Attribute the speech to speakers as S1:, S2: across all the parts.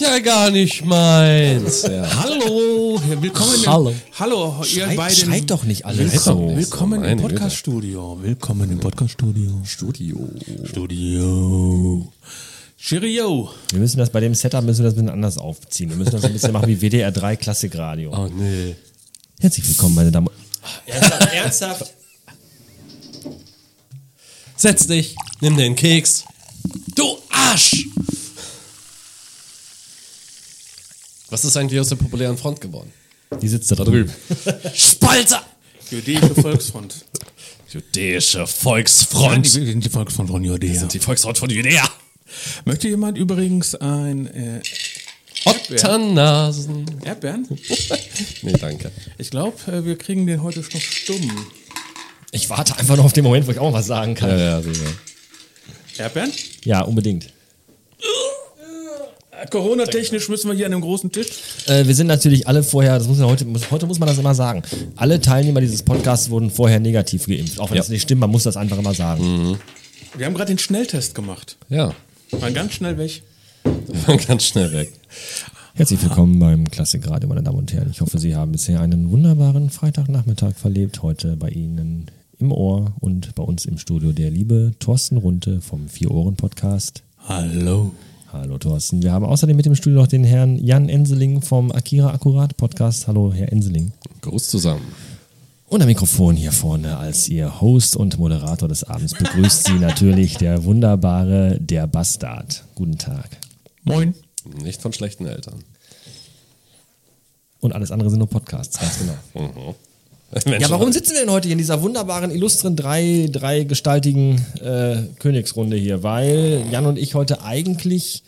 S1: ja gar nicht meins. Ja.
S2: Hallo, willkommen. im-
S3: Hallo.
S2: Hallo, ihr
S3: Schreit-
S2: beiden.
S3: schreit doch nicht alle.
S2: Willkommen,
S1: Schreit doch nicht.
S2: willkommen im
S1: Meine Güte.
S2: Podcaststudio. Willkommen im Podcaststudio.
S1: Studio.
S2: Studio. Cheerio.
S3: Wir müssen das bei dem Setup müssen wir das ein bisschen anders aufziehen. Wir müssen das ein bisschen machen wie WDR 3 Klassikradio.
S2: Oh nee.
S3: Herzlich willkommen, meine Damen und
S1: Ernsthaft? ernsthaft? Setz dich, nimm den Keks. Du Arsch! Was ist eigentlich aus der populären Front geworden?
S3: Die sitzt da drüben.
S1: Spalter!
S2: Jüdische Volksfront.
S1: Jüdische Volksfront!
S2: Die, die Volksfront von Judäa.
S1: Die Volksfront von Judäa!
S2: Möchte jemand übrigens ein äh,
S1: Otternasen!
S2: Erdbeeren?
S1: Nee, danke.
S2: Ich glaube, wir kriegen den heute schon stumm.
S3: Ich warte einfach noch auf den Moment, wo ich auch mal was sagen kann. Ja,
S1: ja, sicher.
S2: Erdbeeren?
S3: unbedingt.
S2: Äh, Corona-technisch müssen wir hier an einem großen Tisch.
S3: Äh, wir sind natürlich alle vorher, das muss man heute, muss, heute muss man das immer sagen. Alle Teilnehmer dieses Podcasts wurden vorher negativ geimpft. Auch wenn
S1: Ja.
S3: das nicht stimmt, man muss das einfach immer sagen.
S2: Wir haben gerade den Schnelltest gemacht.
S1: Ja,
S2: Waren ganz schnell weg.
S1: wir waren ganz schnell weg.
S3: Herzlich willkommen beim Klassikradio, meine Damen und Herren. Ich hoffe, Sie haben bisher einen wunderbaren Freitagnachmittag verlebt. Heute bei Ihnen im Ohr und bei uns im Studio der liebe Thorsten Runte vom Vier-Ohren-Podcast.
S2: Hallo.
S3: Hallo Thorsten. Wir haben außerdem mit im Studio noch den Herrn Jan Enseling vom Akira Akkurat Podcast. Hallo, Herr Enseling.
S1: Gruß zusammen.
S3: Und am Mikrofon hier vorne als Ihr Host und Moderator des Abends begrüßt Sie natürlich der wunderbare Der Bastard. Guten Tag.
S2: Moin.
S1: Nicht von schlechten Eltern.
S3: Und alles andere sind nur Podcasts, ganz genau.
S1: Mhm.
S3: Ja, warum sitzen wir denn heute hier in dieser wunderbaren, illustren, drei, dreigestaltigen äh, Königsrunde hier? Weil Jan und ich heute eigentlich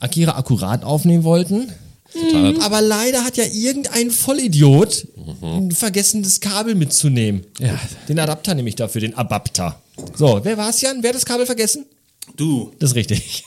S3: Akira akkurat aufnehmen wollten. Mhm. Aber leider hat ja irgendein Vollidiot ein vergessenes Kabel mitzunehmen.
S1: Ja.
S3: Den Adapter nehme ich dafür, den Adapter. So, wer war's, Jan? Wer hat das Kabel vergessen?
S2: Du.
S3: Das ist richtig.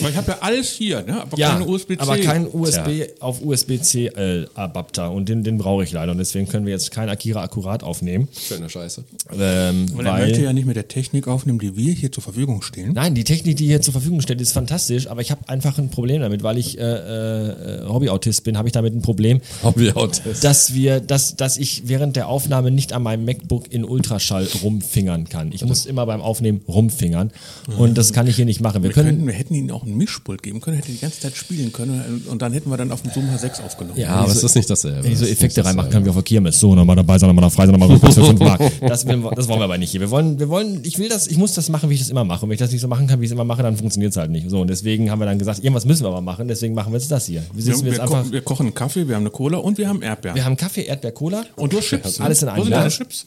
S2: Weil ich habe ja alles hier, ne? Aber keine USB-C.
S3: aber kein USB auf USB-C äh, Adapter und den, den brauche ich leider und deswegen können wir jetzt kein Akira akkurat aufnehmen.
S1: Schöne Scheiße.
S3: Ähm,
S2: Weil er möchte ja nicht mit der Technik aufnehmen, die wir hier zur Verfügung stehen.
S3: Nein, die Technik, die hier zur Verfügung steht, ist fantastisch, aber ich habe einfach ein Problem damit, weil ich äh, äh, äh, Hobbyautist bin, habe ich damit ein Problem,
S1: Hobbyautist.
S3: dass wir, dass, dass ich während der Aufnahme nicht an meinem MacBook in Ultraschall rumfingern kann.
S1: Also
S3: Ich muss immer beim Aufnehmen rumfingern und das kann ich hier nicht machen. Wir
S2: Wir,
S3: können
S2: könnten, wir hätten ihnen auch einen Mischpult geben können, hätte die ganze Zeit spielen können und, und dann hätten wir dann auf dem Zoom H6 aufgenommen.
S1: Ja, aber es ist nicht dasselbe.
S3: wenn ich so
S1: Es ist
S3: Effekte
S1: nicht
S3: reinmachen
S1: dasselbe.
S3: kann, wie auf der Kirmes. So, nochmal dabei sein, nochmal da frei sein, nochmal rückwärts für 5 Mark. Das, will- das wollen wir aber nicht hier. Wir wollen, wir wollen, ich will das, ich muss das machen, wie ich das immer mache. Und wenn ich das nicht so machen kann, wie ich es immer mache, dann funktioniert es halt nicht. So, und deswegen haben wir dann gesagt, irgendwas müssen wir aber machen, deswegen machen wir jetzt das hier. Wir, sitzen
S2: wir,
S3: jetzt
S2: wir,
S3: einfach,
S2: kochen, wir kochen einen Kaffee, wir haben eine Cola und wir haben Erdbeeren.
S3: wir haben Kaffee, Erdbeer, Cola.
S2: und du hast Chips.
S3: Alles in
S2: Wo
S3: einem
S2: sind
S3: Glas.
S2: deine Chips?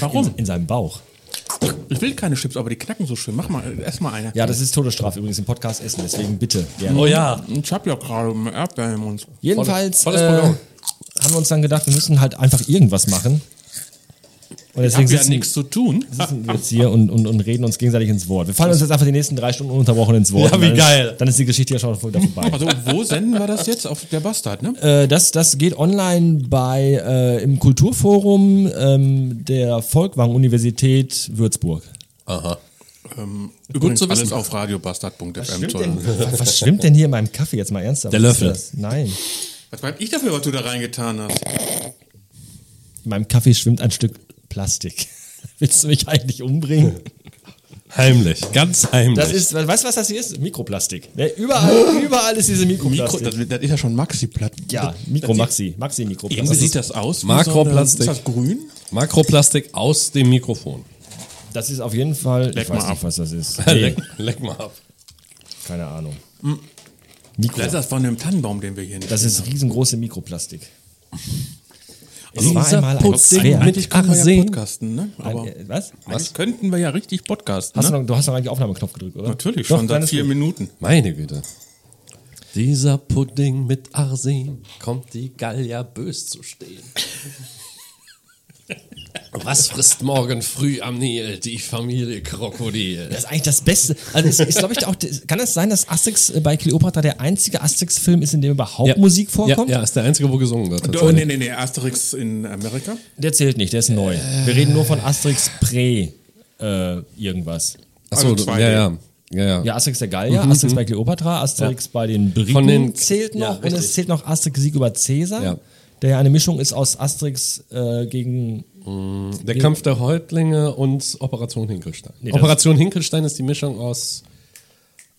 S2: Warum?
S3: In, in seinem Bauch.
S2: Ich will keine Chips, aber die knacken so schön. Mach mal, ess mal eine.
S3: Ja, das ist Todesstrafe übrigens im Podcast Essen, deswegen bitte. Gerne.
S1: Oh ja.
S2: Ich hab ja gerade eine Erdbeeren im Mund.
S3: Jedenfalls
S1: volles
S3: äh,
S1: Programm.
S3: haben wir uns dann gedacht, wir müssen halt einfach irgendwas machen. Und
S2: Ich hab
S3: deswegen
S2: ja
S3: sitzen,
S2: nichts zu tun.
S3: sitzen wir jetzt hier und, und, und reden uns gegenseitig ins Wort. Wir fallen uns jetzt einfach die nächsten drei Stunden ununterbrochen ins Wort.
S1: Ja,
S3: Und
S1: wie
S3: dann
S1: geil.
S3: Ist, dann ist die Geschichte ja schon voll wieder vorbei.
S2: Also, wo senden wir das jetzt? Auf der Bastard, ne?
S3: Äh, Das, das geht online bei äh, im Kulturforum ähm, der Volkwang-Universität Würzburg.
S1: Aha.
S2: Ähm, übrigens
S1: zu wissen.
S2: alles auf radiobastard.fm zu hören.
S3: Was schwimmt denn hier in meinem Kaffee jetzt mal ernsthaft?
S1: Der
S3: Was ist
S1: Löffel.
S3: das? Nein.
S2: Was bleib ich dafür, was du da reingetan hast?
S3: In meinem Kaffee schwimmt ein Stück Plastik. Willst du mich eigentlich umbringen?
S1: Heimlich. Ganz heimlich.
S3: Das ist, weißt du, was das hier ist? Mikroplastik. Ne, Überall, überall ist diese
S2: Mikro,
S3: Mikroplastik.
S2: das, das ist ja schon Maxi-Platt.
S3: ja, Mikro Maxi, Maxi Mikroplastik.
S2: Irgendwie sieht das aus. wie
S1: Makroplastik.
S2: So eine, ist das grün?
S1: Makroplastik aus dem Mikrofon.
S3: Das ist auf jeden Fall.
S2: Leck
S3: ich weiß
S2: mal
S3: nicht,
S2: ab.
S3: was das ist. Nee,
S1: Leck, leck mal ab.
S3: keine Ahnung. Mikro.
S2: Das ist das von einem Tannenbaum, den wir hier nicht
S3: Das ist riesengroße Mikroplastik.
S1: Also dieser Putz-
S3: Zwerg.
S1: mit-
S2: Eigentlich können wir
S1: Arsen.
S2: ja podcasten, ne? Aber
S3: Ein, äh, was?
S2: eigentlich könnten wir ja richtig podcasten,
S3: Hast
S2: ne?
S3: du, noch, du hast doch eigentlich Aufnahmeknopf gedrückt, oder?
S2: Natürlich,
S3: Doch,
S2: schon
S3: dann
S2: seit
S3: ist
S2: vier
S3: gut.
S2: Minuten.
S1: Meine Güte. Dieser Pudding mit Arsen kommt die Gallier bös zu stehen. Was frisst morgen früh am Nil die Familie Krokodil?
S3: Das ist eigentlich das Beste. Also es ist, glaube ich, auch, kann es sein, dass Asterix äh, bei Cleopatra der einzige Asterix-Film ist, in dem überhaupt Musik vorkommt?
S1: Ja, ja, ist der einzige, wo gesungen wird.
S2: Oh, nee, nee, nee, Asterix in Amerika.
S3: Der zählt nicht, der ist neu. Wir reden nur von Asterix Pre äh, irgendwas.
S1: Achso,
S2: Also
S1: du- ja,
S2: 2D.
S1: ja. Ja, ja. Mhm,
S3: Ja, Asterix der Gallier, Asterix bei Cleopatra, Asterix bei den Briten
S1: Von den-
S3: zählt
S1: ja,
S3: noch und
S1: richtig.
S3: es zählt noch Asterix Sieg über Cäsar,
S1: Ja.
S3: der ja eine Mischung ist aus Asterix äh, gegen
S1: Der Kampf der Häuptlinge und Operation Hinkelstein.
S3: also Nee, das-
S1: Operation Hinkelstein ist die Mischung aus.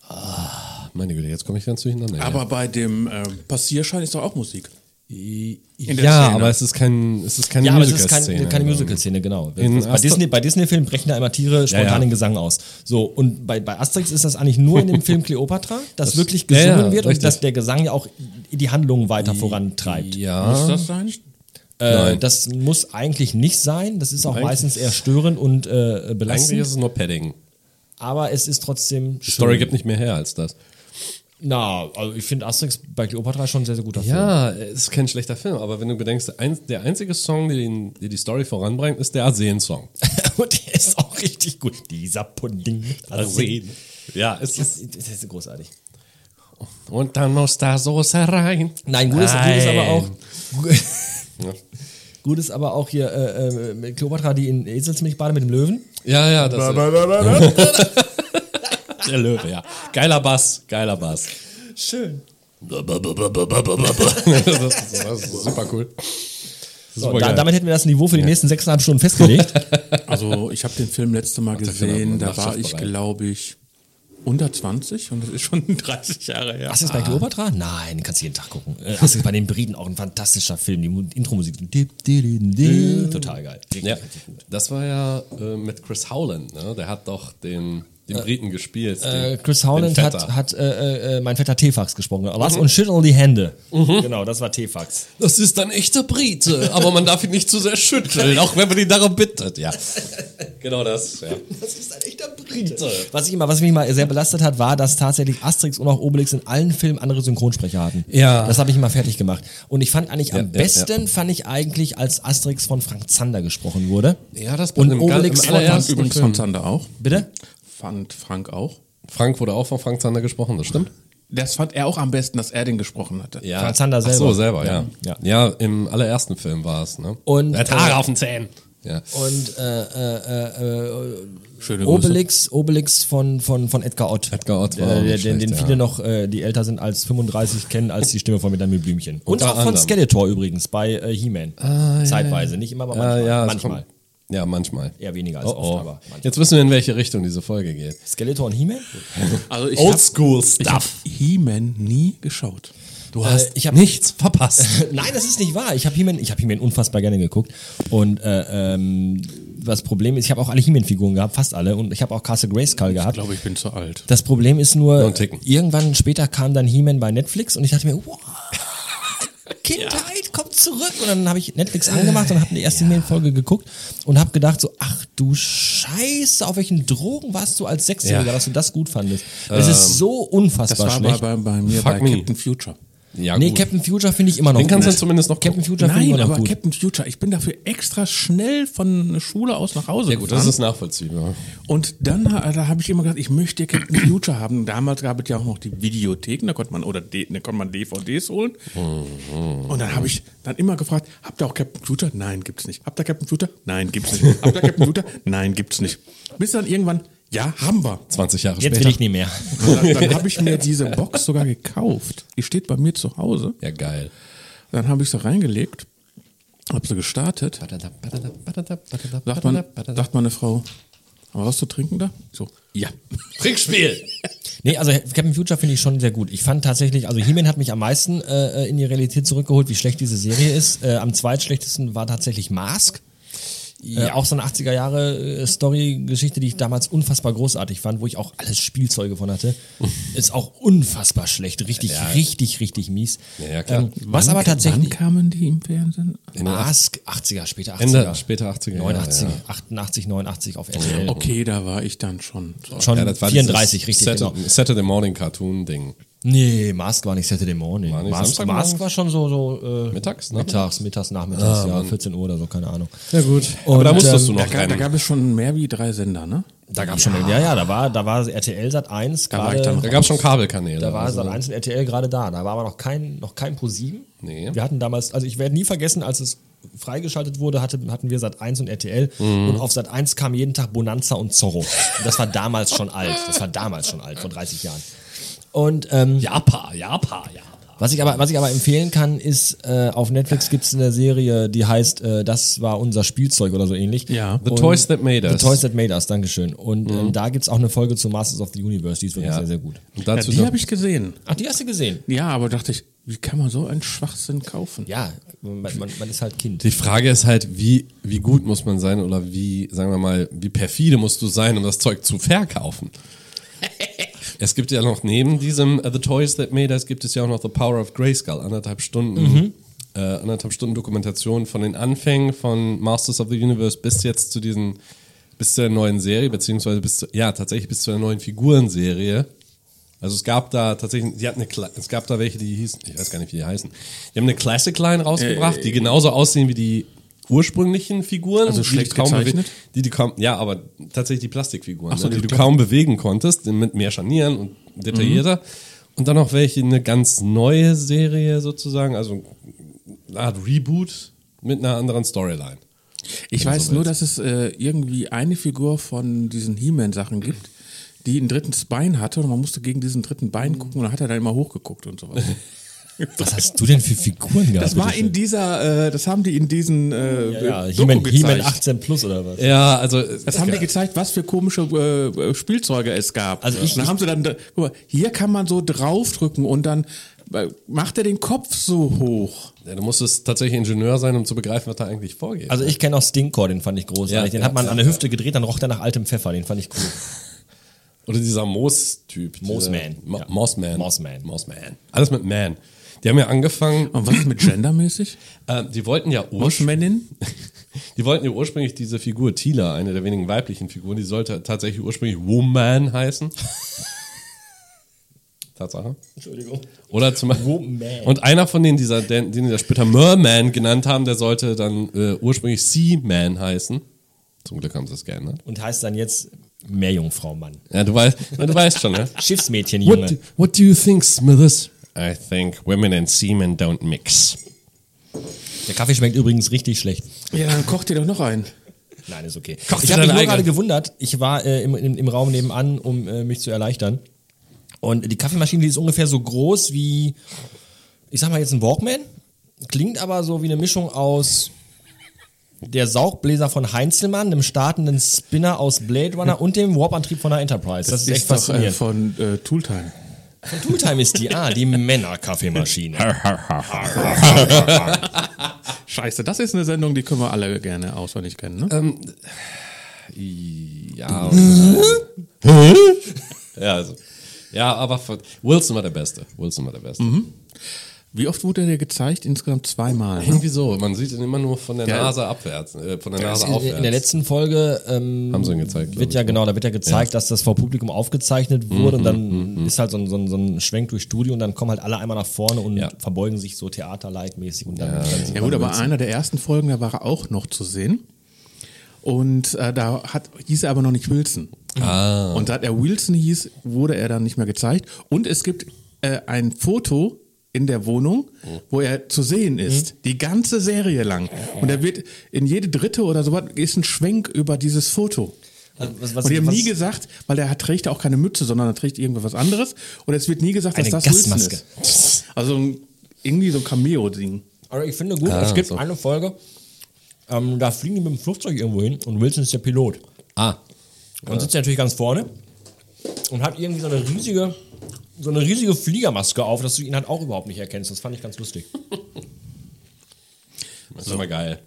S1: Ah, meine Güte, jetzt komme ich ganz durcheinander. ja.
S2: Aber bei dem äh, Passierschein ist doch auch Musik.
S1: ja,
S2: in der Szene.
S1: aber es ist kein, es ist keine
S3: Ja, aber es ist
S1: Musical-Szene.
S3: kein, keine Musical-Szene, genau.
S1: In
S3: bei
S1: Aster-
S3: Disney-Filmen bei Disney -Filmen brechen da immer Tiere spontan
S1: Ja, ja.
S3: den Gesang aus. So, und bei, bei Asterix ist das eigentlich nur in dem Film Cleopatra, dass wirklich gesungen
S1: ja, ja,
S3: wird
S1: richtig.
S3: und dass der Gesang ja auch die Handlung weiter vorantreibt.
S2: Muss
S1: Ja,
S2: das sein?
S3: Äh,
S1: Nein.
S3: das muss eigentlich nicht sein. Das ist auch
S1: Eigentlich-
S3: meistens eher störend und äh,
S1: eigentlich
S3: belastend.
S1: ist es nur Padding.
S3: Aber es ist trotzdem
S1: Die
S3: schön.
S1: Story gibt nicht mehr her als das.
S3: Na, also ich finde Asterix bei Cleopatra schon ein sehr, sehr guter Film.
S1: Ja, es ist kein schlechter Film, aber wenn du bedenkst, ein, der einzige Song, der, den, der die Story voranbringt, ist der Arsen-Song.
S3: und der ist auch richtig gut. Dieser Pudding. Also,
S1: Ja, es ist.
S3: Das, das ist großartig.
S1: Und dann muss da Soße rein.
S3: Nein, gut ist, gut ist aber auch.
S1: Ja.
S3: Gut ist aber auch hier äh, äh, mit Cleopatra, die in Eselsmilch badet mit dem Löwen.
S1: Ja, ja, das ist der Löwe, ja. Geiler Bass, geiler Bass.
S3: Schön.
S1: das, ist, das ist super cool.
S3: So,
S1: Super
S3: da,
S1: geil.
S3: damit hätten wir das Niveau für die nächsten sechseinhalb Stunden festgelegt.
S2: Also, ich habe den Film letzte Mal gesehen, da war ich, glaube ich, unter 20 und das ist schon 30 Jahre her.
S3: Hast du es bei Cleopatra? Nein, kannst du jeden Tag gucken. Äh, Hast du es bei den Briten auch ein fantastischer Film, die Mu- Intromusik. Total geil.
S1: ja, das war ja äh, mit Chris Howland, ne? Der hat doch den, den Briten gespielt.
S3: Äh,
S1: den,
S3: Chris
S1: den
S3: Howland hat,
S1: Vetter. Mhm.
S3: hat äh, äh, mein Vetter T-Fax gesprochen. Was? Und schütteln die Hände. Genau, das war T-Fax.
S1: Das ist ein echter Brite, aber man darf ihn nicht zu sehr schütteln, auch wenn man ihn darum bittet, ja. Genau das, ja.
S3: Das ist ein echter Brite. Was, ich immer, was mich mal sehr belastet hat, war, dass tatsächlich Asterix und auch Obelix in allen Filmen andere Synchronsprecher hatten.
S1: Ja.
S3: Das habe ich immer fertig gemacht. Und ich fand eigentlich am
S1: ja, ja.
S3: besten, fand ich eigentlich, als Asterix von Frank Zander gesprochen wurde.
S1: Ja, das
S3: Und
S1: im gan-
S3: Obelix
S1: im
S3: von
S1: allerersten
S2: Übrigens
S1: Film.
S2: von Zander auch.
S3: Bitte?
S2: Fand Frank auch.
S1: Frank wurde auch von Frank Zander gesprochen, das stimmt.
S2: Das fand er auch am besten, dass er den gesprochen hatte.
S1: Ja.
S3: Frank Zander
S1: Ach
S3: selber.
S1: so, selber, ja.
S3: Ja.
S1: Ja, im allerersten Film war es, ne?
S3: Und- äh,
S1: Der hat Haare auf den Zähnen. Ja.
S3: Und äh, äh, äh, äh,
S2: Schöne Grüße.
S3: Obelix, Obelix von, von, von Edgar Ott.
S1: Edgar Ott war
S3: Äh,
S1: auch
S3: der,
S1: nicht
S3: den, den
S1: schlecht,
S3: viele
S1: ja.
S3: noch, äh, die älter sind als 35, kennen als die Stimme von Madame Blümchen. Und
S1: Unter
S3: auch von
S1: anderem.
S3: Skeletor übrigens bei äh, He-Man. Zeitweise, nicht immer, aber
S1: Ah,
S3: manchmal.
S1: ja, es
S3: manchmal.
S1: kommt- Ja, manchmal.
S3: Eher weniger als
S1: Oh,
S3: oft,
S1: oh.
S3: aber manchmal.
S1: Jetzt wissen wir, in welche Richtung diese Folge geht.
S3: Skeletor und He-Man?
S2: Also ich hab-
S1: Oldschool
S2: Ich habe He-Man nie geschaut.
S1: Du
S3: hast
S1: hast nichts verpasst.
S3: Nein, das ist nicht wahr. Ich habe He-Man ich hab He unfassbar gerne geguckt. Und äh, ähm, das Problem ist, ich habe auch alle He-Man-Figuren gehabt, fast alle. Und ich habe auch Castle Grayskull gehabt.
S2: Ich glaube, ich bin zu alt.
S3: Das Problem ist
S1: Noch
S3: nur,
S1: einen Ticken.
S3: irgendwann später kam dann He-Man bei Netflix und ich dachte mir, wow, Kindheit kommt zurück. Und dann habe ich Netflix angemacht und habe die erste He-Man-Folge geguckt und habe gedacht so, ach du Scheiße, auf welchen Drogen warst du als Sechsjähriger,
S1: Ja. Ähm,
S3: dass du das gut fandest? Es ist so unfassbar
S2: Das war bei,
S3: schlecht.
S2: bei, bei mir
S1: Fuck
S2: bei
S1: me.
S2: Captain Future.
S1: Ja,
S3: nee,
S1: gut.
S3: Captain Future finde ich immer noch
S1: Den kannst
S3: gut.
S1: du zumindest noch
S3: Captain Future finde ich
S2: Nein,
S3: immer noch
S2: aber
S3: gut.
S2: Captain Future. Ich bin dafür extra schnell von der Schule aus nach Hause
S1: ja, gut, das
S2: gefahren.
S1: ist nachvollziehbar.
S2: Und dann ha- da habe ich immer gedacht, ich möchte Captain Future haben. Damals gab es ja auch noch die Videotheken, da konnte man oder D, da konnte man DVDs holen.
S1: Mhm.
S2: Und dann habe ich dann immer gefragt, habt ihr auch Captain Future? Nein, gibt's nicht. Habt ihr Captain Future? Nein, gibt's nicht. Habt ihr Captain Future? Nein, gibt's nicht. Bis dann irgendwann, ja, haben wir.
S1: 20 Jahre
S3: Jetzt
S1: später.
S3: will ich nicht mehr.
S2: Und dann dann habe ich mir diese Box sogar gekauft. Die steht bei mir zu Hause.
S1: ja, geil.
S2: Dann habe ich sie reingelegt, habe sie gestartet. Sagt, man, sagt meine Frau, haben wir was zu trinken da? Ich So, ja.
S1: Trickspiel!
S3: Nee, also Captain Future finde ich schon sehr gut. Ich fand tatsächlich, also He-Man hat mich am meisten äh, in die Realität zurückgeholt, wie schlecht diese Serie ist. Äh, am zweitschlechtesten war tatsächlich Mask. Äh, auch so eine 80er Jahre äh, Story-Geschichte, die ich damals unfassbar großartig fand, wo ich auch alles Spielzeuge von hatte. ist auch unfassbar schlecht. Richtig, richtig, richtig mies. Ähm,
S1: Ja, ja, klar.
S3: was aber
S2: Wann
S3: tatsächlich.
S2: kamen die im Fernsehen?
S3: Mask, 80er, später 80er.
S1: Ende, später 80er.
S3: 89,
S1: Ja, Oh,
S3: 88, 89 auf RTL.
S2: Okay, da war ich dann schon. So.
S3: Schon
S1: ja. Ja, das war
S3: 34,
S1: dieses
S3: richtig. genau.
S1: Saturday, Saturday Morning Cartoon Ding.
S3: Nee, Mask war nicht Saturday Morning.
S1: War nicht
S3: Mask,
S1: Samstagmorgens?
S3: Mask war schon so, so äh,
S1: Mittags, ne?
S3: mittags, mittags, nachmittags, ja, 14 Uhr oder so, keine Ahnung.
S1: Ja, gut. Aber
S3: Und,
S1: da musstest
S3: ähm,
S1: du noch
S2: Da gab, da
S1: rennen.
S2: gab es schon mehr wie drei Sender, ne?
S3: Da gab schon, ja, ja, da war, da war RTL Sat 1
S2: Da war
S3: gerade,
S2: ich dann
S1: Da gab es schon Kabelkanäle.
S3: da war
S1: also.
S3: Sat 1 und RTL gerade da. Da war aber noch kein, noch kein Pro 7.
S1: Nee.
S3: Wir hatten damals, also ich werde nie vergessen, als es freigeschaltet wurde, hatte, hatten wir Sat 1 und RTL.
S1: Mhm.
S3: Und auf Sat 1 kam jeden Tag Bonanza und Zorro. Und das war damals schon alt. Das war damals schon alt, vor 30 Jahren. Und ähm,
S1: Japa, Japa, Japa.
S3: was ich aber, was ich aber empfehlen kann, ist, äh, auf Netflix gibt es eine Serie, die heißt äh, Das war unser Spielzeug oder so ähnlich.
S2: Ja.
S1: The
S3: Und-
S1: Toys That Made Us. Mhm.
S3: The Toys That Made Us, Dankeschön. Und ähm, da gibt es auch eine Folge zu Masters of the Universe, die ist wirklich
S1: Ja.
S3: sehr, sehr gut.
S1: Und
S2: Ja,
S1: dazu
S2: die
S1: noch-
S2: habe ich gesehen.
S3: Ach, die hast du gesehen?
S2: Ja, aber dachte ich, wie kann man so einen Schwachsinn kaufen?
S3: Ja, man, man, man ist halt Kind.
S1: Die Frage ist halt, wie, wie gut muss man sein oder wie, sagen wir mal, wie perfide musst du sein, um das Zeug zu verkaufen? es gibt ja noch neben diesem äh, The Toys That Made Us gibt es ja auch noch The Power of Grayskull, anderthalb Stunden, äh, anderthalb Stunden Dokumentation von den Anfängen von Masters of the Universe bis jetzt zu diesen, bis zur neuen Serie, beziehungsweise bis zu, ja, tatsächlich bis zu der neuen Figurenserie. Also es gab da tatsächlich, die hatten eine, Kle- es gab da welche, die hießen, ich weiß gar nicht, wie die heißen. Die haben eine Classic Line rausgebracht, die genauso aussehen wie die ursprünglichen Figuren.
S2: Äh, Also
S1: die
S2: schlecht
S1: du kaum bewe-
S2: gezeichnet?
S1: Die, die kaum, ja, aber tatsächlich die Plastikfiguren,
S2: Ach so,
S1: ne, die,
S2: die-
S1: du kaum bewegen konntest, mit mehr Scharnieren und
S2: Mhm.
S1: detaillierter. Und dann noch welche, eine ganz neue Serie sozusagen, also eine Art Reboot mit einer anderen Storyline.
S2: Ich weiß nur, dass es äh, irgendwie eine Figur von diesen He-Man-Sachen gibt, die ein drittes Bein hatte und man musste gegen diesen dritten Bein gucken und dann hat er dann immer hochgeguckt und sowas.
S3: Was hast du denn für Figuren gehabt?
S2: Das war
S3: bitteschön?
S2: in dieser, äh, das haben die in diesen äh,
S3: Ja, ja,
S2: Doku
S3: He-Man
S2: gezeigt.
S3: He 18 plus oder was?
S1: Ja, also
S2: Das haben die gezeigt, was für komische äh, äh, Spielzeuge es gab.
S3: Also ich-
S2: und dann haben sie dann, da- guck mal, hier kann man so draufdrücken und dann äh, macht er den Kopf so hoch.
S1: ja, du musstest tatsächlich Ingenieur sein, um zu begreifen, was da eigentlich vorgeht.
S3: Also ich kenne auch Stinkcore, den fand ich großartig.
S1: Ja,
S3: den
S1: ja,
S3: hat man
S1: ja,
S3: an der Hüfte gedreht, dann roch der nach altem Pfeffer, den fand ich cool.
S1: Oder dieser Moos-Typ. dieser-
S3: Moosman,
S1: Mo
S3: ja.
S1: Mossman.
S3: Mossman.
S1: Mossman. Alles mit Man. Die haben ja angefangen,
S2: Und was ist mit gendermäßig?
S1: äh, die wollten ja ursprünglich.
S2: Bushmanin?
S1: Die wollten ja ursprünglich diese Figur Tila, eine der wenigen weiblichen Figuren, die sollte tatsächlich ursprünglich Woman heißen. Tatsache.
S3: Entschuldigung.
S1: Oder zum Beispiel.
S3: Woman.
S1: Und einer von denen, dieser, den, den die da später Merman genannt haben, der sollte dann äh, ursprünglich Seaman heißen. Zum Glück haben sie es geändert.
S3: Und heißt dann jetzt Meerjungfrau, Mann.
S1: Ja, du weißt, du weißt schon, ne?
S3: Schiffsmädchen,
S1: What do,
S3: Junge.
S1: what do you think, Smithers? I think women and seamen don't mix.
S3: Der Kaffee schmeckt übrigens richtig schlecht.
S2: Ja, dann kocht ihr doch noch ein.
S3: Nein, ist okay.
S1: Koch
S3: ich
S1: dir deinen
S3: habe mich nur
S1: eigenen.
S3: gerade gewundert. Ich war äh, im, im, im Raum nebenan, um äh, mich zu erleichtern. Und die Kaffeemaschine, die ist ungefähr so groß wie, ich sag mal jetzt ein Walkman. Klingt aber so wie eine Mischung aus der Saugbläser von Heinzelmann, dem startenden Spinner aus Blade Runner und dem Warp-Antrieb von der Enterprise. Das, ist echt
S2: doch äh,
S3: faszinierend.
S2: von äh, Tooltime.
S3: von Tooltime ist die, ah, die Männer-Kaffeemaschine.
S2: Scheiße, das ist eine Sendung, die können wir alle gerne auswendig kennen, ne?
S1: Ja. ja, also. Ja, aber von- Wilson war der Beste. Wilson war der Beste.
S2: Wie oft wurde der gezeigt? Insgesamt zweimal. Ne?
S1: Irgendwie so. Man sieht ihn immer nur von der
S2: Ja.
S1: Nase abwärts, äh, von der Nase
S3: in,
S1: aufwärts.
S3: in der letzten Folge ähm,
S1: Haben sie ihn gezeigt, glaub
S3: Wird
S1: ich,
S3: ja
S1: ne? Mhm,
S3: genau, da wird ja gezeigt, dass das vor Publikum aufgezeichnet wurde und dann ist halt so ein, so, ein, so ein Schwenk durchs Studio und dann kommen halt alle einmal nach vorne und
S1: Ja.
S3: verbeugen sich so Theater-like-mäßig und dann. dann
S2: Ja gut, aber einer der ersten Folgen, da war er auch noch zu sehen. Und äh, da hat, hieß er aber noch nicht Wilson. Ah. Und seit er Wilson hieß, wurde er dann nicht mehr gezeigt. Und es gibt äh, ein Foto in der Wohnung, wo er zu sehen
S3: Hm.
S2: ist, die ganze Serie lang. Und er wird in jede dritte oder so was ist ein Schwenk über dieses Foto.
S3: also, was, was,
S2: und die haben
S3: was,
S2: nie gesagt, weil er hat, trägt auch keine Mütze, sondern er trägt irgendwas was anderes. Und es wird nie gesagt, dass
S3: Eine
S2: das
S3: Gasmaske.
S2: Wilson ist. Also ein, irgendwie so ein Cameo-Ding.
S3: also ich finde gut, es gibt eine Folge, ähm, da fliegen die mit dem Flugzeug irgendwo hin und Wilson ist der Pilot.
S1: ah.
S3: Und sitzt natürlich ganz vorne und hat irgendwie so eine riesige, so eine riesige Fliegermaske auf, dass du ihn halt auch überhaupt nicht erkennst. Das fand ich ganz lustig.
S1: Das ist immer geil.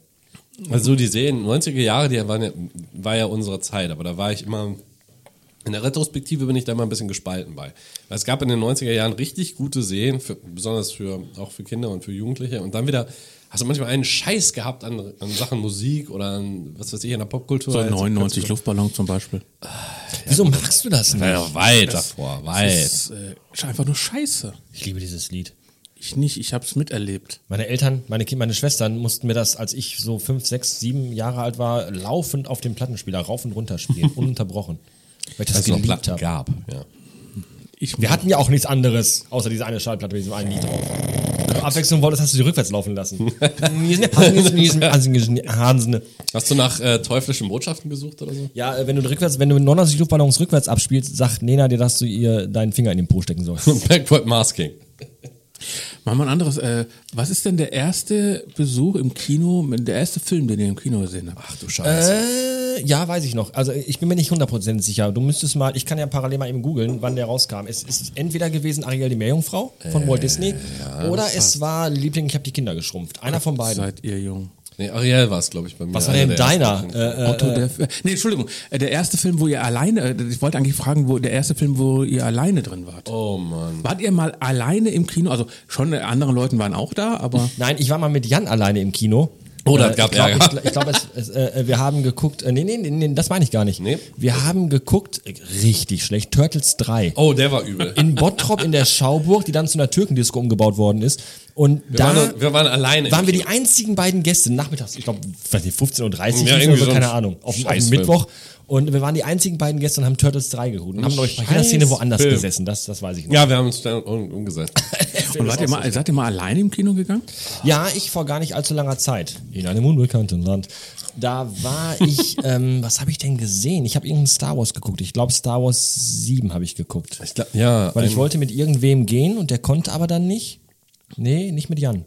S1: Also die Serien, 90er Jahre, die waren ja, war ja unsere Zeit, aber da war ich immer, in der Retrospektive bin ich da immer ein bisschen gespalten bei. Weil es gab in den 90er Jahren richtig gute Serien, für, besonders für, auch für Kinder und für Jugendliche und dann wieder hast du manchmal einen Scheiß gehabt an, an Sachen Musik oder an, was weiß ich, an der Popkultur.
S2: So
S1: Also,
S2: 99 Luftballon zum Beispiel.
S3: Wieso machst du das
S1: Ja,
S3: nicht?
S1: ja, weit davor, weit.
S2: Das ist äh, ist einfach nur scheiße.
S3: Ich liebe dieses Lied.
S2: Ich nicht, ich hab's miterlebt.
S3: Meine Eltern, meine Kinder, meine Schwestern mussten mir das, als ich so fünf, sechs, sieben Jahre alt war, laufend auf dem Plattenspieler rauf und runter spielen, ununterbrochen. Weil ich das
S1: Als es noch
S3: geliebt
S1: Platten
S3: habe.
S1: gab. Ja.
S2: Ich,
S3: Wir hatten ja auch nichts anderes, außer diese eine Schallplatte mit diesem einen Lied drauf. Abwechslung wolltest, hast du die rückwärts laufen lassen. Hansen.
S1: Hast du nach äh, teuflischen Botschaften gesucht oder so?
S3: Ja, äh, wenn du rückwärts, wenn du 99 Luftballons rückwärts abspielst, sagt Nena dir, dass du ihr deinen Finger in den Po stecken sollst.
S1: Backward Masking.
S2: Mach mal ein anderes. Äh, was ist denn der erste Besuch im Kino, der erste Film, den ihr im Kino gesehen habt? Ach du Scheiße.
S3: Äh, ja, weiß ich noch. Also ich bin mir nicht 100% sicher. Du müsstest mal, ich kann ja parallel mal eben googeln, wann der rauskam. Es ist entweder gewesen Ariel die Meerjungfrau von Walt
S1: Äh,
S3: Disney oder
S1: halt
S3: es war Liebling, ich habe die Kinder geschrumpft. Einer von beiden.
S2: Äh, Seid ihr jung?
S1: Nee, Ariel war es, glaube ich, bei mir.
S3: Was war
S1: Einer der
S3: denn deiner?
S1: ersten.
S3: Äh, äh,
S2: Otto, der, F- nee, Entschuldigung. Äh, Der erste Film, wo ihr alleine, äh, ich wollte eigentlich fragen, wo der erste Film, wo ihr alleine drin wart.
S1: oh Mann.
S2: Wart ihr mal alleine im Kino? Also schon äh, andere Leute waren auch da, aber
S3: nein, ich war mal mit Jan alleine im Kino.
S1: Oh, das
S3: Äh,
S1: gab
S3: ich glaub,
S1: Ärger.
S3: Ich, gl- ich glaube, es, es, äh, wir haben geguckt, äh, nee, nee, nee, nee, das meine ich gar nicht.
S1: Nee.
S3: Wir haben geguckt, äh, richtig schlecht, Turtles 3.
S1: Oh, der war übel.
S3: in Bottrop in der Schauburg, die dann zu einer Türkendisco umgebaut worden ist. Und
S1: wir,
S3: da
S1: waren, wir waren alleine. im
S3: waren wir die
S1: Kino.
S3: einzigen beiden Gäste nachmittags, ich glaube 15.30 Uhr
S1: Ja,
S3: oder
S1: irgendwie
S3: so,
S1: so
S3: keine
S1: ein
S3: Ahnung, auf, auf den
S1: Scheißfilm.
S3: Mittwoch. Und wir waren die einzigen beiden Gäste und haben Turtles 3 geholt und haben, glaube ich, bei jeder Szene woanders
S1: Scheißfilm.
S3: gesessen. Das, das weiß ich noch.
S1: Ja, wir haben uns dann um, umgesetzt.
S2: und wart ihr mal, seid ihr mal alleine im Kino gegangen?
S3: Ja, ich vor gar nicht allzu langer Zeit. In einem unbekannten Land. Da war ich, ähm, was habe ich denn gesehen? Ich habe irgendeinen Star Wars geguckt. Ich glaube, Star Wars 7 habe ich geguckt.
S1: Ich glaub, ja, ähm,
S3: Weil ich
S1: ein-
S3: wollte mit irgendwem gehen und der konnte aber dann nicht. Nee, nicht mit Jan.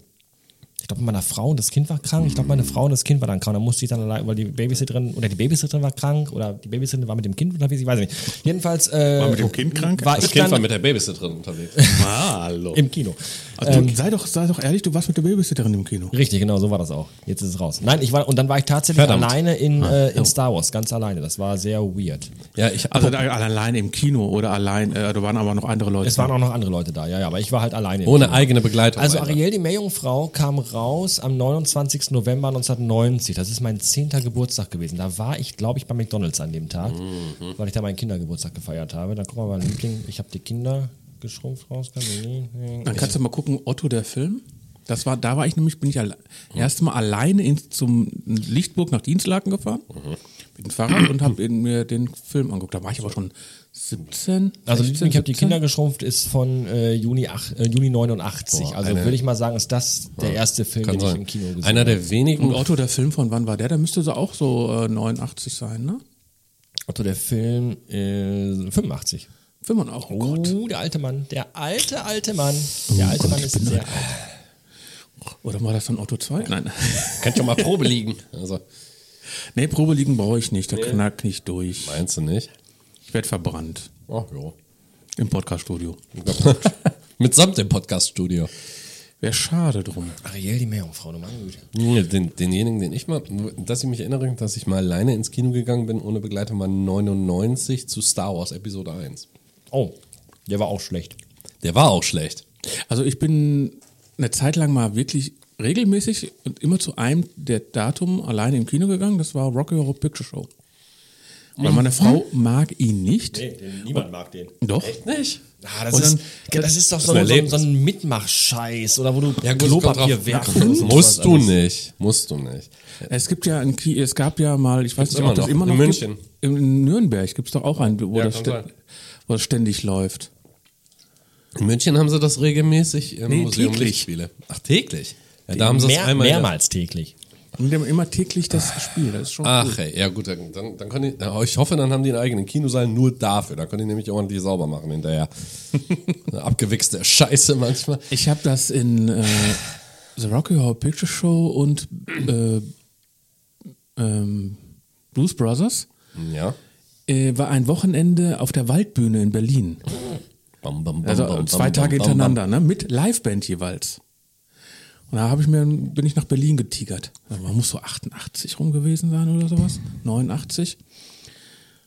S3: Ich glaube, mit meiner Frau und das Kind war krank. Ich glaube, meine Frau und das Kind war dann krank. Da musste ich dann allein, weil die Babysitterin oder die Babysitterin war krank oder die Babysitterin war mit dem Kind unterwegs. Ich weiß nicht. Jedenfalls äh, war
S2: mit dem Kind krank?
S3: War
S1: Das
S3: ich
S1: Kind war
S3: dann
S1: mit der Babysitterin unterwegs.
S2: Hallo.
S3: im Kino.
S2: Also, du- sei, doch, sei doch ehrlich, du warst mit der Babysitterin im Kino.
S3: Richtig, genau, so war das auch. Jetzt ist es raus. Nein, ich war und dann war ich tatsächlich
S1: Verdammt. Ah, oh.
S3: alleine in, äh, in Star Wars, ganz alleine. Das war sehr weird.
S1: ja, ich
S2: Also da- allein im Kino oder allein, äh, da waren aber noch andere Leute.
S3: Es waren auch noch andere Leute da, ja, ja, aber ich war halt alleine. im
S1: ohne
S3: Kino.
S1: eigene Begleitung.
S3: Also
S1: Alter.
S3: Ariel, die Meerjungfrau, kam raus am 29. November 1990. Das ist mein 10. Geburtstag gewesen. Da war ich, glaube ich, bei McDonalds an dem Tag,
S1: Mhm.
S3: weil ich da meinen Kindergeburtstag gefeiert habe. Dann guck mal, mein Liebling, ich habe die Kinder geschrumpft raus.
S2: Dann kannst du mal gucken, Otto der Film. Das war, da war ich nämlich, bin ich
S3: Mhm.
S2: alle, erst mal alleine in, zum Lichtburg nach Dienstlaken gefahren
S3: Mhm.
S2: mit dem Fahrrad und habe mir den Film angeguckt. Da war ich aber schon 17.
S3: Also
S2: 16,
S3: Liebling, ich habe die
S2: 17.
S3: Kinder geschrumpft, ist von äh, Juni, ach- äh, Juni 89.
S1: Boah,
S3: also
S1: eine-
S3: würde ich mal sagen, ist das der erste Film,
S1: Kann
S3: den ich
S1: sein.
S3: im Kino gesehen habe.
S1: Einer der wenigen.
S2: Und Otto der Film von wann war der? Der müsste so auch so äh, 89 sein, ne?
S3: Otto, der Film äh, 85.
S2: 85. Oh Gott.
S3: Oh, der alte Mann. Der alte, alte Mann.
S1: Oh
S3: Der alte Mann ist sehr alt.
S2: Oder war das dann Otto 2? Nein.
S1: Kann schon mal Probe liegen. Also,
S2: nee, Probe liegen brauche ich nicht. Da knackt nicht durch.
S1: meinst du nicht?
S2: Ich werde verbrannt.
S1: Ach jo.
S2: Im Podcaststudio.
S1: Mitsamt dem Podcast-Studio.
S2: Wäre schade drum.
S3: Ariel, die Meerjungfrau, du meine Güte.
S1: Nee, Den, denjenigen, den ich mal, dass ich mich erinnere, dass ich mal alleine ins Kino gegangen bin, ohne Begleitung, war 99 zu Star Wars Episode 1.
S3: Oh, der war auch schlecht.
S1: Der war auch schlecht.
S2: Also ich bin eine Zeit lang mal wirklich regelmäßig und immer zu einem der Datum alleine im Kino gegangen. Das war Rocky Horror Picture Show. Weil meine Frau mag ihn nicht.
S3: niemand mag den.
S2: Doch.
S1: Nicht?
S3: Ah, das,
S2: Und
S3: ist,
S2: dann-
S3: ja, das ist doch so,
S1: Das
S3: ein-
S1: ist
S3: so,
S1: ein
S3: ein- so ein Mitmachscheiß oder wo du
S1: gut, es kommt drauf-
S3: Klopapier werfen musst.
S1: Musst du nicht. Musst du nicht.
S2: Es gibt ja ein Ki es gab ja mal, ich weiß
S1: Gibt's
S2: nicht, ob
S1: immer
S2: das
S1: noch.
S2: immer noch
S1: In
S2: gibt.
S1: München.
S2: In Nürnberg gibt es doch auch einen, wo,
S1: Ja,
S2: das
S1: kann
S2: stä-
S1: sein.
S2: wo das ständig läuft.
S1: In München haben sie das regelmäßig im
S2: Nee,
S1: Museum
S2: täglich.
S1: Lichtspiele. Ach, täglich? Ja, da haben sie
S3: Mehr,
S1: es einmal.
S3: mehrmals täglich.
S2: Und die haben immer täglich das Spiel. Das ist schon
S1: Ach,
S2: cool.
S1: ey, ja gut, dann, dann, dann können die, ja, ich hoffe, dann haben die einen eigenen Kinosaal nur dafür. Da können die nämlich ordentlich sauber machen hinterher. Eine abgewichste Scheiße manchmal.
S2: Ich habe das in äh, The Rocky Horror Picture Show und äh, ähm, Blues Brothers
S1: Ja.
S2: äh, war ein Wochenende auf der Waldbühne in Berlin.
S1: Bam, bam, bam,
S2: Also
S1: bam, bam,
S2: zwei
S1: bam,
S2: Tage
S1: bam, bam.
S2: hintereinander, ne? Mit Liveband jeweils. Und da habe ich mir, bin ich nach Berlin getigert. Also Man muss so 88 rum gewesen sein oder sowas. 89.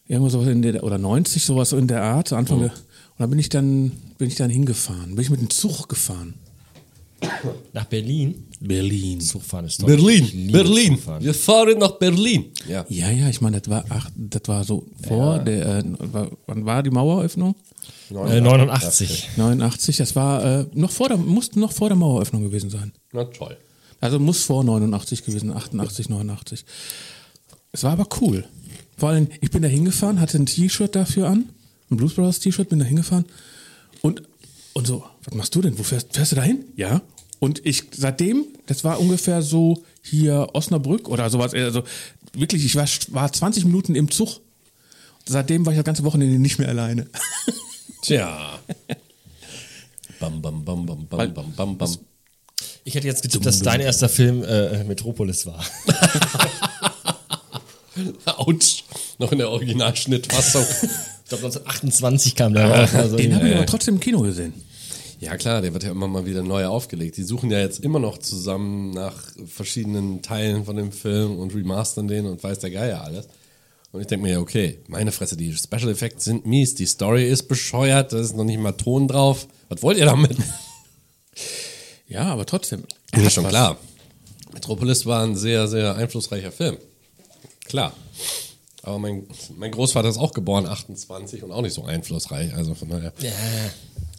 S2: Irgendwo sowas in der, oder 90, sowas so in der Art. Anfang der, und da bin ich dann, bin ich dann hingefahren. Bin ich mit dem Zug gefahren.
S3: Nach Berlin.
S2: Berlin.
S3: Zugfahren ist toll. Ich
S1: Berlin,
S3: liebe
S1: Berlin.
S3: Zugfahren.
S1: Wir fahren nach Berlin. Ja.
S2: Ja, ja, ich meine, das war ach, das war so vor der äh, war, wann war die Maueröffnung?
S3: Äh, 89.
S2: 89, das war äh, noch vor der musste noch vor der Maueröffnung gewesen sein.
S1: Na toll.
S2: Also muss vor 89 gewesen, 88, 89. Es war aber cool. Vor allem, ich bin da hingefahren, hatte ein T-Shirt dafür an, ein Blues Brothers T-Shirt, bin da hingefahren und, und so, was machst du denn? Wo fährst, fährst du da hin? Ja.
S4: Und ich seitdem, das war ungefähr so hier Osnabrück oder sowas. Also wirklich, ich war, war 20 Minuten im Zug. Seitdem war ich das ganze Wochenende nicht mehr alleine.
S1: Tja. Bam, bam, bam, bam, bam, bam, bam, bam.
S3: Ich hätte jetzt getippt, dass dein erster Film äh, Metropolis war.
S1: Autsch. Noch in der Originalschnittfassung.
S3: Ich glaube, 1928 kam der raus. Also
S4: Den habe ich
S1: ja.
S4: aber trotzdem im Kino gesehen.
S1: ja klar, der wird ja immer mal wieder neu aufgelegt. Die suchen ja jetzt immer noch zusammen nach verschiedenen Teilen von dem Film und remastern den und weiß der Geier alles. Und ich denke mir, ja, okay, meine Fresse, die Special Effects sind mies, die Story ist bescheuert, da ist noch nicht mal Ton drauf. Was wollt ihr damit?
S4: Ja, aber trotzdem.
S1: Ja, schon klar. Metropolis war ein sehr, sehr einflussreicher Film. Klar. Aber mein, mein Großvater ist auch geboren, 28 und auch nicht so einflussreich. Also von daher.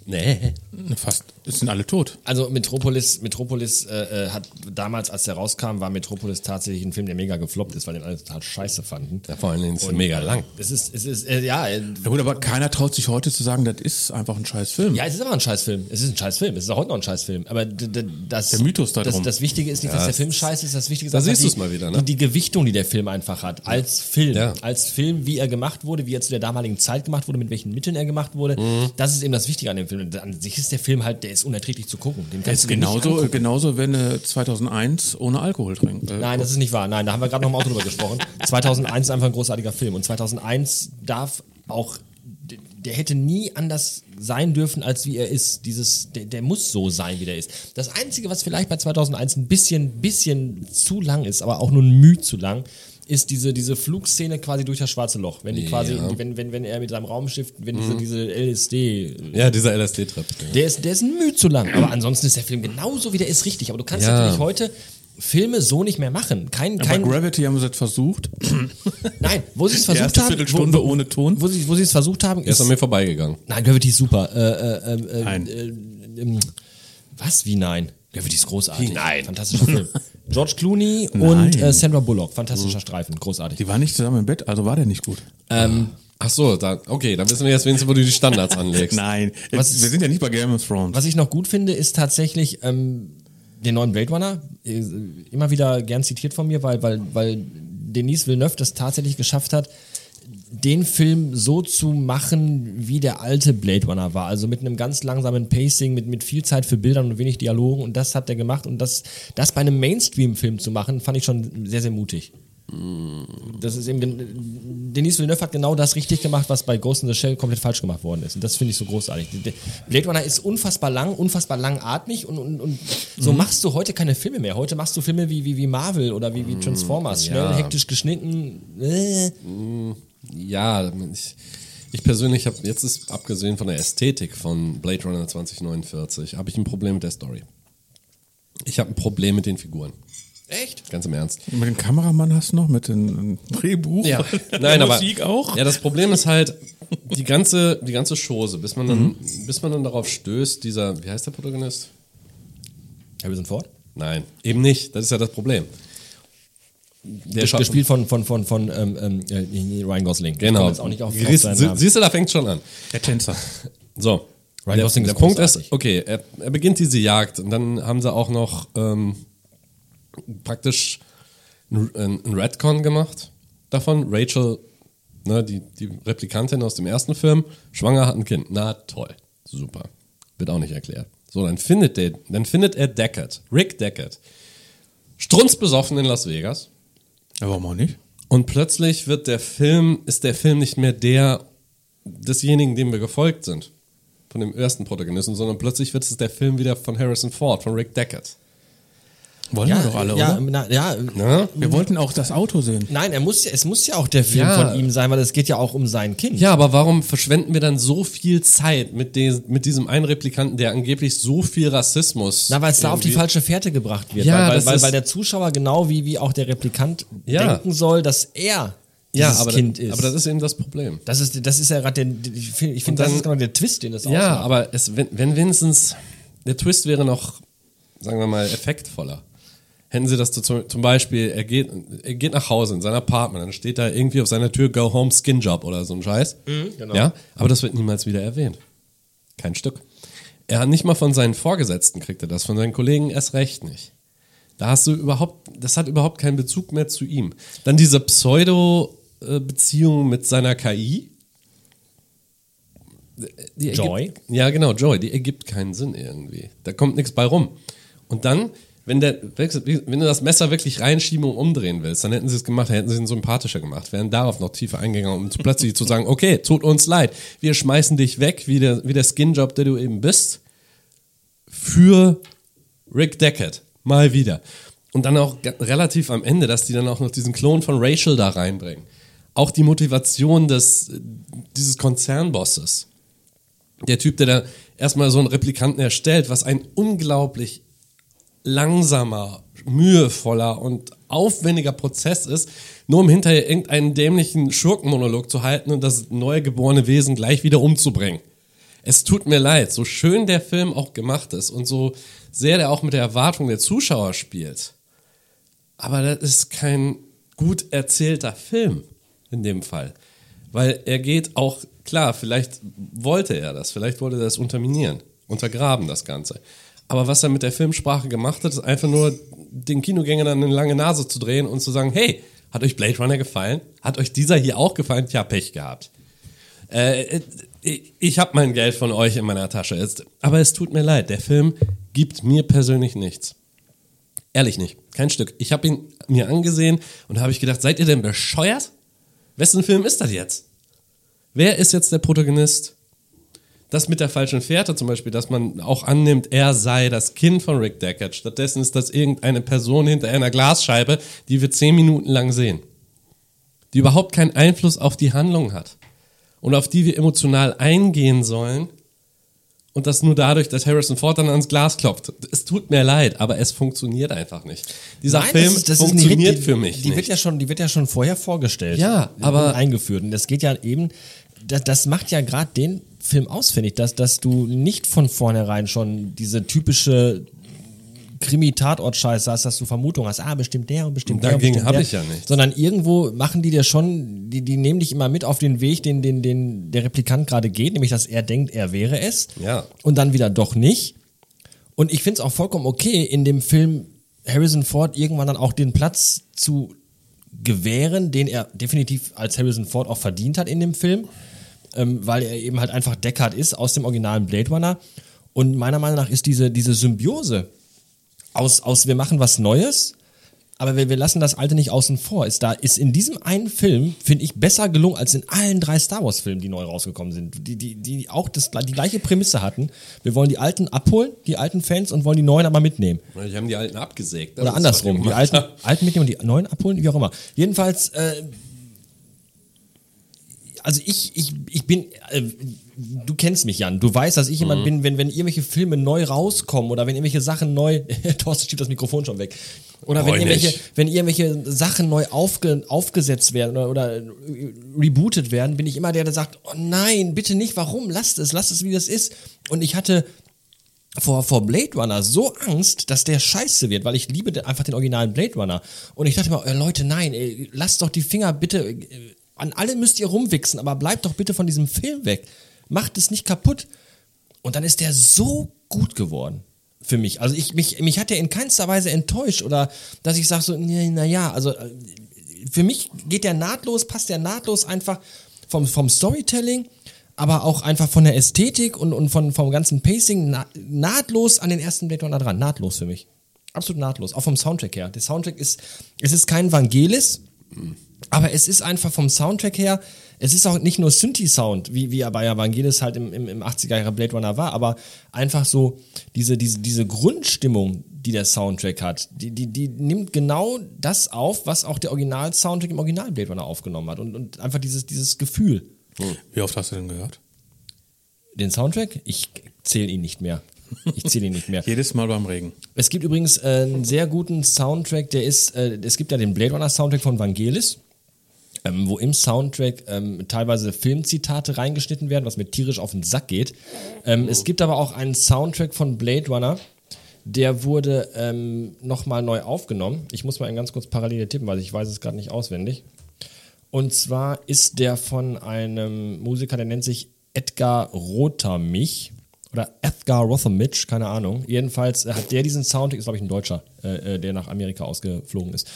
S1: Nee.
S4: Fast. Es sind alle tot.
S3: Also Metropolis, Metropolis äh, äh, hat damals, als der rauskam, war Metropolis tatsächlich ein Film, der mega gefloppt ist, weil den alle total scheiße fanden.
S1: Ja, vor allen Dingen ist es mega lang.
S3: Es ist, es ist, äh, ja, äh,
S4: Na gut, aber keiner traut sich heute zu sagen, das ist einfach ein scheiß Film.
S3: ja, es ist immer ein Scheißfilm. Es ist ein Scheißfilm. Es ist auch heute noch ein Scheißfilm. Aber d- d- das,
S4: Der Mythos da
S3: das,
S4: drum.
S3: das Wichtige ist nicht, dass der Film scheiße ist. Das Wichtige ist,
S1: Da
S3: einfach
S1: siehst
S3: die-
S1: du's mal wieder, ne?
S3: die, die Gewichtung, die der Film einfach hat. Als Film.
S1: Ja.
S3: Als Film, wie er gemacht wurde, wie er zu der damaligen Zeit gemacht wurde, mit welchen Mitteln er gemacht wurde.
S1: Mhm.
S3: Das ist eben das Wichtige an dem Film. Und An sich ist der Film halt, der ist unerträglich zu gucken. Den
S4: Ist
S3: kannst du dir nicht
S4: genauso, genauso, wenn du 2001 ohne Alkohol trinkst. Äh,
S3: Nein, das ist nicht wahr. Nein, da haben wir gerade noch im Auto drüber gesprochen. 2001 ist einfach ein großartiger Film. Und 2001 darf auch, d- der hätte nie anders sein dürfen, als wie er ist. Dieses, der, der muss so sein, wie der ist. Das Einzige, was vielleicht bei 2001 ein bisschen, bisschen zu lang ist, aber auch nur ein Müh zu lang, ist diese, diese Flugszene quasi durch das schwarze Loch. Wenn die quasi,
S1: Ja. Mhm.
S3: wenn, wenn, wenn er mit seinem Raumschiff, wenn diese, diese LSD
S1: Ja, dieser LSD-Trip.
S3: der ist, der ist ein Mühe zu lang. Aber ansonsten ist der Film genauso, wie der ist, richtig. Aber du kannst
S1: Ja.
S3: natürlich heute Filme so nicht mehr machen. Kein,
S4: Bei
S3: kein,
S4: Gravity haben sie das versucht.
S3: nein, wo sie es
S4: Die
S3: versucht
S4: erste
S3: haben,
S4: Viertelstunde ohne Ton.
S3: wo sie, wo sie es versucht haben,
S1: Der ist
S3: ist,
S1: an mir vorbeigegangen.
S3: nein, Gravity ist super. Äh, äh, äh, äh,
S4: Nein.
S3: äh, ähm, was, wie nein? Gravity ist großartig. nein. Fantastischer Film. George Clooney und äh, Sandra Bullock.
S4: Mhm.
S3: Fantastischer Streifen. Großartig.
S4: Die waren nicht zusammen im Bett, also war der nicht gut. Ähm.
S1: Ach so, dann, okay, dann wissen wir jetzt wenigstens, wo du die Standards anlegst.
S4: Nein, äh,
S3: Was-
S4: wir sind ja nicht bei Game of Thrones.
S3: Was ich noch gut finde, ist tatsächlich ähm, den neuen Blade Runner. Äh, Immer wieder gern zitiert von mir, weil, weil, weil Denis Villeneuve das tatsächlich geschafft hat, den Film so zu machen, wie der alte Blade Runner war. Also mit einem ganz langsamen Pacing, mit, mit viel Zeit für Bildern und wenig Dialogen. Und das hat er gemacht. Und das, das bei einem Mainstream-Film zu machen, fand ich schon sehr, sehr mutig. Das ist eben, gen- Denis Villeneuve hat genau das richtig gemacht, was bei Ghost in the Shell komplett falsch gemacht worden ist. Und das finde ich so großartig. Die- die- Blade Runner ist unfassbar lang, unfassbar langatmig und, und, und so
S1: Mhm.
S3: machst du heute keine Filme mehr. Heute machst du Filme wie, wie, wie Marvel oder wie, wie Transformers. Schnell,
S1: Mhm, ja.
S3: hektisch geschnitten. Äh.
S1: Ja, ich, ich persönlich habe jetzt ist abgesehen von der Ästhetik von Blade Runner 2049, habe ich ein Problem mit der Story. Ich habe ein Problem mit den Figuren. Echt? Ganz im Ernst.
S4: mit dem Kameramann hast du noch, mit dem Drehbuch,
S1: Ja,
S4: der
S1: nein, aber
S4: Musik auch.
S1: Ja, das Problem ist halt die ganze die ganze Chose, bis man dann
S4: Mhm.
S1: bis man dann darauf stößt, dieser wie heißt der Protagonist?
S3: Harrison Ford?
S1: Nein, eben nicht. Das ist ja das Problem. Der
S3: Gesch-
S1: schafft-
S3: Gespielt von, von, von, von ähm, ähm, äh, nee, Ryan Gosling. Ich
S1: Genau.
S3: komme Jetzt auch nicht auf, auf
S1: Siehst-
S3: seinen
S1: sie-
S3: Namen.
S1: siehst du, da fängt schon an.
S4: Der Tänzer.
S1: So.
S3: Ryan
S1: der
S3: Gosling
S1: der
S3: ist
S1: Punkt
S3: großartig.
S1: ist, okay, er, er beginnt diese Jagd und dann haben sie auch noch ähm, praktisch ein, ein Redcon gemacht davon. Rachel, ne, die, die Replikantin aus dem ersten Film, schwanger hat ein Kind. Na toll, super. Wird auch nicht erklärt. So, dann findet, der, dann findet er Deckard, Rick Deckard, strunzbesoffen in Las Vegas.
S4: Ja, warum auch nicht?
S1: Und plötzlich wird der Film, ist der Film nicht mehr der desjenigen, dem wir gefolgt sind, von dem ersten Protagonisten, sondern plötzlich wird es der Film wieder von Harrison Ford, von Rick Deckard.
S4: Wollen wir doch alle,
S3: ja,
S4: oder?
S3: na, ja,
S1: Ne?
S4: Wir wollten auch das Auto sehen.
S3: nein, er muss, ja- es muss ja auch der Film
S1: Ja.
S3: von ihm sein, weil es geht ja auch um sein Kind.
S1: Ja, aber warum verschwenden wir dann so viel Zeit mit, de mit diesem einen Replikanten, der angeblich so viel Rassismus.
S3: Na, weil es da auf die
S1: irgendwie-
S3: falsche Fährte gebracht wird.
S1: Ja,
S3: weil, weil,
S1: das
S3: weil,
S1: ist-
S3: weil der Zuschauer genau wie, wie auch der Replikant
S1: Ja.
S3: denken soll, dass er
S1: ja,
S3: dieses
S1: aber,
S3: Kind ist.
S1: Aber das ist eben das Problem.
S3: das ist, das ist ja gerade der, ich finde, ich find,
S1: Und dann-
S3: das ist genau der Twist, den das
S1: Ja,
S3: ausmacht.
S1: aber es, wenn, wenn wenigstens der Twist wäre noch, sagen wir mal, effektvoller. Hätten sie das zu- zum, zum Beispiel, er geht, er geht nach Hause in sein Apartment, dann steht da irgendwie auf seiner Tür Go Home Skin Job oder so ein Scheiß.
S3: genau.
S1: Ja, aber das wird niemals wieder erwähnt. Kein Stück. Er hat nicht mal von seinen Vorgesetzten kriegt er das, von seinen Kollegen erst recht nicht. Da hast du überhaupt, das hat überhaupt keinen Bezug mehr zu ihm. Dann diese Pseudo-Beziehung mit seiner KI. Die ergibt,
S3: Joy?
S1: Ja, genau, Joy, die ergibt keinen Sinn irgendwie. Da kommt nichts bei rum. Und dann, wenn, der, wenn du das Messer wirklich reinschieben und umdrehen willst, dann hätten sie es gemacht, hätten sie ihn sympathischer gemacht, wären darauf noch tiefer eingegangen, um zu- plötzlich zu sagen, okay, tut uns leid, wir schmeißen dich weg, wie der, wie der Skinjob, der du eben bist, für Rick Deckard. Mal wieder. Und dann auch ga- relativ am Ende, dass die dann auch noch diesen Klon von Rachel da reinbringen. Auch die Motivation des, dieses Konzernbosses der Typ, der da erstmal so einen Replikanten erstellt, was ein unglaublich langsamer, mühevoller und aufwendiger Prozess ist, nur um hinterher irgendeinen dämlichen Schurkenmonolog zu halten und das neue geborene Wesen gleich wieder umzubringen. Es tut mir leid, so schön der Film auch gemacht ist und so sehr der auch mit der Erwartung der Zuschauer spielt. Aber das ist kein gut erzählter Film in dem Fall. Weil er geht auch, klar, vielleicht wollte er das, vielleicht wollte er das unterminieren, untergraben das Ganze. Aber was er mit der Filmsprache gemacht hat, ist einfach nur den Kinogängern dann eine lange Nase zu drehen und zu sagen, hey, hat euch Blade Runner gefallen? Hat euch dieser hier auch gefallen? Tja, Pech gehabt. Äh, ich ich habe mein Geld von euch in meiner Tasche. Jetzt, aber es tut mir leid, der Film gibt mir persönlich nichts. Ehrlich nicht. Kein Stück. Ich habe ihn mir angesehen und habe ich gedacht, seid ihr denn bescheuert? Wessen Film ist das jetzt? Wer ist jetzt der Protagonist? Das mit der falschen Fährte zum Beispiel, dass man auch annimmt, er sei das Kind von Rick Deckard. Stattdessen ist das irgendeine Person hinter einer Glasscheibe, die wir zehn Minuten lang sehen. Die überhaupt keinen Einfluss auf die Handlung hat. Und auf die wir emotional eingehen sollen. Und das nur dadurch, dass Harrison Ford dann ans Glas klopft. Es tut mir leid, aber es funktioniert einfach nicht. Dieser
S3: Nein,
S1: Film
S3: das ist- das ist nicht
S1: funktioniert
S3: richtig.
S1: für mich
S3: Die
S1: nicht.
S3: wird ja schon, die wird ja schon vorher vorgestellt.
S1: Ja,
S3: Und
S1: aber-
S3: eingeführt. Und das geht ja eben, das, das macht ja gerade den Film aus, finde ich, dass, dass du nicht von vornherein schon diese typische Krimi-Tatort-Scheiße hast, dass du Vermutung hast, ah, bestimmt der und bestimmt der. und
S1: Dagegen
S3: bestimmt
S1: hab
S3: der.
S1: ich ja nichts.
S3: Sondern irgendwo machen die dir schon, die, die nehmen dich immer mit auf den Weg, den, den, den der Replikant gerade geht, nämlich dass er denkt, er wäre es.
S1: Ja.
S3: Und dann wieder doch nicht. Und ich finde es auch vollkommen okay, in dem Film Harrison Ford irgendwann dann auch den Platz zu gewähren, den er definitiv als Harrison Ford auch verdient hat in dem Film, ähm, weil er eben halt einfach Deckard ist aus dem originalen Blade Runner. Und meiner Meinung nach ist diese, diese Symbiose aus, aus wir machen was Neues, aber wir, wir lassen das Alte nicht außen vor. Ist da ist in diesem einen Film finde ich besser gelungen als in allen drei Star Wars Filmen, die neu rausgekommen sind, die die, die auch das, die gleiche Prämisse hatten. Wir wollen die Alten abholen, die alten Fans und wollen die Neuen aber mitnehmen.
S1: Weil Die haben die Alten abgesägt. ne? Das
S3: Oder
S1: ist, halt
S3: andersrum.
S1: was die
S3: Die
S1: gemacht
S3: alten,
S1: haben.
S3: alten mitnehmen und die neuen abholen, wie auch immer. Jedenfalls, äh, also ich, ich, ich bin, äh, du kennst mich, Jan. Du weißt, dass ich
S1: Mhm.
S3: jemand bin, wenn, wenn irgendwelche Filme neu rauskommen oder wenn irgendwelche Sachen neu. Thorsten schiebt das Mikrofon schon weg. Oder wenn
S1: Freu
S3: irgendwelche,
S1: nicht.
S3: wenn irgendwelche Sachen neu aufge, aufgesetzt werden oder, oder äh, rebootet werden, bin ich immer der, der sagt, oh nein, bitte nicht, warum? Lasst es, lasst es, wie das ist. Und ich hatte vor, vor Blade Runner so Angst, dass der scheiße wird, weil ich liebe de- einfach den originalen Blade Runner. Und ich dachte immer, äh, Leute, nein, ey, lasst doch die Finger bitte, äh, an alle müsst ihr rumwichsen, aber bleibt doch bitte von diesem Film weg. Macht es nicht kaputt. Und dann ist der so gut geworden für mich. Also ich, mich, mich hat der in keinster Weise enttäuscht oder dass ich sage so, naja, also äh, für mich geht der nahtlos, passt der nahtlos einfach vom, vom Storytelling, aber auch einfach von der Ästhetik und, und von, vom ganzen Pacing na, nahtlos an den ersten Blade Runner dran. Nahtlos für mich. Absolut nahtlos. Auch vom Soundtrack her. Der Soundtrack ist, es ist kein Vangelis, aber es ist einfach vom Soundtrack her, es ist auch nicht nur Synthi-Sound, wie, wie er bei Evangelis halt im, im, im 80er Jahre Blade Runner war, aber einfach so diese, diese, diese Grundstimmung, die der Soundtrack hat, die, die, die nimmt genau das auf, was auch der Original-Soundtrack im Original Blade Runner aufgenommen hat und, und einfach dieses, dieses Gefühl.
S4: Wie oft hast du denn gehört?
S3: Den Soundtrack, ich zähle ihn nicht mehr. Ich zähle ihn nicht mehr.
S4: Jedes Mal beim Regen.
S3: Es gibt übrigens äh, einen sehr guten Soundtrack, der ist, äh, es gibt ja den Blade Runner Soundtrack von Vangelis, ähm, wo im Soundtrack ähm, teilweise Filmzitate reingeschnitten werden, was mir tierisch auf den Sack geht. Ähm, Es gibt aber auch einen Soundtrack von Blade Runner, der wurde ähm, nochmal neu aufgenommen. Ich muss mal eben ganz kurz parallel tippen, weil ich weiß es gerade nicht auswendig. Und zwar ist der von einem Musiker, der nennt sich Edgar Rothermich. oder Edgar Rothamitch, keine Ahnung. Jedenfalls hat der diesen Soundtrack, ist glaube ich ein Deutscher, äh, äh, der nach Amerika ausgeflogen ist.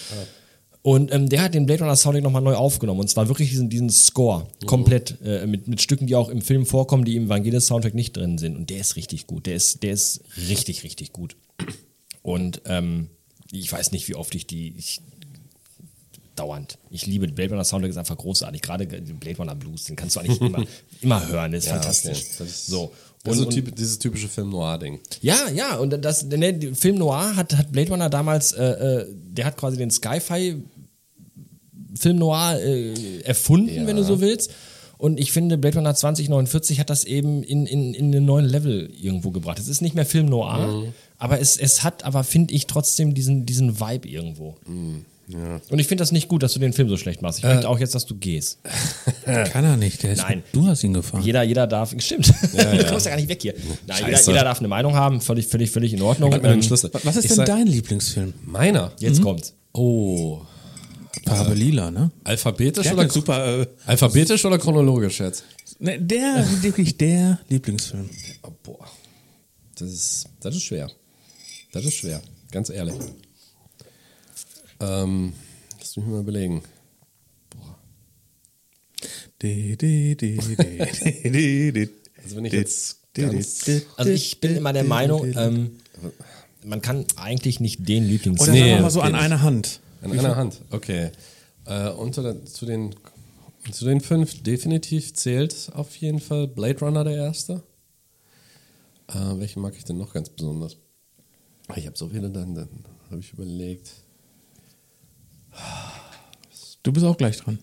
S3: Und ähm, der hat den Blade Runner Soundtrack nochmal neu aufgenommen. Und zwar wirklich diesen, diesen Score. Komplett.
S1: Mhm.
S3: Äh, mit, mit Stücken, die auch im Film vorkommen, die im Vangelis Soundtrack nicht drin sind. Und der ist richtig gut. Der ist, der ist richtig, richtig gut. Und ähm, ich weiß nicht, wie oft ich die. Ich, dauernd. Ich liebe Blade Runner Soundtrack ist einfach großartig. Gerade den Blade Runner Blues, den kannst du eigentlich immer, immer hören. Der ist fantastisch.
S1: okay. Das ist- also
S3: so.
S1: Das ist
S3: Und-
S1: so typ, dieses typische Film Noir-Ding.
S3: ja, ja, und das, ne, der Film Noir hat, hat Blade Runner damals, äh, äh, der hat quasi den Sci-Fi Film Noir äh, erfunden, wenn du so willst. Und ich finde, Blade Runner 2049 hat das eben in, in, in einen neuen Level irgendwo gebracht. Es ist nicht mehr Film Noir,
S1: Mhm.
S3: aber es, es hat, aber finde ich trotzdem diesen, diesen Vibe irgendwo.
S1: Mhm.
S3: Und ich finde das nicht gut, dass du den Film so schlecht machst. Ich
S1: Äh.
S3: möchte auch jetzt, dass du gehst.
S4: Kann er nicht. Der ist,
S3: Nein.
S4: Du hast ihn gefahren.
S3: Jeder, jeder darf, stimmt, du kommst ja gar nicht weg hier. Nein, jeder,
S1: Scheiße.
S3: jeder darf eine Meinung haben, völlig, völlig, völlig in Ordnung.
S1: Gib mir den
S3: Ähm,
S1: Schlüssel.
S4: Was ist
S1: Ich
S4: denn
S1: sag-
S4: dein Lieblingsfilm?
S1: Meiner.
S3: Jetzt kommt's.
S1: Oh.
S4: Farbe Lila, ne?
S1: Alphabetisch
S4: Der
S1: oder,
S4: hat super. Äh,
S1: alphabetisch oder chronologisch jetzt?
S4: ne, der wirklich der Lieblingsfilm.
S1: Oh, boah. Das ist, das ist schwer. Das ist schwer. Ganz ehrlich. Ähm, lass mich mal überlegen.
S4: Di, di, di, di, di, di, di.
S1: Also wenn ich
S4: Di,
S1: jetzt
S4: di,
S1: ganz-
S4: di, di,
S3: Also ich bin immer der
S4: di,
S3: Meinung,
S4: di, di.
S3: ähm, man kann eigentlich nicht den
S4: Oder
S3: Lieblingsfilm.
S4: sagen wir
S1: nee,
S4: mal so
S1: geht
S4: an
S1: nicht.
S4: einer Hand.
S1: An einer Hand. Okay. Äh, unter der, zu, den, zu den fünf definitiv zählt auf jeden Fall Blade Runner der erste. Äh, welchen mag ich denn noch ganz besonders? Ah, Ich habe so viele, dann, dann habe ich überlegt.
S4: Du bist auch gleich dran.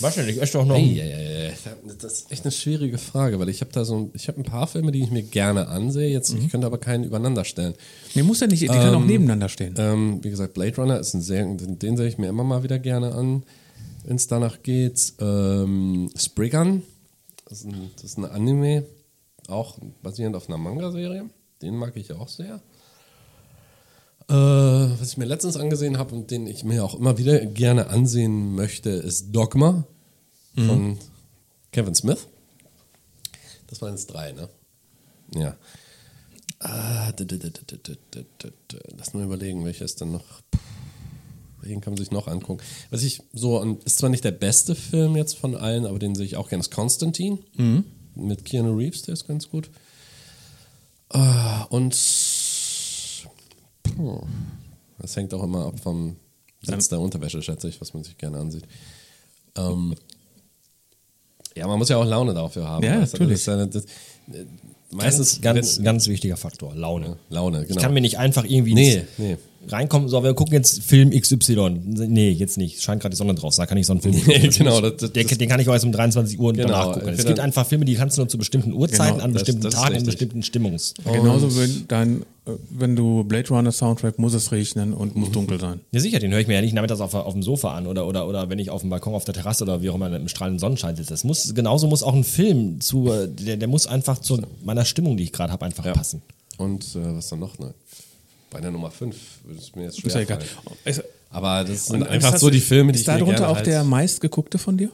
S3: Wahrscheinlich, echt doch noch.
S1: Eieiei. Das ist echt eine schwierige Frage, weil ich habe da so ein, ich habe ein paar Filme, die ich mir gerne ansehe. Jetzt, ich könnte aber keinen übereinander stellen.
S4: Nee, muss ja nicht. Die kann auch nebeneinander stehen.
S1: Ähm, wie gesagt, Blade Runner ist ein sehr, den, den sehe ich mir immer mal wieder gerne an, wenn es danach geht. Ähm, Spriggan, das ist, ein, das ist ein Anime, auch basierend auf einer Manga-Serie. Den mag ich auch sehr. Äh, was ich mir letztens angesehen habe und den ich mir auch immer wieder gerne ansehen möchte, ist Dogma von Kevin Smith. Das waren jetzt drei, ne? Ja. Ah, d- d- d- d- d- d- d- d- Lass mal überlegen, welches denn noch. Welchen kann man sich noch angucken? Was ich so, und ist zwar nicht der beste Film jetzt von allen, aber den sehe ich auch gerne, ist Konstantin
S3: Mhm.
S1: mit Keanu Reeves, der ist ganz gut. Ah, und puh, das hängt auch immer ab vom Sitz der Unterwäsche, schätze ich, was man sich gerne ansieht. Ähm, ja, man muss ja auch Laune dafür haben.
S4: Ja,
S1: Also,
S4: natürlich.
S1: Das ist ja, das, äh, meistens
S3: Ganz, ganz, ganz wichtiger Faktor, Laune.
S1: Laune, genau.
S3: Ich kann mir nicht einfach irgendwie
S1: Nee,
S3: ins-
S1: nee.
S3: reinkommen, so, wir gucken jetzt Film XY. Nee, jetzt nicht. Scheint gerade die Sonne draußen, da kann ich so einen Film nicht
S1: Nee,
S3: gucken. Das
S1: genau,
S3: muss-
S1: das- das-
S3: den, den kann ich auch erst um 23 Uhr
S1: Genau,
S3: danach gucken. Es
S1: entweder-
S3: gibt einfach Filme, die kannst du nur zu bestimmten Uhrzeiten,
S4: Genau,
S3: an
S1: das-
S3: bestimmten
S1: das ist
S3: Tagen, an
S1: richtig.
S3: bestimmten Stimmungs.
S4: Genauso wenn dein, äh, wenn du Blade Runner Soundtrack muss es regnen und
S1: Mhm.
S4: muss dunkel sein.
S3: Ja, sicher, den höre ich mir ja nicht nachmittags auf, auf dem Sofa an oder, oder, oder wenn ich auf dem Balkon, auf der Terrasse oder wie auch immer im strahlenden Sonnenschein sitze. Das muss, genauso muss auch ein Film zu, äh, der, der muss einfach zu meiner Stimmung, die ich gerade habe, einfach passen.
S1: Und äh, was dann noch? Ne? Bei der Nummer 5 würde es mir jetzt
S4: Ist
S1: schwer
S4: ja egal.
S1: fallen.
S4: Ist,
S1: Aber das sind
S4: und
S1: einfach
S4: das-
S1: so die Filme, die
S4: Ist
S1: ich mir
S4: darunter
S1: gerne
S4: auch
S1: halt,
S4: der meistgeguckte von dir?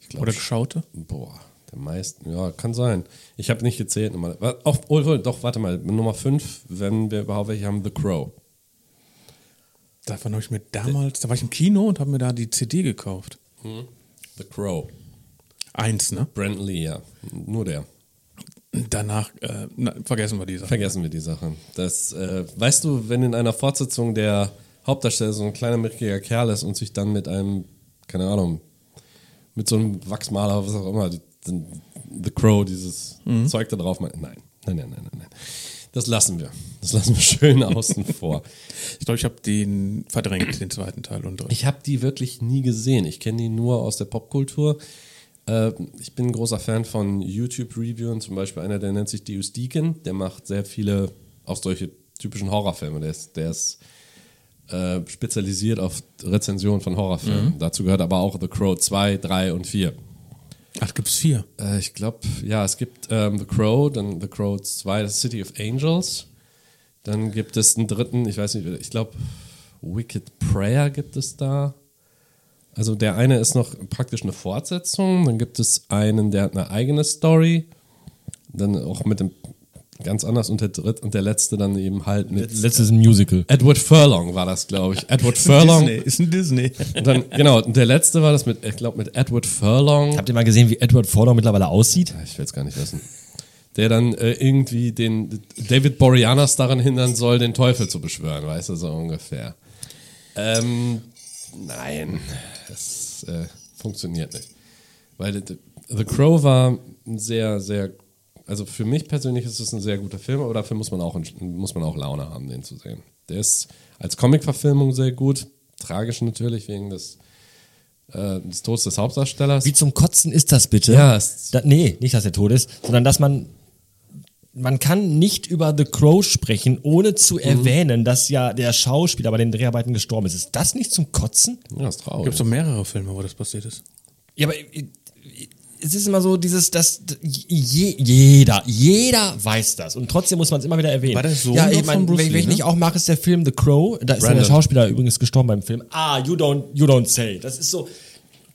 S1: ich glaub,
S4: Oder geschaute?
S1: Boah, der meisten. Ja, kann sein. Ich habe nicht gezählt. Nummer, wa- auch, oh, oh, doch, warte mal. Nummer 5, wenn wir überhaupt welche haben, The Crow.
S4: Davon habe ich mir damals, da war ich im Kino und habe mir da die CD gekauft.
S1: The Crow.
S4: Eins, ne?
S1: Brandon Lee, ja. Nur der.
S4: Danach, äh, na, vergessen wir diese.
S1: Vergessen wir die Sache. Das, äh, weißt du, wenn in einer Fortsetzung der Hauptdarsteller so ein kleiner mickriger Kerl ist und sich dann mit einem, keine Ahnung, mit so einem Wachsmaler, was auch immer, die, den, The Crow, dieses Zeug da drauf meint. Nein, nein, nein, nein, nein, nein. Das lassen wir. Das lassen wir schön außen vor.
S4: Ich glaube, ich habe den verdrängt, den zweiten Teil. Und
S1: Ich habe die wirklich nie gesehen. Ich kenne die nur aus der Popkultur. Äh, ich bin ein großer Fan von YouTube-Reviewern, zum Beispiel einer, der nennt sich Deus Deacon, der macht sehr viele, auch solche typischen Horrorfilme. Der ist, der ist äh, spezialisiert auf Rezensionen von Horrorfilmen. Dazu gehört aber auch The Crow 2, 3 und 4.
S4: Ach, gibt's vier.
S1: Äh, ich glaube, ja, es gibt ähm, The Crow, dann The Crow 2, das City of Angels. Dann gibt es einen dritten, ich weiß nicht, ich glaube, Wicked Prayer gibt es da. Also der eine ist noch praktisch eine Fortsetzung, dann gibt es einen, der hat eine eigene Story, dann auch mit dem ganz anders und der dritte und der letzte dann eben halt mit
S3: Letztes Musical.
S1: Edward Furlong war das, glaube ich. Edward Furlong.
S4: Disney, ist ein Disney.
S1: Und dann, genau, und der letzte war das mit, ich glaube, mit Edward Furlong.
S3: Habt ihr mal gesehen, wie Edward Fordor mittlerweile aussieht?
S1: Ich will es gar nicht wissen. Der dann äh, irgendwie den David Boreanaz daran hindern soll, den Teufel zu beschwören, weißt du, so ungefähr. Ähm, nein, es äh, funktioniert nicht. Weil The The Crow war ein sehr, sehr, also für mich persönlich ist es ein sehr guter Film, aber dafür muss man auch, muss man auch Laune haben, den zu sehen. Der ist als Comic-Verfilmung sehr gut, tragisch natürlich wegen des, äh, des Todes des Hauptdarstellers.
S3: Wie zum Kotzen ist das bitte?
S1: Ja, es-
S3: da, nee, nicht, dass er tot ist, sondern dass man man kann nicht über The Crow sprechen, ohne zu erwähnen, dass ja der Schauspieler bei den Dreharbeiten gestorben ist. Ist das nicht zum Kotzen?
S1: Ja, ist traurig.
S4: Gibt es doch mehrere Filme, wo das passiert ist.
S3: Ja, aber äh, es ist immer so dieses, dass je, jeder, jeder weiß das und trotzdem muss man es immer wieder erwähnen.
S4: War der Sohn
S3: ja,
S4: doch
S3: ich
S4: von
S3: meine,
S4: Bruce
S3: wenn,
S4: Lee,
S3: wenn ich
S4: ne?
S3: nicht auch mache, ist der Film The Crow. Da ist ja der
S1: Brandon.
S3: Schauspieler übrigens gestorben beim Film. Ah, you don't, you don't say. Das ist so.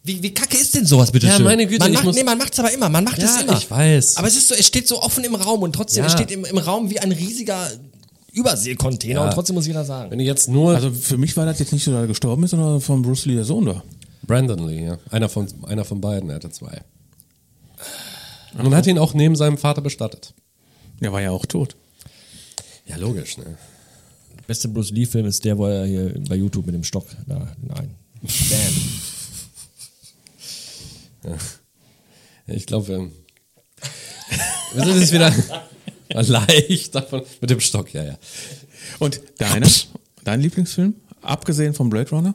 S3: Wie, wie kacke ist denn sowas, bitte
S1: Ja,
S3: schön?
S1: meine Güte,
S3: man
S1: ich
S3: macht,
S1: muss-
S3: nee, man macht's aber immer, man macht
S1: Ja,
S3: es immer.
S1: ich weiß.
S3: Aber es ist so, es steht so offen im Raum und trotzdem,
S1: Ja.
S3: es steht im, im Raum wie ein riesiger Überseekontainer
S1: Ja.
S3: und trotzdem muss jeder sagen.
S1: Wenn du jetzt nur
S4: Also für mich war das jetzt nicht so, dass er gestorben ist, sondern von Bruce Lee der Sohn war.
S1: Brandon Lee, ja. Einer von, einer von beiden, er hatte zwei. Und man hat ihn auch neben seinem Vater bestattet.
S4: Der war ja auch tot.
S1: Ja, logisch, ne?
S3: Der beste Bruce Lee-Film ist der, wo er hier bei YouTube mit dem Stock da nein. Bam.
S1: Ich glaube, ähm, wir sind jetzt wieder leicht davon. Mit dem Stock, ja, ja.
S4: Und deiner, dein Lieblingsfilm, abgesehen von Blade Runner?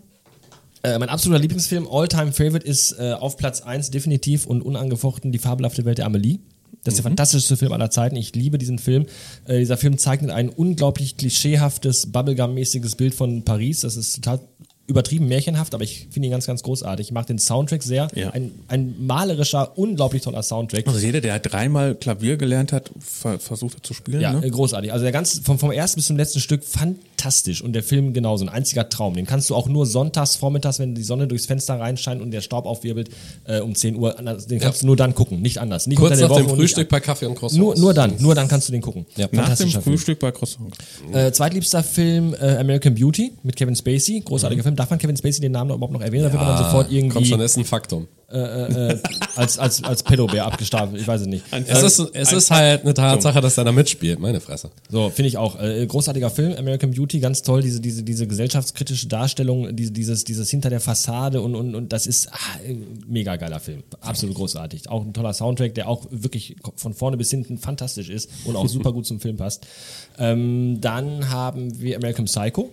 S3: Äh, mein absoluter Lieblingsfilm, All-Time-Favorite, ist äh, auf Platz 1 definitiv und unangefochten die fabelhafte Welt der Amelie. Das ist der fantastischste Film aller Zeiten. Ich liebe diesen Film. Äh, dieser Film zeichnet ein unglaublich klischeehaftes, Bubblegum-mäßiges Bild von Paris. Das ist total übertrieben märchenhaft, aber ich finde ihn ganz, ganz großartig. Ich mag den Soundtrack sehr.
S4: Ja.
S3: Ein, ein malerischer, unglaublich toller Soundtrack.
S4: Also jeder, der dreimal Klavier gelernt hat, ver versucht hat zu spielen.
S3: Ja, äh,
S4: ne?
S3: großartig. Also der ganze, vom, vom ersten bis zum letzten Stück fantastisch. Und der Film genauso. Ein einziger Traum. Den kannst du auch nur sonntags, vormittags, wenn die Sonne durchs Fenster reinscheint und der Staub aufwirbelt, äh, um 10 Uhr, anders- den
S1: Ja.
S3: kannst du nur dann gucken. Nicht anders. Nicht
S1: Kurz
S3: unter der
S1: nach dem
S3: Woche und nicht
S1: Frühstück bei Kaffee und
S3: an-
S1: Croissants.
S3: Nur, nur dann. Nur dann kannst du den gucken.
S1: Ja.
S4: Nach dem
S3: Fantastischer Film.
S4: Frühstück bei Croissant.
S3: Äh, zweitliebster Film äh, American Beauty mit Kevin Spacey. Großartiger Film. Darf man Kevin Spacey den Namen überhaupt noch erwähnen? Da wird man dann sofort
S1: Ah, Kommt
S3: irgendwie
S1: schon, ist ein Faktum.
S3: äh, äh, als, als, als Pedobär abgestapelt. Ich weiß es nicht.
S1: Es ist, es ist halt eine Tatsache, dass einer mitspielt, meine Fresse.
S3: So, finde ich auch. Äh, großartiger Film, American Beauty, ganz toll, diese, diese, diese gesellschaftskritische Darstellung, diese, dieses, dieses hinter der Fassade und, und, und das ist ah, äh, mega geiler Film. Absolut großartig. Auch ein toller Soundtrack, der auch wirklich von vorne bis hinten fantastisch ist und auch super gut zum Film passt. Ähm, dann haben wir American Psycho.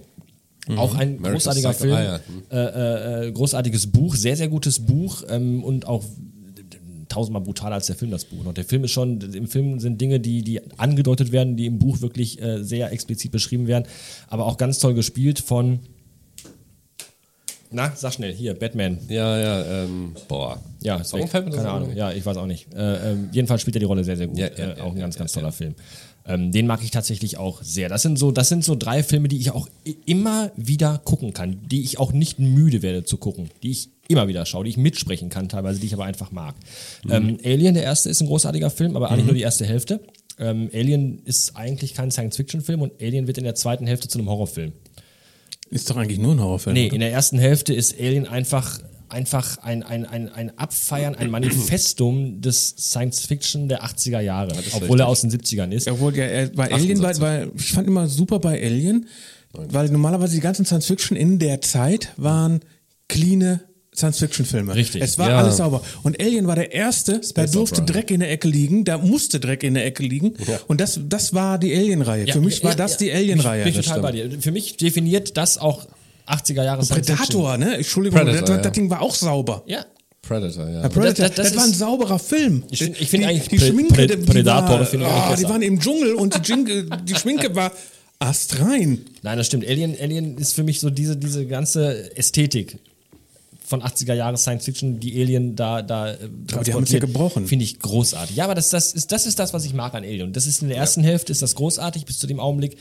S3: Auch ein
S1: American
S3: großartiger
S1: Psycho,
S3: Film,
S1: ah,
S3: äh, äh, äh, großartiges Buch, sehr, sehr gutes Buch ähm, und auch tausendmal brutaler als der Film das Buch. Und der Film ist schon, im Film sind Dinge, die, die angedeutet werden, die im Buch wirklich äh, sehr explizit beschrieben werden, aber auch ganz toll gespielt von, na, sag schnell, hier, Batman.
S1: Ja, ja, ähm, boah.
S3: Ja, ist
S1: Warum
S3: weg.
S1: fällt mir das
S3: keine
S1: so
S3: Ahnung.
S1: nicht?
S3: Ja, ich weiß auch nicht. Äh, ähm, jedenfalls spielt er die Rolle sehr, sehr gut.
S1: Ja, ja,
S3: äh,
S1: ja,
S3: auch ein
S1: ja,
S3: ganz,
S1: ja,
S3: ganz
S1: ja.
S3: toller Film. Ähm, den mag ich tatsächlich auch sehr. Das sind so, das sind so drei Filme, die ich auch i- immer wieder gucken kann, die ich auch nicht müde werde zu gucken, die ich immer wieder schaue, die ich mitsprechen kann, teilweise, die ich aber einfach mag.
S1: Mhm.
S3: Ähm, Alien, der erste, ist ein großartiger Film, aber eigentlich nur die erste Hälfte. Ähm, Alien ist eigentlich kein Science-Fiction-Film und Alien wird in der zweiten Hälfte zu einem Horrorfilm.
S4: Ist doch eigentlich nur ein Horrorfilm.
S3: Nee,
S4: oder?
S3: in der ersten Hälfte ist Alien einfach, einfach ein, ein, ein, ein Abfeiern, ein Manifestum des Science Fiction der 80er Jahre, obwohl er aus den 70ern ist.
S4: Obwohl, ja, er- bei Alien, bei,
S1: 78.
S4: bei, ich fand immer super bei Alien, weil normalerweise die ganzen Science-Fiction in der Zeit waren cleane Science-Fiction-Filme.
S3: Richtig,
S4: Es war
S1: ja.
S4: alles sauber. Und Alien war der erste, da durfte
S1: Opera.
S4: Dreck in der Ecke liegen, da musste Dreck in der Ecke liegen. Und das, das war die Alien-Reihe. Für mich war das die Alien-Reihe.
S3: Ich bin
S4: Das
S3: total bei
S4: stimmt.
S3: dir. Für mich definiert das auch 80er Jahre Science Fiction.
S4: Predator, ne? Entschuldigung,
S1: Predator,
S4: das, das,
S1: ja.
S4: Ding war auch sauber.
S3: Ja.
S1: Predator, ja.
S4: Predator,
S3: Das- das-
S4: das,
S3: das
S4: war ein
S3: ist-
S4: sauberer Film.
S3: Ich find- ich find
S4: Die-
S3: eigentlich
S4: die
S3: Pre-
S4: Schminke,
S3: Pre-
S4: die
S3: Predator
S4: war,
S3: finde ich eigentlich
S4: oh, Die
S3: besser.
S4: waren im Dschungel und die, Jinke, die Schminke war astrein.
S3: Nein, das stimmt. Alien, Alien ist für mich so diese, diese ganze Ästhetik von 80er Jahre Science Fiction, die Alien da da äh,
S4: die haben es ja
S3: transportiert,
S4: gebrochen.
S3: Finde ich großartig. Ja, aber das, das, ist, das ist das, was ich mag an Alien. Das ist in der ersten Hälfte ist das großartig bis zu dem Augenblick,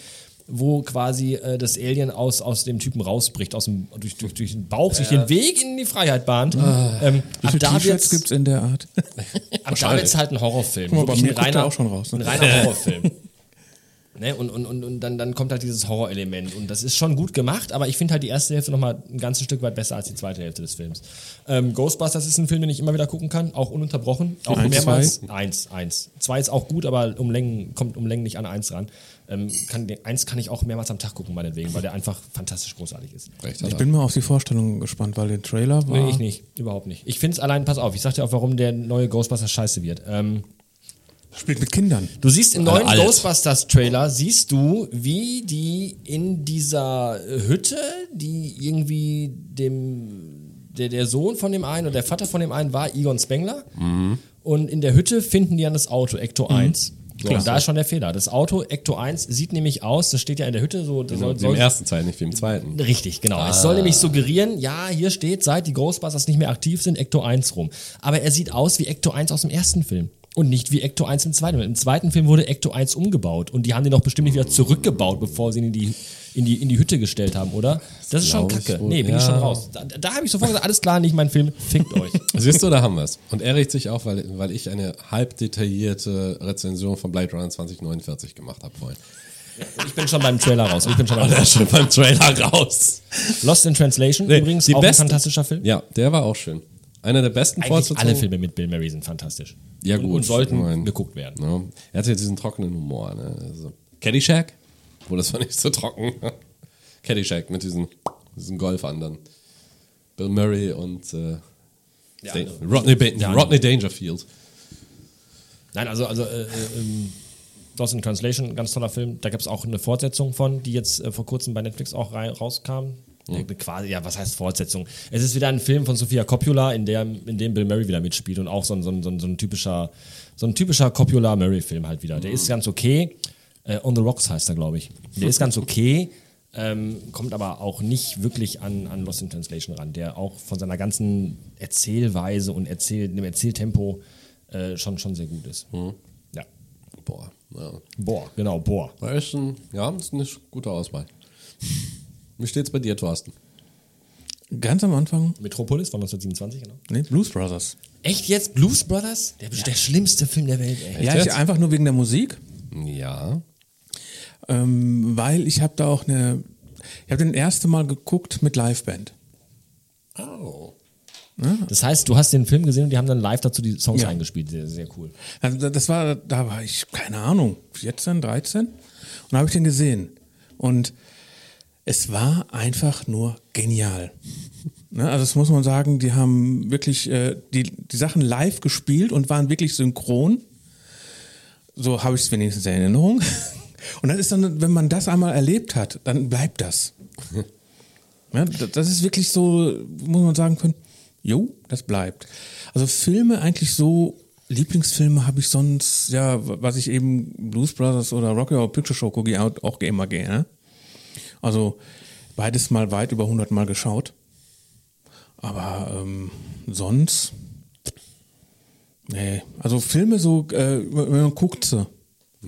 S3: wo quasi äh, das Alien aus, aus dem Typen rausbricht, aus dem, durch, durch, durch den Bauch, sich den Weg in die Freiheit bahnt.
S4: Ah.
S3: Ähm, ab da
S2: T-Shirts
S3: wird's,
S2: gibt es in der Art.
S3: ab da wird's halt ein Horrorfilm.
S4: Guck mal, bei
S3: Wirklich
S4: mir guckt er auch schon raus, ne?
S3: Ein reiner Horrorfilm. Ne, und und, und, und dann, dann kommt halt dieses Horrorelement. Und das ist schon gut gemacht, aber ich finde halt die erste Hälfte nochmal ein ganzes Stück weit besser als die zweite Hälfte des Films. Ähm, Ghostbusters ist ein Film, den ich immer wieder gucken kann, auch ununterbrochen. Auch
S4: Eins,
S3: mehrmals. Eins, eins. Zwei ist auch gut, aber um Längen, kommt um Längen nicht an eins ran. Ähm, kann, den- eins kann ich auch mehrmals am Tag gucken, meinetwegen, weil der einfach fantastisch großartig ist.
S1: Recht hat
S2: Ich
S1: er.
S2: bin mal auf die Vorstellung gespannt, weil der Trailer war.
S4: Ah.
S3: Nee, ich nicht. Überhaupt nicht. Ich finde es allein, pass auf, ich sag dir auch, warum der neue Ghostbusters scheiße wird. Ähm,
S2: Spielt mit Kindern.
S3: Du siehst im
S1: Alle
S3: neuen
S1: alt.
S3: Ghostbusters-Trailer, siehst du, wie die in dieser Hütte, die irgendwie dem, der, der Sohn von dem einen oder der Vater von dem einen war, Egon Spengler. Und in der Hütte finden die dann das Auto, Ecto 1. So, und da ist schon der Fehler. Das Auto, Ecto 1, sieht nämlich aus, das steht ja in der Hütte, so, das soll,
S1: Wie im
S3: soll,
S1: ersten Teil, nicht wie im zweiten.
S3: Richtig, genau. Es
S1: Ah.
S3: soll nämlich suggerieren, ja, hier steht, seit die Ghostbusters nicht mehr aktiv sind, Ecto 1 rum. Aber er sieht aus wie Ecto 1 aus dem ersten Film. Und nicht wie Ecto 1 im zweiten. Film. Im zweiten Film wurde Ecto 1 umgebaut und die haben den doch bestimmt nicht wieder zurückgebaut, bevor sie ihn in die, in die, in die Hütte gestellt haben, oder? Das ist schon
S1: glaub ich
S3: kacke.
S1: wohl.
S3: Nee, bin ich schon
S1: Ja.
S3: raus. Da, da habe ich sofort gesagt, alles klar, nicht mein Film, fickt euch.
S1: Siehst du, da haben wir es. Und er regt sich auf, weil, weil ich eine halb detaillierte Rezension von Blade Runner 2049 gemacht habe vorhin.
S3: Ich bin schon beim Trailer raus. Ich bin schon beim
S1: Da ist schon beim Trailer raus.
S3: Lost in Translation
S1: Nee,
S3: übrigens,
S1: die
S3: auch
S1: besten-
S3: ein fantastischer Film.
S1: Ja, der war auch schön. Einer der besten
S3: Eigentlich alle
S1: Fortsetzungen.
S3: Filme mit Bill Murray sind fantastisch.
S1: Ja,
S3: und,
S1: gut.
S3: Und sollten
S1: ich mein,
S3: geguckt werden.
S1: Ja. Er hat ja diesen trockenen Humor. Ne? Also, Caddyshack? Wo das war nicht so trocken. Caddyshack mit diesen, diesen Golfern dann. Bill Murray und äh,
S3: Der
S1: Dan-
S3: andere.
S1: Rodney, Ba-
S3: Der
S1: Rodney Dangerfield.
S3: Nein, also, also äh, äh, ähm, Lost in Translation, ganz toller Film. Da gab es auch eine Fortsetzung von, die jetzt äh, vor kurzem bei Netflix auch rei- rauskam. Äh, Quasi, ja, was heißt Fortsetzung? Es ist wieder ein Film von Sofia Coppola, in, der, in dem Bill Murray wieder mitspielt und auch so ein, so ein, so ein, so ein typischer, so ein typischer Coppola-Murray-Film halt wieder. Der ist ganz okay. Äh, On the Rocks heißt er, glaube ich. Der ist ganz okay. Ähm, kommt aber auch nicht wirklich an, an Lost in Translation ran, der auch von seiner ganzen Erzählweise und Erzähl, dem Erzähltempo äh, schon, schon sehr gut ist. Ja.
S1: Boah. Ja.
S3: Boah, genau, boah.
S1: Da ist ein, ja, ist eine gute Auswahl. Wie steht's bei dir, Thorsten?
S2: Ganz am Anfang.
S3: Metropolis von 1927, genau.
S2: Nee, Blues Brothers.
S3: Echt jetzt? Blues Brothers? Der, der schlimmste Film der Welt, ey.
S2: ja, ich,
S1: jetzt?
S2: einfach nur wegen der Musik.
S1: Ja.
S2: Ähm, weil ich habe da auch eine. Ich habe den erste Mal geguckt mit Liveband.
S1: Oh.
S3: Das heißt, du hast den Film gesehen und die haben dann live dazu die Songs
S2: Ja.
S3: eingespielt. Sehr, sehr cool.
S2: Also da- das war, da war ich, keine Ahnung, 14, 13. Und da habe ich den gesehen. Und es war einfach nur genial. Ne, also das muss man sagen, die haben wirklich äh, die, die Sachen live gespielt und waren wirklich synchron. So habe ich es wenigstens in Erinnerung. Und das ist dann, wenn man das einmal erlebt hat, dann bleibt das. Ja, d- das ist wirklich so, muss man sagen können, jo, das bleibt. Also Filme eigentlich so, Lieblingsfilme habe ich sonst, ja, w- was ich eben Blues Brothers oder Rocky Horror Picture Show gucke ich auch auch immer gerne. Also beides mal weit über 100 Mal geschaut. Aber ähm, sonst, nee, also Filme so, äh, wenn man guckt sie.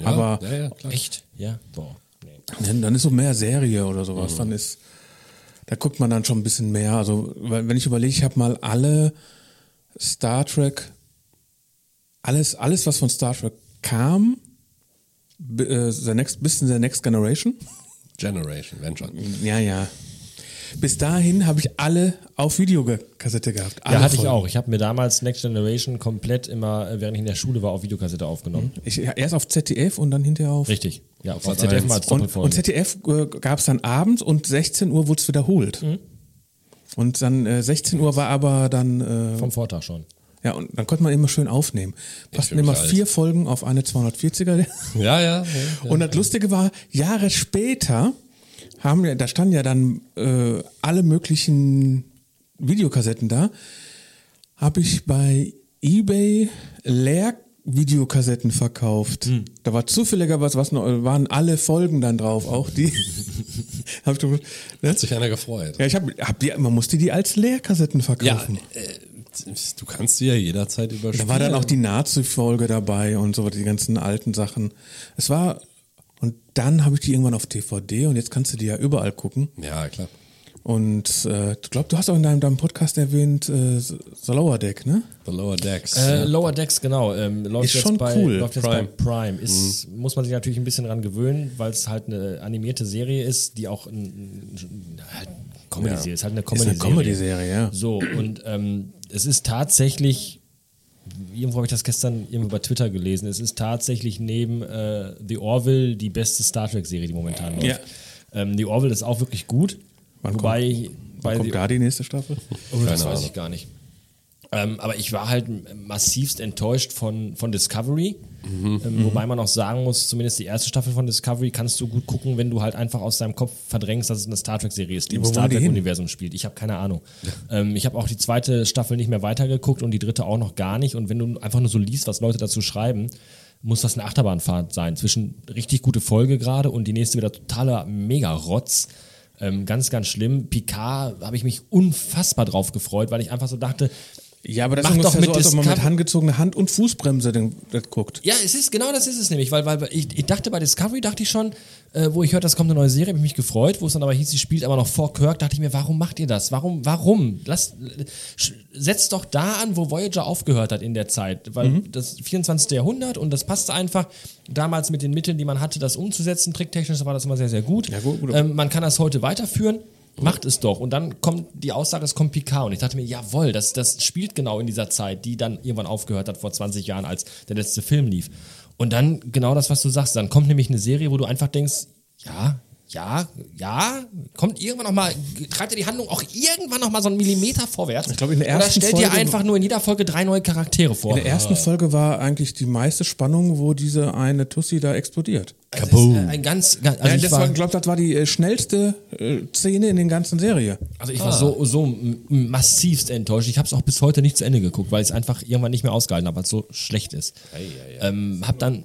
S2: Aber
S1: ja, ja, klar.
S3: Echt? Ja? Boah. Nee.
S2: dann, dann ist so mehr Serie oder
S3: Mhm.
S2: sowas. Dann ist, da guckt man dann schon ein bisschen mehr. Also weil- wenn ich überlege, ich habe mal alle Star Trek, alles, alles was von Star Trek kam, bi- äh, the next, bis in der Next Generation.
S1: Generation, wenn schon.
S2: Ja, ja. Bis dahin habe ich alle auf Videokassette gehabt. Alle
S3: Ja, hatte ich
S2: Folgen.
S3: auch. Ich habe mir damals Next Generation komplett immer, äh, während ich in der Schule war, auf Videokassette aufgenommen.
S2: Ich, erst auf ZDF und dann hinterher Mhm. auf.
S3: Richtig. Ja, auf
S1: Sat.
S3: ZDF
S1: eins.
S3: mal als
S2: Und, und
S3: Doppelfolge.
S2: ZDF gab es äh, dann abends und 16 Uhr wurde es wiederholt.
S1: Mhm.
S2: Und dann äh, 16 Uhr war aber dann äh,
S3: Vom Vortag schon.
S2: Ja, und dann konnte man immer schön aufnehmen. Passten
S1: fühl mich
S2: immer
S1: alt.
S2: vier Folgen auf eine 240er.
S1: Ja, ja. ja, ja.
S2: Und das Lustige war, Jahre später haben ja, da standen ja dann äh, alle möglichen Videokassetten da. Habe ich bei eBay leer Videokassetten verkauft. Da war zufälliger was, was noch, waren alle Folgen dann drauf, auch die. hab ich, doch- ne?
S1: Hat sich einer gefreut.
S2: Ja, ich hab, hab die, man musste die als Leerkassetten verkaufen.
S1: äh, du kannst sie ja jederzeit überspielen.
S2: Da war dann auch die Nazi-Folge dabei und so, die ganzen alten Sachen. Es war Und dann habe ich die irgendwann auf DVD und jetzt kannst du die ja überall gucken.
S1: Ja, klar.
S2: Und äh, ich glaube, du hast auch in deinem, deinem Podcast erwähnt, äh, The Lower Deck, ne?
S1: The Lower Decks.
S3: Äh, Lower Decks, genau. Ähm, läuft
S2: Ist
S3: jetzt
S2: schon
S3: bei,
S2: cool, Mhm.
S3: Läuft jetzt
S1: Prime.
S3: bei Prime. Ist, Muss man sich natürlich ein bisschen dran gewöhnen, weil es halt eine animierte Serie ist, die auch ein, ein, halt Comedy-Serie ist. Halt eine
S2: Ist
S3: Comedy-Serie.
S2: eine Comedy-Serie, ja.
S3: So, und ähm, es ist tatsächlich, irgendwo habe ich das gestern irgendwo bei Twitter gelesen, es ist tatsächlich neben äh, The Orville die beste Star Trek-Serie, die momentan läuft.
S2: Ja.
S3: Ähm, The Orville ist auch wirklich gut.
S2: Wann kommt-
S3: wobei bei
S2: Wann kommt
S3: The
S2: da die nächste Staffel?
S3: Oh, das
S1: Keine
S3: weiß
S1: Ahnung.
S3: ich gar nicht. Ähm, aber ich war halt massivst enttäuscht von, von Discovery.
S2: Mhm.
S3: Ähm, wobei man auch sagen muss, zumindest die erste Staffel von Discovery kannst du gut gucken, wenn du halt einfach aus deinem Kopf verdrängst, dass es eine Star Trek-Serie ist, die im
S2: Wo wollen
S3: Star
S2: die hin?
S3: Trek-Universum spielt. Ich habe keine Ahnung. Ähm, ich habe auch die zweite Staffel nicht mehr weitergeguckt und die dritte auch noch gar nicht. Und wenn du einfach nur so liest, was Leute dazu schreiben, muss das eine Achterbahnfahrt sein. Zwischen richtig gute Folge gerade und die nächste wieder totaler Mega-Rotz. Ähm, ganz, ganz schlimm. Picard habe ich mich unfassbar drauf gefreut, weil ich einfach so dachte,
S2: Ja, aber das
S3: Mach
S2: ist
S3: doch
S2: ungefähr
S3: mit
S2: so, als ob man mit
S3: Discover-
S2: handgezogener Hand und Fußbremse den, das guckt.
S3: Ja, es ist, genau das ist es nämlich, weil, weil ich, ich dachte bei Discovery, dachte ich schon, äh, wo ich hörte, es kommt eine neue Serie, habe ich mich gefreut, wo es dann aber hieß, sie spielt aber noch vor Kirk, dachte ich mir, warum macht ihr das? Warum, warum? Lasst, sch- setzt doch da an, wo Voyager aufgehört hat in der Zeit, weil
S2: Mhm.
S3: das 24. Jahrhundert und das passte einfach damals mit den Mitteln, die man hatte, das umzusetzen, tricktechnisch war das immer sehr, sehr gut.
S2: Ja, gut, gut.
S3: Ähm, man kann das heute weiterführen. Macht es doch. Und dann kommt die Aussage, es kommt Picard. Und ich dachte mir, jawohl, das, das spielt genau in dieser Zeit, die dann irgendwann aufgehört hat, vor 20 Jahren, als der letzte Film lief. Und dann genau das, was du sagst. Dann kommt nämlich eine Serie, wo du einfach denkst, ja, ja, ja, kommt irgendwann noch mal, treibt ihr die Handlung auch irgendwann noch mal so einen Millimeter vorwärts? Ich
S2: glaube, in der ersten
S3: Oder stellt ihr
S2: Folge-
S3: einfach nur in jeder Folge drei neue Charaktere vor?
S2: In der ersten Folge war eigentlich die meiste Spannung, wo diese eine Tussi da explodiert.
S3: Das ist, äh, ein ganz, ganz also
S2: ja,
S3: ich
S2: das
S3: war-
S2: war, glaube das war die äh, schnellste äh, Szene in den ganzen Serie.
S3: Also ich
S2: Ah.
S3: war so, so m- massivst enttäuscht. Ich habe es auch bis heute nicht zu Ende geguckt, weil ich es einfach irgendwann nicht mehr ausgehalten habe, weil es so schlecht ist. Ähm, hab dann.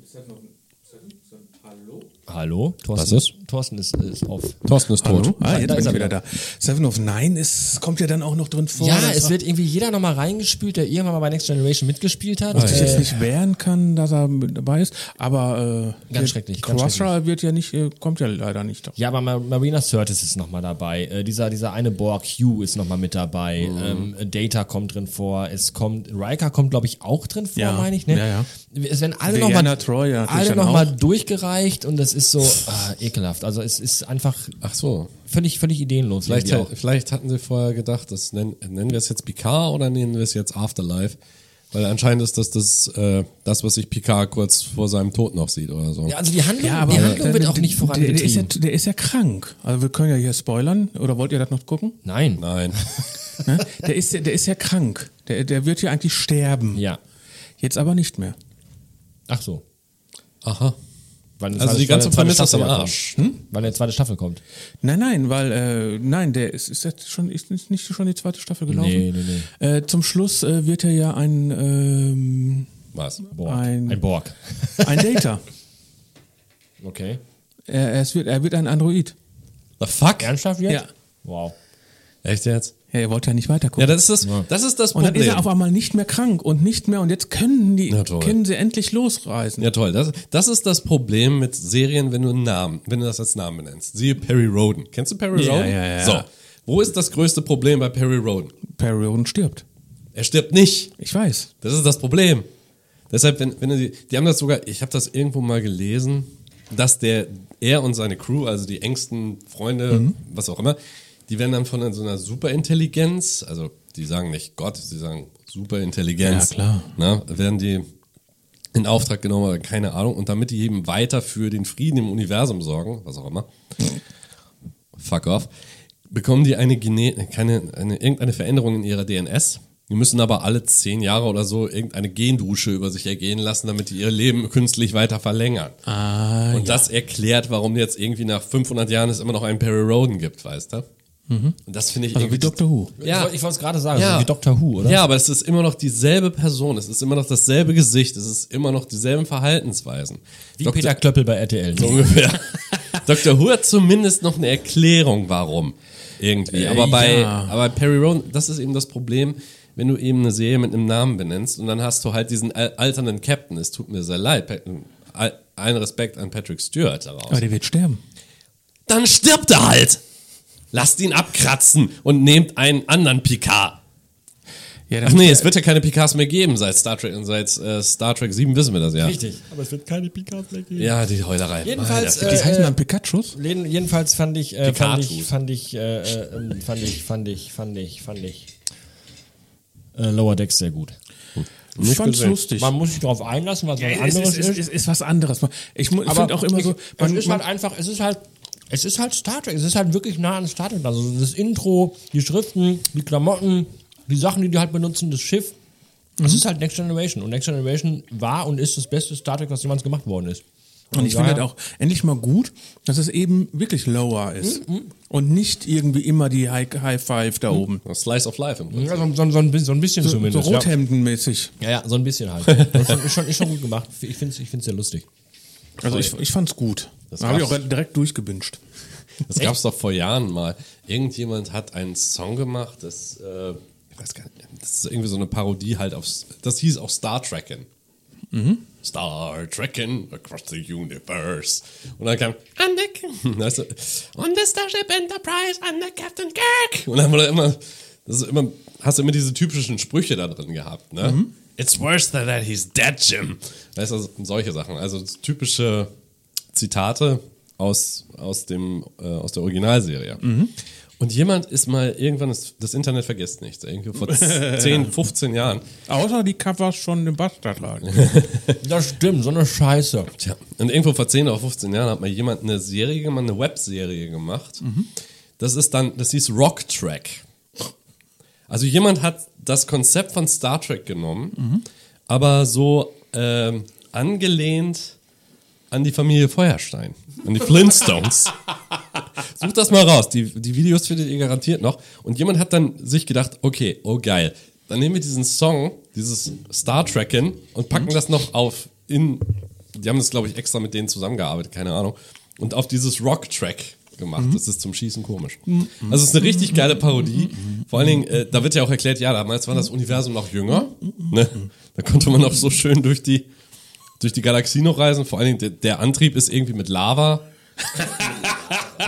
S3: Hallo? Thorsten,
S1: Was ist?
S3: Thorsten ist, ist auf.
S1: Thorsten ist tot.
S2: Ah, jetzt
S3: da
S2: bin
S3: ist
S2: ich
S3: er
S2: wieder da. Seven of Nine ist, kommt ja dann auch noch drin vor.
S3: Ja,
S2: Das
S3: es
S2: war-
S3: wird irgendwie jeder nochmal reingespült, der irgendwann mal bei Next Generation mitgespielt
S1: Ah,
S3: hat.
S2: sich
S3: Äh,
S2: jetzt nicht wehren kann, dass er mit dabei ist. Aber äh,
S3: Ganz schrecklich, ganz
S2: Crusher wird ja nicht, äh, kommt ja leider nicht.
S3: ja, aber Mar Marina Curtis ist nochmal dabei. Äh, dieser, dieser eine Borg, Hugh, ist nochmal mit dabei. Ähm, Data kommt drin vor. Es kommt, Riker kommt, glaube ich, auch drin vor,
S2: Ja.
S3: meine ich. Ne?
S2: Ja, ja.
S3: Es werden alle
S2: Diana
S3: nochmal
S2: Troy natürlich
S3: alle
S2: dann
S3: noch mal
S2: auch.
S3: durchgereicht und das ist so ah, ekelhaft. Also es ist einfach
S1: Ach so.
S3: völlig, völlig ideenlos.
S1: Vielleicht,
S3: irgendwie auch.
S1: vielleicht hatten sie vorher gedacht, das nennen, nennen wir es jetzt Picard oder nennen wir es jetzt Afterlife? Weil anscheinend ist das das, äh, das was sich Picard kurz vor seinem Tod noch sieht oder so.
S3: Ja, also die Handlung, die
S2: äh,
S3: Handlung wird auch nicht
S2: der, der, ist ja,
S3: vorangetrieben.
S2: der ist ja krank. Also wir können ja hier spoilern. Oder wollt ihr das noch gucken?
S3: Nein.
S1: Nein.
S2: Ne? Der ist, ja- der ist ja krank. Der, der wird ja eigentlich sterben.
S3: Ja.
S2: Jetzt aber nicht mehr.
S3: Ach so.
S1: Aha.
S3: Wann
S1: Also die ganze Prämisse ist am Arsch.
S3: Hm? Wann der zweite Staffel kommt.
S2: Nein, nein, weil, äh, nein, der ist, ist jetzt schon, ist nicht, nicht schon die zweite Staffel gelaufen.
S3: Nee, nee,
S2: Äh, zum Schluss äh, wird er ja ein, ähm,
S1: Was?
S3: Borg.
S2: Ein-
S3: Ein Borg.
S2: ein Data.
S3: Okay.
S2: er, er, ist, wird, er wird ein Android.
S1: The fuck?
S3: Ernsthaft jetzt?
S2: Ja.
S3: Wow.
S1: Echt jetzt?
S2: Ja, ihr wollt ja nicht weiter gucken.
S1: Ja, das ist das, das, ist das
S2: und dann ist
S1: Problem.
S2: er auf einmal nicht mehr krank und nicht mehr und jetzt können die
S1: Na toll.
S2: können sie endlich losreisen.
S1: Ja, toll. Das, das ist das Problem mit Serien, wenn du einen Namen, wenn du das als Namen benennst. Siehe Perry Roden. Kennst du Perry
S2: Ja,
S1: Roden?
S2: ja, ja.
S1: So. Wo ist das größte Problem bei Perry Roden?
S2: Perry Roden stirbt.
S1: Er stirbt nicht.
S2: Ich weiß.
S1: Das ist das Problem. Deshalb, wenn, wenn du die, die haben das sogar, ich habe das irgendwo mal gelesen, dass der, er und seine Crew, also die engsten Freunde,
S2: Mhm.
S1: was auch immer, die werden dann von so einer Superintelligenz, also die sagen nicht Gott, sie sagen Superintelligenz.
S2: Ja, klar.
S1: Na, werden die in Auftrag genommen oder keine Ahnung. Und damit die eben weiter für den Frieden im Universum sorgen, was auch immer, fuck off, bekommen die eine, Gene keine, eine irgendeine Veränderung in ihrer DNS. Die müssen aber alle zehn Jahre oder so irgendeine Gendusche über sich ergehen lassen, damit die ihr Leben künstlich weiter verlängern.
S2: Ah,
S1: Und das erklärt, warum jetzt irgendwie nach 500 Jahren es immer noch einen Perry Roden gibt, weißt du?
S3: Mhm.
S1: Und das finde ich
S2: also wie
S1: irgendwie-
S2: Doctor Who.
S1: Ja.
S3: Ich wollte- Ich wollte es gerade sagen,
S1: Ja.
S3: so wie Doctor Who, oder?
S1: Ja, aber es ist immer noch dieselbe Person, es ist immer noch dasselbe Gesicht, es ist immer noch dieselben Verhaltensweisen.
S3: Wie Peter Klöppel bei RTL.
S1: So ungefähr. Dr. Who hat zumindest noch eine Erklärung, warum. Irgendwie. Aber bei,
S2: ja.
S1: aber Perry Rowan, das ist eben das Problem, wenn du eben eine Serie mit einem Namen benennst und dann hast du halt diesen al- alternden Captain. Es tut mir sehr leid. Pe- al- allen Respekt an Patrick Stewart daraus.
S2: Aber der wird sterben.
S1: Dann stirbt er halt. Lasst ihn abkratzen und nehmt einen anderen Picard.
S2: Ja, der
S1: Ach
S2: muss
S1: nee,
S2: ja-
S1: es wird ja keine Picards mehr geben seit Star Trek und seit äh, Star Trek 7 wissen wir das ja.
S3: Richtig. Aber es wird keine Picard mehr geben.
S1: Ja, die Heulerei.
S3: Jedenfalls,
S1: Meine
S2: Die
S1: Güte.
S2: heißen dann Pikachus?
S3: Jeden- Jedenfalls fand ich, äh, fand ich,
S1: Pikachu.
S3: fand ich, äh, äh, ähm, fand ich, fand ich, fand ich, fand ich. Äh, Lower Decks sehr gut.
S2: Ich fand's
S1: gesehen.
S2: lustig.
S3: Man muss sich darauf einlassen, was was
S2: es
S3: anderes
S2: ist,
S3: ist.
S2: ist, ist, ist was anderes. Ich mu- ich
S3: Aber
S2: finde auch immer
S3: ich-
S2: so,
S3: Es
S2: man,
S3: ist
S2: man,
S3: halt einfach, es ist halt. Es ist halt Star Trek, es ist halt wirklich nah an Star Trek. Also das Intro, die Schriften, die Klamotten, die Sachen, die die halt benutzen, das Schiff. Es ist halt Next Generation. Und Next Generation war und ist das beste Star Trek, was jemals gemacht worden ist.
S2: Und ich finde halt auch endlich mal gut, dass es eben wirklich lower ist. Und nicht irgendwie immer die High, High Five da oben.
S1: Slice of Life im Prinzip.
S3: Ja, so, so, so, ein, bi- so ein bisschen
S2: So, so
S3: zumindest. ja.
S2: Rothemdenmäßig.
S3: ja, ja, so ein bisschen halt. Das ist schon, ist schon gut gemacht. Ich finde es ich find's sehr lustig.
S2: Also ich, ich fand's gut.
S1: Das
S2: Da habe ich auch
S1: gab's-
S2: direkt durchgebünscht.
S1: Das gab es doch vor Jahren mal. Irgendjemand hat einen Song gemacht, das, äh, ich weiß gar nicht, das ist irgendwie so eine Parodie halt auf, das hieß auch Star Trekken. Star Trekken across the universe. Und dann kam, I'm the, weißt du, on the Starship Enterprise, I'm the Captain Kirk. Und dann wurde immer, das ist immer, hast du immer diese typischen Sprüche da drin gehabt, ne? It's worse than that, he's dead, Jim. Weißt du, also solche Sachen. Also typische Zitate aus, aus, dem, äh, aus der Originalserie. Und jemand ist mal irgendwann, das, das Internet vergisst nichts, irgendwie vor 10, 15 Jahren,
S2: Außer die Covers schon im Bastardladen.
S3: Das stimmt, so eine Scheiße.
S1: Tja, und irgendwo vor 10 oder 15 Jahren hat mal jemand eine Serie gemacht, eine Webserie gemacht. Das ist dann, das hieß Rock Track. Also jemand hat das Konzept von Star Trek genommen, aber so ähm, angelehnt an die Familie Feuerstein, an die Flintstones. Sucht das mal raus. Die, die Videos findet ihr garantiert noch. Und jemand hat dann sich gedacht, okay, oh geil. Dann nehmen wir diesen Song, dieses Star Trekken und packen das noch auf in. Die haben das, glaube ich, extra mit denen zusammengearbeitet, keine Ahnung. Und auf dieses Rock-Track gemacht. Das ist zum Schießen komisch. Also es ist eine richtig geile Parodie. Vor allen Dingen, äh, da wird ja auch erklärt, ja, damals war das Universum noch jünger. Ne? Da konnte man noch so schön durch die, durch die Galaxie noch reisen. Vor allen Dingen, der, der Antrieb ist irgendwie mit Lava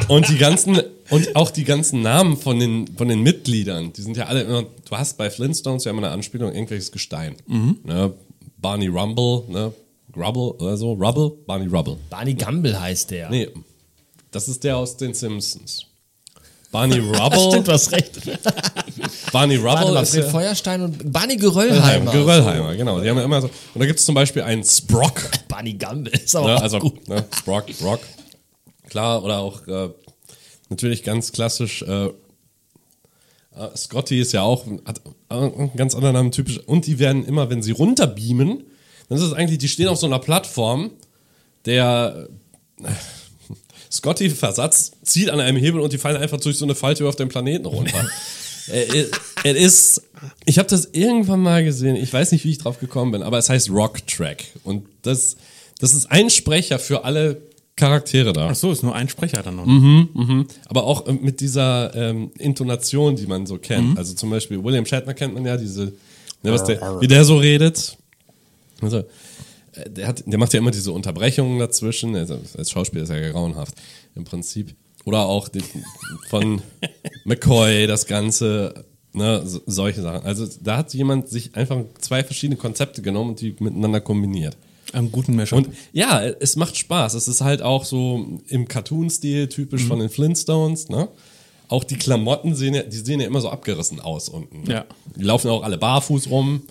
S1: und die ganzen und auch die ganzen Namen von den von den Mitgliedern, die sind ja alle immer. Du hast bei Flintstones ja immer eine Anspielung irgendwelches Gestein. Ne? Barney Rumble, ne? Grubble oder so, Rubble, Barney Rubble.
S3: Barney Gumble heißt der.
S1: Nee, das ist der aus den Simpsons. Barney Rubble,
S3: Stimmt, was recht.
S1: Barney Rubble
S3: Oh. Warte mal,
S1: ist
S3: Fred
S1: der
S3: Feuerstein und Barney
S1: Geröllheimer,
S3: Geröllheimer.
S1: Geröllheimer, genau. Die haben ja immer so. Und da gibt es zum Beispiel einen Sprock.
S3: Barney Gumble ist aber
S1: Ne?
S3: auch
S1: Also,
S3: gut.
S1: ne? Brock, Brock. Klar, oder auch äh, natürlich ganz klassisch. Äh, äh, Scotty ist ja auch hat einen ganz anderen Namen typisch. Und die werden immer, wenn sie runterbeamen, dann ist es eigentlich, die stehen auf so einer Plattform, der. Äh, Scotty-Versatz zieht an einem Hebel und die fallen einfach durch so eine Falltür auf den Planeten runter. Äh, äh, Es ist, ich habe das irgendwann mal gesehen, ich weiß nicht, wie ich drauf gekommen bin, aber es heißt Rock Track. Und das, das ist ein Sprecher für alle Charaktere da.
S2: Achso, ist nur ein Sprecher dann noch.
S1: Mhm. Aber auch ähm, mit dieser ähm, Intonation, die man so kennt. Also zum Beispiel William Shatner kennt man ja, diese, ne, was der, wie der so redet. Also, äh, der, hat, der macht ja immer diese Unterbrechungen dazwischen. Also, als Schauspieler ist er ja grauenhaft im Prinzip. Oder auch die, von McCoy das Ganze, ne, so, solche Sachen. Also da hat jemand sich einfach zwei verschiedene Konzepte genommen und die miteinander kombiniert.
S2: Am guten Messer.
S1: Und ja, es macht Spaß. Es ist halt auch so im Cartoon-Stil typisch von den Flintstones, ne? Auch die Klamotten sehen ja, die sehen ja immer so abgerissen aus unten. ne?
S2: Ja.
S1: Die laufen auch alle barfuß rum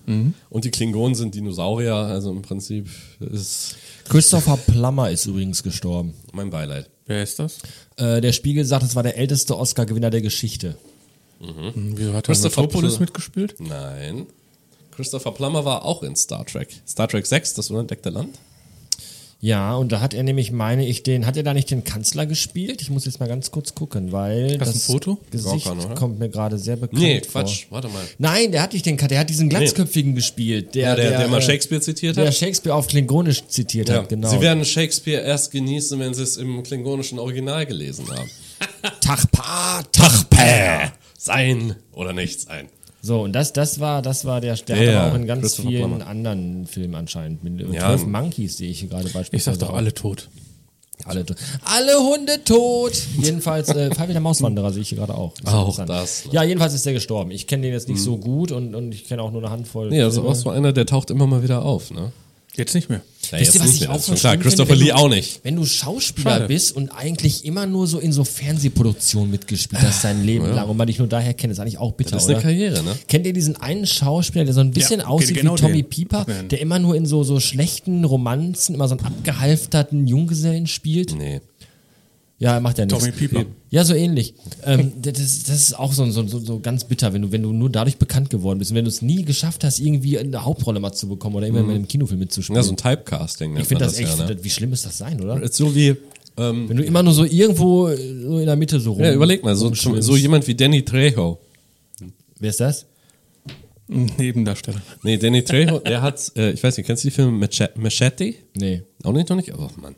S1: und die Klingonen sind Dinosaurier, also im Prinzip ist
S3: Christopher Plummer ist übrigens gestorben.
S1: mein Beileid.
S2: Wer ist das?
S3: Äh, der Spiegel sagt, es war der älteste Oscar-Gewinner der Geschichte.
S2: Hm, Wieso hat
S1: Christopher
S2: Metropolis
S1: Plummer.
S2: mitgespielt?
S1: Nein. Christopher Plummer war auch in Star Trek. Star Trek 6, das unentdeckte Land.
S3: Ja, und da hat er nämlich, meine ich, den, hat er da nicht den Kanzler gespielt? Ich muss jetzt mal ganz kurz gucken, weil
S2: Hast du
S3: das
S2: ein Foto?
S3: Gesicht
S1: Gorkan, oder?
S3: kommt mir gerade sehr bekannt
S1: Nee,
S3: vor.
S1: Quatsch, warte mal.
S3: Nein, der hat nicht den, Ka- der hat diesen glatzköpfigen gespielt, der,
S1: Ja, der, der, immer
S3: äh,
S1: Shakespeare zitiert
S3: der
S1: hat.
S3: Shakespeare auf Klingonisch zitiert
S1: Ja.
S3: hat, genau.
S1: Sie werden Shakespeare erst genießen, wenn sie es im klingonischen Original gelesen haben.
S3: Tachpa,
S1: Tachpä! Sein oder nicht sein.
S3: So, und das, das war, das war der Stern
S1: Ja,
S3: auch in ganz
S1: Christopher
S3: vielen
S1: Plummer.
S3: anderen Filmen anscheinend. Mit
S1: Ja.
S3: 12 Monkeys sehe ich hier gerade beispielsweise.
S2: Ich sag doch
S3: auch.
S2: alle tot.
S3: Alle, to- alle Hunde tot. Jedenfalls, äh, Pfeifel der Mauswanderer sehe ich hier gerade auch. Ist
S1: Auch
S3: interessant.
S1: das, Mhm. ne?
S3: Ja, jedenfalls ist der gestorben. Ich kenne den jetzt nicht so gut und, und ich kenne auch nur eine Handvoll.
S1: Nee, also
S3: Filme.
S1: auch so einer, der taucht immer mal wieder auf, ne?
S2: Jetzt nicht mehr.
S1: Ja,
S3: Wisst
S1: jetzt
S3: ihr, was
S1: nicht
S3: ich
S1: mehr,
S3: auch
S1: ist
S3: voll
S1: schon klar.
S3: schlimm finde,
S1: Christopher
S3: wenn
S1: Lee
S3: du-
S1: auch nicht.
S3: Wenn du Schauspieler
S2: Schade.
S3: bist und eigentlich immer nur so in so Fernsehproduktionen mitgespielt hast dein Leben lang und man dich nur daher kennt, ist eigentlich auch bitter,
S1: Das ist
S3: oder?
S1: eine Karriere, ne?
S3: Kennt ihr diesen einen Schauspieler, der so ein bisschen
S2: Ja,
S3: aussieht
S2: genau
S3: wie Tommy
S2: den.
S3: Pieper, der immer nur in so, so schlechten Romanzen immer so einen abgehalfterten Junggesellen spielt?
S1: Nee.
S3: Ja, er macht ja nichts.
S2: Tommy Pieper.
S3: Ja, so ähnlich. Ähm, das, das ist auch so, so, so, so ganz bitter, wenn du, wenn du nur dadurch bekannt geworden bist und wenn du es nie geschafft hast, irgendwie eine Hauptrolle mal zu bekommen oder immer in einem Kinofilm mitzuspielen.
S1: Mhm. Ja, so ein Typecasting. nennt
S3: ich finde
S1: man
S3: das, echt,
S1: ja, ne?
S3: wie schlimm ist das sein, oder?
S1: Ist so wie, ähm,
S3: Wenn du immer nur so irgendwo äh, so in der Mitte so rum.
S1: ja, überleg mal, so,
S3: rumschwimmst.
S1: so jemand wie Danny Trejo.
S3: Wer ist das?
S2: Ein Nebendarsteller.
S1: Nee, Danny Trejo, der hat, äh, ich weiß nicht, kennst du die Filme Mach- Machete?
S3: Nee.
S1: Auch nicht, noch nicht? Oh Mann.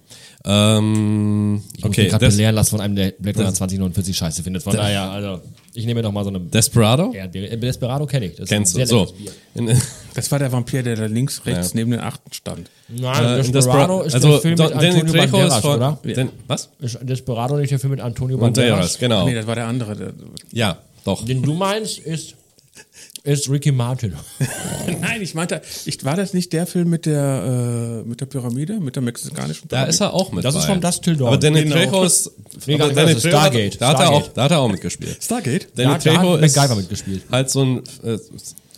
S1: Ähm,
S3: Ich muss
S1: okay,
S3: okay, gerade
S1: Des
S3: belehren lassen von einem, der Blade Runner
S1: das-
S3: 2049 scheiße findet. Von daher, also, ich nehme mir noch mal so eine...
S1: Desperado?
S3: ja, der- äh, Desperado kenne ich. Das ist
S1: Kennst
S3: ein
S1: du?
S3: sehr
S1: So.
S3: leckeres Bier.
S1: In,
S2: Das war der Vampir, der da links, rechts
S1: Ja.
S2: neben den Achten stand.
S3: Nein,
S1: äh, in
S3: Ah, Desperado ist
S1: also,
S3: der Film
S1: Do-
S3: mit
S1: Danny
S3: Antonio
S1: Trejo ist
S3: Banderas,
S1: von,
S3: oder?
S1: Dan, was?
S3: Ist Desperado nicht der Film mit Antonio
S1: Banderas,
S3: Banderas?
S1: genau.
S2: Nee, das war der andere. Der,
S1: Ja, doch.
S3: Den du meinst, ist, ist Ricky Martin.
S2: nein, ich meinte, ich, war das nicht der Film mit der, äh, mit der Pyramide, mit der mexikanischen
S1: Da
S2: Pyramide?
S1: ist er auch mit
S3: Das
S1: bei.
S3: ist vom Dust Till Dawn.
S1: Aber Danny
S2: Genau.
S1: Trejo ist...
S3: Nee,
S1: aber
S3: gar nicht,
S1: Danny
S3: das ist
S1: Trejo hat-
S3: Stargate,
S1: Da hat, er auch,
S3: Stargate.
S1: da hat er auch mitgespielt.
S2: Stargate?
S1: Danny
S3: Da- da
S1: Trejo
S3: hat
S1: ist
S3: MacGyver mitgespielt.
S1: halt so ein... Äh,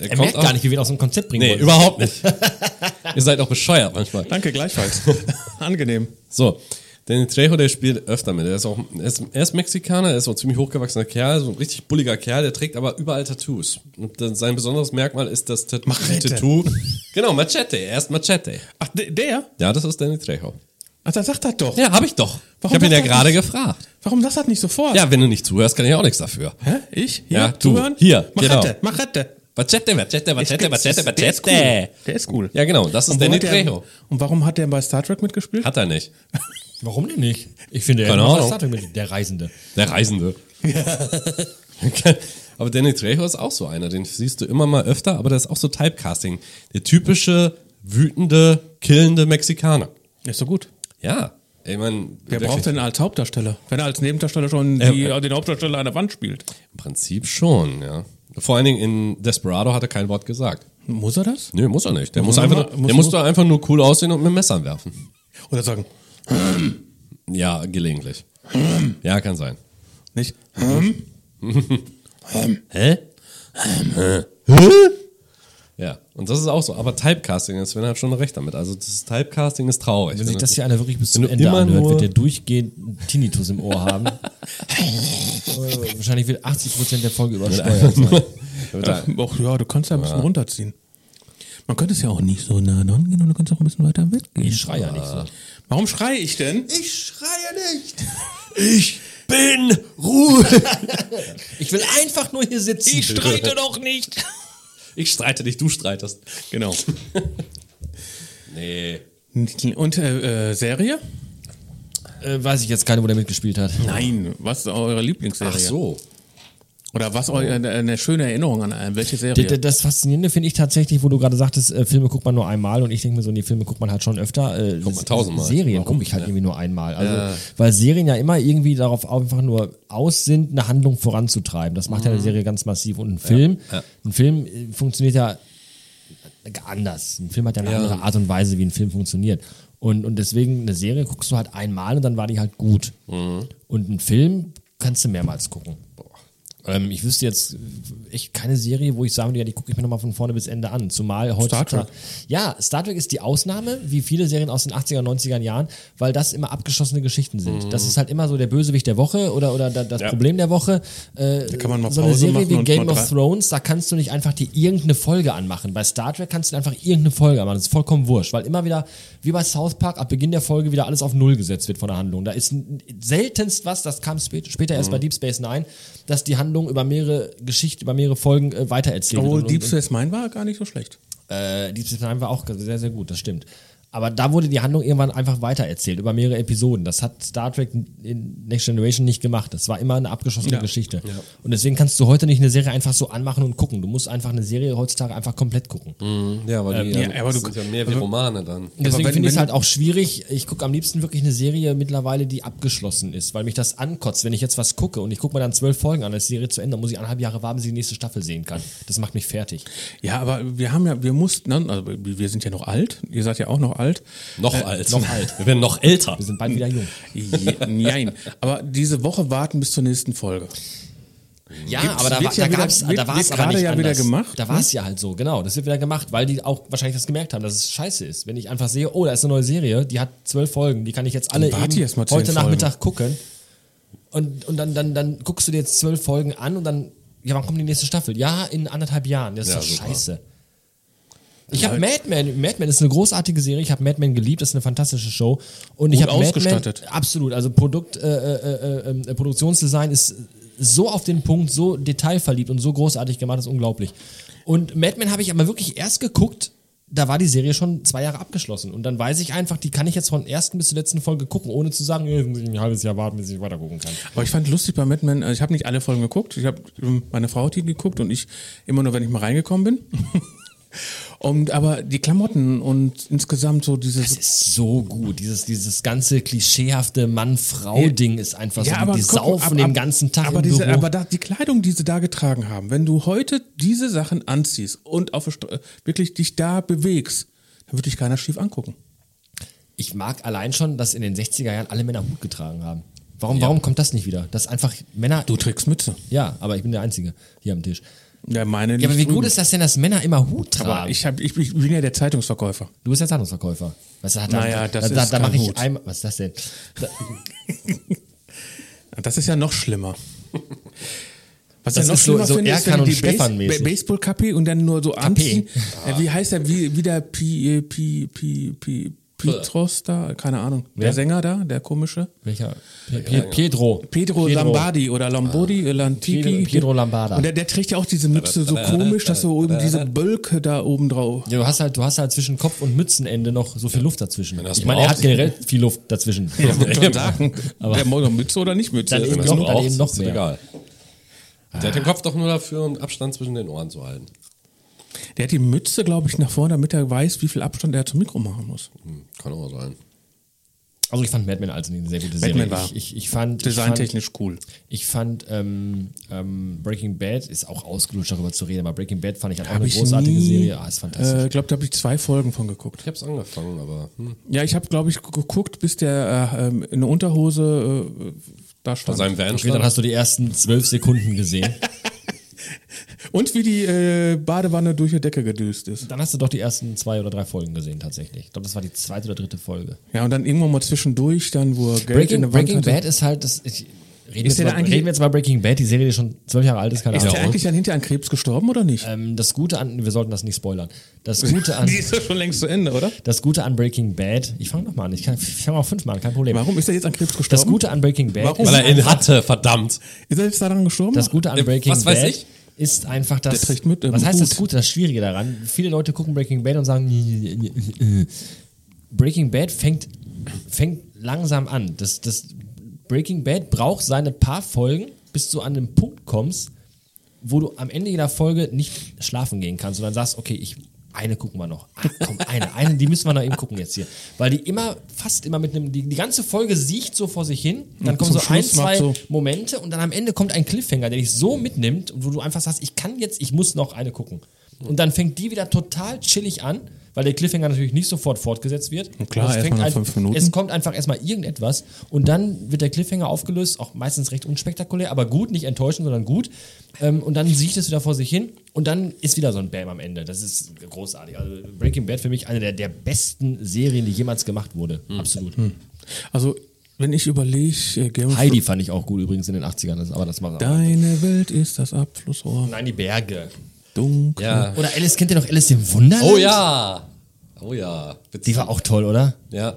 S3: Er merkt
S1: aus-
S3: gar nicht, wie wir ihn aus dem Konzept bringen
S1: Nee,
S3: wollen.
S1: überhaupt nicht. Ihr seid auch bescheuert manchmal.
S2: Danke, gleichfalls. Angenehm.
S1: So, Danny Trejo, der spielt öfter mit. Er ist, auch, er ist, er ist Mexikaner, er ist so ein ziemlich hochgewachsener Kerl, so ein richtig bulliger Kerl, der trägt aber überall Tattoos. Und dann sein besonderes Merkmal ist das Tat
S2: Machete.
S1: Tattoo. Genau, Machete, er ist Machete.
S2: Ach, de- der?
S1: Ja, das ist Danny Trejo.
S2: Ach, da sagt er doch.
S1: Ja, habe ich doch.
S2: Warum
S1: ich habe ihn ja
S2: macht er
S1: gerade
S2: das?
S1: gefragt.
S2: Warum das hat nicht sofort?
S1: Ja, wenn du nicht zuhörst, kann ich auch nichts dafür.
S2: Hä? Ich? Hier?
S1: Ja, du.
S2: Zuhören?
S1: Hier,
S2: Machete,
S1: genau.
S2: Machete.
S1: Machete, Machete, Machete, Machete,
S2: Der ist cool.
S1: Machete.
S2: Der ist cool.
S1: Ja, genau, das ist
S2: wo
S1: Danny
S2: hat der-
S1: Trejo.
S2: Und warum hat der bei Star Trek mitgespielt?
S1: Hat er nicht.
S3: Warum denn nicht? Ich finde, er
S1: Keine
S3: macht
S1: Ahnung.
S3: Star Trek mit der Reisende.
S1: Der Reisende. aber Danny Trejo ist auch so einer, den siehst du immer mal öfter, aber das ist auch so Typecasting. Der typische, wütende, killende Mexikaner.
S2: ist so gut.
S1: Ja. Ich mein,
S2: Wer
S1: wirklich,
S2: braucht denn als Hauptdarsteller? Wenn er als Nebendarsteller schon
S1: Äh,
S2: die,
S1: äh.
S2: den Hauptdarsteller an der Wand spielt.
S1: Im Prinzip schon, ja. Vor allen Dingen in Desperado hat er kein Wort gesagt.
S2: Muss er das?
S1: Nö, muss er nicht. Der muss,
S2: Muss man
S1: einfach,
S2: mal- muss-
S1: der muss da einfach nur cool aussehen und mit Messern werfen.
S2: Oder sagen,
S1: Ja, gelegentlich. ja, kann sein.
S2: nicht?
S1: Hm?
S2: Hm?
S1: Hä? Ja, und das ist auch so. Aber Typecasting, das Sven hat schon recht damit. Also das Typecasting ist traurig. ne?
S3: Wenn sich
S1: Wenn
S3: das hier einer wirklich bis zum
S1: wenn du
S3: Ende
S1: immer
S3: anhört,
S1: nur-
S3: wird der durchgehend einen Tinnitus im Ohr haben. Äh, Wahrscheinlich wird 80% der Folge übersteuert.
S2: Ach, Och, ja, du kannst ja ein bisschen runterziehen. Man könnte es ja auch nicht so nah dran gehen und du kannst auch ein bisschen weiter weggehen.
S3: Ich schreie ja nicht so.
S2: Warum schreie ich denn?
S1: Ich schreie nicht. Ich bin ruhig.
S3: Ich will einfach nur hier sitzen.
S2: Ich streite doch nicht.
S1: Ich streite dich, du streitest.
S2: Genau.
S1: Nee.
S2: Und äh, äh, Serie?
S3: Äh, weiß ich jetzt keine, wo der mitgespielt hat.
S2: Nein. Was ist eure Lieblingsserie?
S1: Ach so.
S2: Oder was eu- äh, eine schöne Erinnerung an einen? Welche
S3: D- d-
S2: Serie?
S3: Das Faszinierende finde ich tatsächlich, wo du gerade sagtest, äh, Filme guckt man nur einmal und ich denke mir so, nee, Filme guckt man halt schon öfter. Äh, guckt
S1: man tausendmal.
S3: Serien
S1: Warum?
S3: gucke ich halt
S1: Ja.
S3: irgendwie nur einmal. Also, Weil Serien ja immer irgendwie darauf einfach nur aus sind, eine Handlung voranzutreiben. Das macht ja eine Serie ganz massiv. Und ein Film,
S1: Mhm. Ja.
S3: ein Film äh, funktioniert ja anders. Ein Film hat ja eine andere Art und Weise, wie ein Film funktioniert. Und, und deswegen, eine Serie guckst du halt einmal und dann war die halt gut.
S2: Mhm.
S3: Und einen Film kannst du mehrmals gucken. Ähm, ich wüsste jetzt echt keine Serie, wo ich sagen würde, ja, die gucke ich mir nochmal von vorne bis Ende an. Zumal heutzutage.
S2: Star Trek.
S3: Ja, Star Trek ist die Ausnahme, wie viele Serien aus den 80er, 90er Jahren, weil das immer abgeschlossene Geschichten
S2: Mhm.
S3: sind. Das ist halt immer so der Bösewicht der Woche oder, oder da- das Problem der Woche. Äh,
S2: kann man mal
S3: so eine
S2: Pause
S3: Serie
S2: machen
S3: wie
S2: und
S3: Game
S2: mal
S3: of
S2: drei-
S3: Thrones, da kannst du nicht einfach die irgendeine Folge anmachen. Bei Star Trek kannst du einfach irgendeine Folge anmachen. Das ist vollkommen wurscht, weil immer wieder, wie bei South Park, ab Beginn der Folge wieder alles auf Null gesetzt wird von der Handlung. Da ist n- seltenst was, das kam spä- später
S2: Mhm.
S3: erst bei Deep Space Nine, dass die Handlung über mehrere Geschichten, über mehrere Folgen äh, weitererzählt wird.
S2: Obwohl
S3: Und-
S2: Deep
S3: und-
S2: Space Mine war gar nicht so schlecht.
S3: äh, Deep Space Nine war auch sehr, sehr gut, das stimmt. Aber da wurde die Handlung irgendwann einfach weitererzählt über mehrere Episoden. Das hat Star Trek in Next Generation nicht gemacht. Das war immer eine abgeschossene Geschichte. Und deswegen kannst du heute nicht eine Serie einfach so anmachen und gucken. Du musst einfach eine Serie heutzutage einfach komplett gucken.
S2: Mhm.
S1: Ja, weil die
S2: ja,
S1: ja,
S2: aber du-
S1: sind ja mehr wie Romane dann.
S3: Und Deswegen
S2: wenn-
S3: finde ich es
S2: wenn-
S3: halt auch schwierig. Ich gucke am liebsten wirklich eine Serie mittlerweile, die abgeschlossen ist, weil mich das ankotzt. Wenn ich jetzt was gucke und ich gucke mir dann zwölf Folgen an, als Serie zu Ende, dann muss ich anderthalb Jahre warten, bis ich die nächste Staffel sehen kann. Das macht mich fertig.
S2: Ja, aber wir haben ja, wir mussten, ne, also wir sind ja noch alt, ihr seid ja auch noch alt.
S1: Noch alt. Noch alt. Wir werden noch älter.
S3: Wir sind bald wieder jung.
S2: Je, nein, aber diese Woche warten bis zur nächsten Folge.
S3: Ja,
S2: Gibt's-
S3: aber da,
S2: wird
S3: war-
S2: ja
S3: da
S2: wieder-
S3: gab's,
S2: wird-
S3: da war es
S2: wird
S3: aber
S2: gerade
S3: nicht
S2: ja
S3: anders.
S2: wieder gemacht, ne?
S3: Da war es ja halt so, genau. Das wird wieder gemacht, weil die auch wahrscheinlich das gemerkt haben, dass es scheiße ist. Wenn ich einfach sehe, oh, da ist eine neue Serie, die hat zwölf Folgen, die kann ich jetzt alle
S2: Dann warte
S3: eben
S2: ich erst mal zehn
S3: heute Nachmittag gucken. Und, und dann, dann, dann guckst du dir jetzt zwölf Folgen an und dann, ja, wann kommt die nächste Staffel? Ja, in anderthalb Jahren. Das ist
S1: Ja,
S3: doch
S1: super.
S3: scheiße. Ich habe Mad Men. Mad Men ist eine großartige Serie. Ich habe Mad Men geliebt. Das ist eine fantastische Show. Und ich
S2: Gut
S3: habe Mad Men
S2: ausgestattet.
S3: absolut. Also Produkt, äh, äh, äh, äh, Produktionsdesign ist so auf den Punkt, so detailverliebt und so großartig gemacht, das ist unglaublich. Und Mad Men habe ich aber wirklich erst geguckt. Da war die Serie schon zwei Jahre abgeschlossen. Und dann weiß ich einfach, die kann ich jetzt von ersten bis zur letzten Folge gucken, ohne zu sagen, "Ja, jetzt muss ich ein halbes Jahr warten, bis ich weitergucken kann.
S2: Aber ich fand lustig bei Mad Men, also ich habe nicht alle Folgen geguckt, ich habe ähm, meine Frau hat die geguckt und ich immer nur, wenn ich mal reingekommen bin. Und, aber die Klamotten und insgesamt so dieses
S3: Das ist so gut. Dieses, dieses ganze klischeehafte Mann-Frau-Ding ist einfach so. Also die die
S2: guck mal,
S3: saufen
S2: ab-
S3: den
S2: ab-
S3: ganzen Tag
S2: aber
S3: im
S2: diese,
S3: Büro.
S2: Aber da, die Kleidung, die sie da getragen haben, wenn du heute diese Sachen anziehst und auf, der Str- wirklich dich da bewegst, dann wird dich keiner schief angucken.
S3: ich mag allein schon, dass in den 60er Jahren alle Männer Hut getragen haben. Warum, warum kommt das nicht wieder? Dass einfach Männer.
S2: Du trägst Mütze.
S3: Ja, aber ich bin der Einzige hier am Tisch.
S2: Ja, meine
S3: Ja, aber wie
S2: liegt
S3: gut
S2: drüben.
S3: ist das denn, dass Männer immer Hut
S2: aber
S3: tragen?
S2: ich, hab, ich, ich bin ja der Zeitungsverkäufer.
S3: du bist ja Zahlungsverkäufer. Was, da,
S2: Naja, das
S3: da, da,
S2: ist
S3: da
S2: kein
S3: mache ich
S2: Hut.
S3: einmal. Was ist das denn? Da,
S2: Das ist ja noch schlimmer. Was
S3: Das
S2: ja noch
S3: ist so-
S2: schlimmer
S3: so
S2: finde, ist, wenn
S3: Erkan
S2: du
S3: und
S2: die Base-
S3: Stefan-mäßig.
S2: Ba- Baseball-Kappe und dann nur so anziehen. Äh, Wie heißt der? Wie, wie der Pi, äh, Pi, Pi, Pi, Pietros da? Keine Ahnung. Der Sänger da, der komische.
S3: welcher? Pe- Pe- Pietro.
S2: Pedro, Lombardi oder Lombardi, äh, Lantiki.
S3: Ah, Pedro- Pedro Lombarda.
S2: Und der, der trägt ja auch diese Mütze so komisch, dass so oben diese Bölke da oben drauf.
S3: Ja, du hast halt, du hast halt zwischen Kopf und Mützenende noch so viel Luft dazwischen.
S1: das
S3: Ich meine, er hat
S1: braucht-
S3: generell viel Luft dazwischen. Aber-
S2: der mag doch Mütze oder nicht Mütze.
S3: Dann
S1: Wenn
S3: eben
S1: das
S3: noch-
S1: braucht,
S3: dann eben noch
S1: ist
S3: mehr. Ah.
S1: egal. Der hat den Kopf doch nur dafür, um Abstand zwischen den Ohren zu halten.
S2: Der hat die Mütze, glaube ich, nach vorne, damit er weiß, wie viel Abstand er zum Mikro machen muss.
S1: Hm, kann auch sein.
S3: Also ich fand Mad Men als eine sehr gute Serie.
S2: Mad Men war
S3: ich, ich, ich fand, ich fand,
S2: Designtechnisch cool.
S3: Ich fand ähm, ähm, Breaking Bad ist auch ausgelutscht darüber zu reden, aber Breaking Bad fand ich halt auch
S2: Hab
S3: eine
S2: ich
S3: großartige
S2: nie,
S3: Serie. Ah, ist fantastisch.
S2: Äh, glaube, da habe ich zwei Folgen von geguckt.
S1: Ich hab's angefangen, aber hm,
S2: Ja, ich habe, glaube ich, gu- geguckt, bis der äh, ähm, in der Unterhose äh, da
S1: bei
S2: stand.
S1: seinem Van
S3: okay, dann
S1: stand-
S3: hast du die ersten zwölf Sekunden gesehen.
S2: Und wie die äh, Badewanne durch die Decke gedüst ist.
S3: dann hast du doch die ersten zwei oder drei Folgen gesehen tatsächlich. Ich glaube, das war die zweite oder dritte Folge.
S2: Ja, und dann irgendwann mal zwischendurch, dann wo er Geld
S3: Breaking,
S2: in der
S3: Breaking
S2: Wand hatte.
S3: Bad ist halt das. Ich, reden, wir
S2: Ist der
S3: jetzt
S2: da
S3: mal,
S2: eigentlich-
S3: reden wir jetzt mal Breaking Bad, die Serie, die schon zwölf Jahre alt ist, keine
S2: Ist der
S3: Ahnung.
S2: eigentlich dann hinter an Krebs gestorben oder nicht?
S3: Ähm, das Gute an, wir sollten das nicht spoilern. Das Gute an,
S2: Die ist ja schon längst zu Ende, oder?
S3: das Gute an Breaking Bad, ich fange nochmal an, ich, kann- ich fange auch fünfmal an, kein Problem.
S2: Warum ist er jetzt an Krebs
S3: Das
S2: gestorben?
S3: Gute an Breaking Bad
S2: Warum?
S3: ist
S1: Weil er ihn hatte, verdammt.
S2: Ist er jetzt daran gestorben?
S3: Das Gute an
S1: Äh,
S3: Breaking
S1: was
S3: Bad
S1: weiß ich?
S3: ist einfach das.
S2: Der trägt mit, ähm,
S3: was heißt das
S2: Hut.
S3: Gute, das Schwierige daran? Viele Leute gucken Breaking Bad und sagen, "Nee, nee, nee, nee, äh." Breaking Bad fängt, fängt langsam an. Das, das Breaking Bad braucht seine paar Folgen, bis du an den Punkt kommst, wo du am Ende jeder Folge nicht schlafen gehen kannst, sondern sagst, okay, ich eine gucken wir noch. Ah, komm, eine, eine, die müssen wir noch eben gucken jetzt hier. Weil die immer, fast immer mit einem, die, die ganze Folge siecht so vor sich hin, dann kommen
S2: zum
S3: so ein,
S2: Schluss macht
S3: zwei
S2: so-
S3: Momente und dann am Ende kommt ein Cliffhanger, der dich so mitnimmt, und wo du einfach sagst, ich kann jetzt, ich muss noch eine gucken. Und dann fängt die wieder total chillig an, weil der Cliffhanger natürlich nicht sofort fortgesetzt wird.
S2: klar,
S3: Es
S2: erst
S3: fängt
S2: mal nach
S3: ein-
S2: fünf Minuten.
S3: Es kommt einfach erstmal irgendetwas und dann wird der Cliffhanger aufgelöst, auch meistens recht unspektakulär, aber gut, nicht enttäuschend, sondern gut. Ähm, und dann sieht es wieder vor sich hin und dann ist wieder so ein Bam am Ende. Das ist großartig. Also Breaking Bad für mich eine der, der besten Serien, die jemals gemacht wurde.
S2: Hm.
S3: Absolut.
S2: Also, wenn ich überlege, äh, Game of
S3: Heidi fand ich auch gut übrigens in den 80ern, das- aber das war
S2: Deine Welt ist das Abflussrohr.
S3: Nein, die Berge.
S2: Dunkel.
S1: Ja.
S3: Oder Alice, kennt ihr noch Alice im Wunderland?
S1: Oh ja. Oh ja.
S3: Die Hm. war auch toll, oder?
S1: Ja.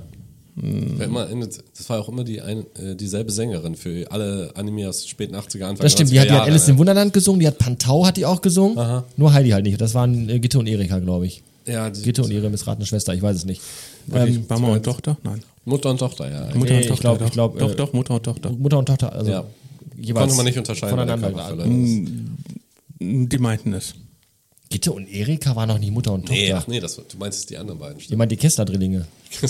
S1: Wer Immer in, das war auch immer die ein, äh, dieselbe Sängerin für alle Anime aus den späten 80er, Anfang
S3: Das stimmt, die hat, die
S1: 90er
S3: hat Alice
S1: Jahre,
S3: im Wunderland gesungen, die hat Pantau hat die auch gesungen, nur Heidi halt nicht. Das waren äh, Gitte und Erika, glaube ich.
S1: Ja, die
S3: Gitte und ihre missratene Schwester, ich weiß es nicht.
S2: Ähm, Mama und Tochter? Nein.
S1: Mutter und Tochter, ja.
S2: Mutter
S3: Nee,
S2: und
S3: ich
S2: Tochter.
S3: glaub- ich
S2: doch,
S3: glaub,
S2: doch,
S3: äh,
S2: doch, Mutter und Tochter.
S3: Mutter und Tochter, also
S1: Ja.
S3: jeweils
S1: Konnte man nicht unterscheiden bei der
S3: voneinander. Hm,
S1: Coverfülle.
S2: Die meinten es.
S3: Gitte und Erika waren noch nicht Mutter und Tochter.
S1: Nee, ach nee, das, du meinst es die anderen beiden.
S3: Ich
S1: stimmt.
S3: meine die Kessler-Drillinge.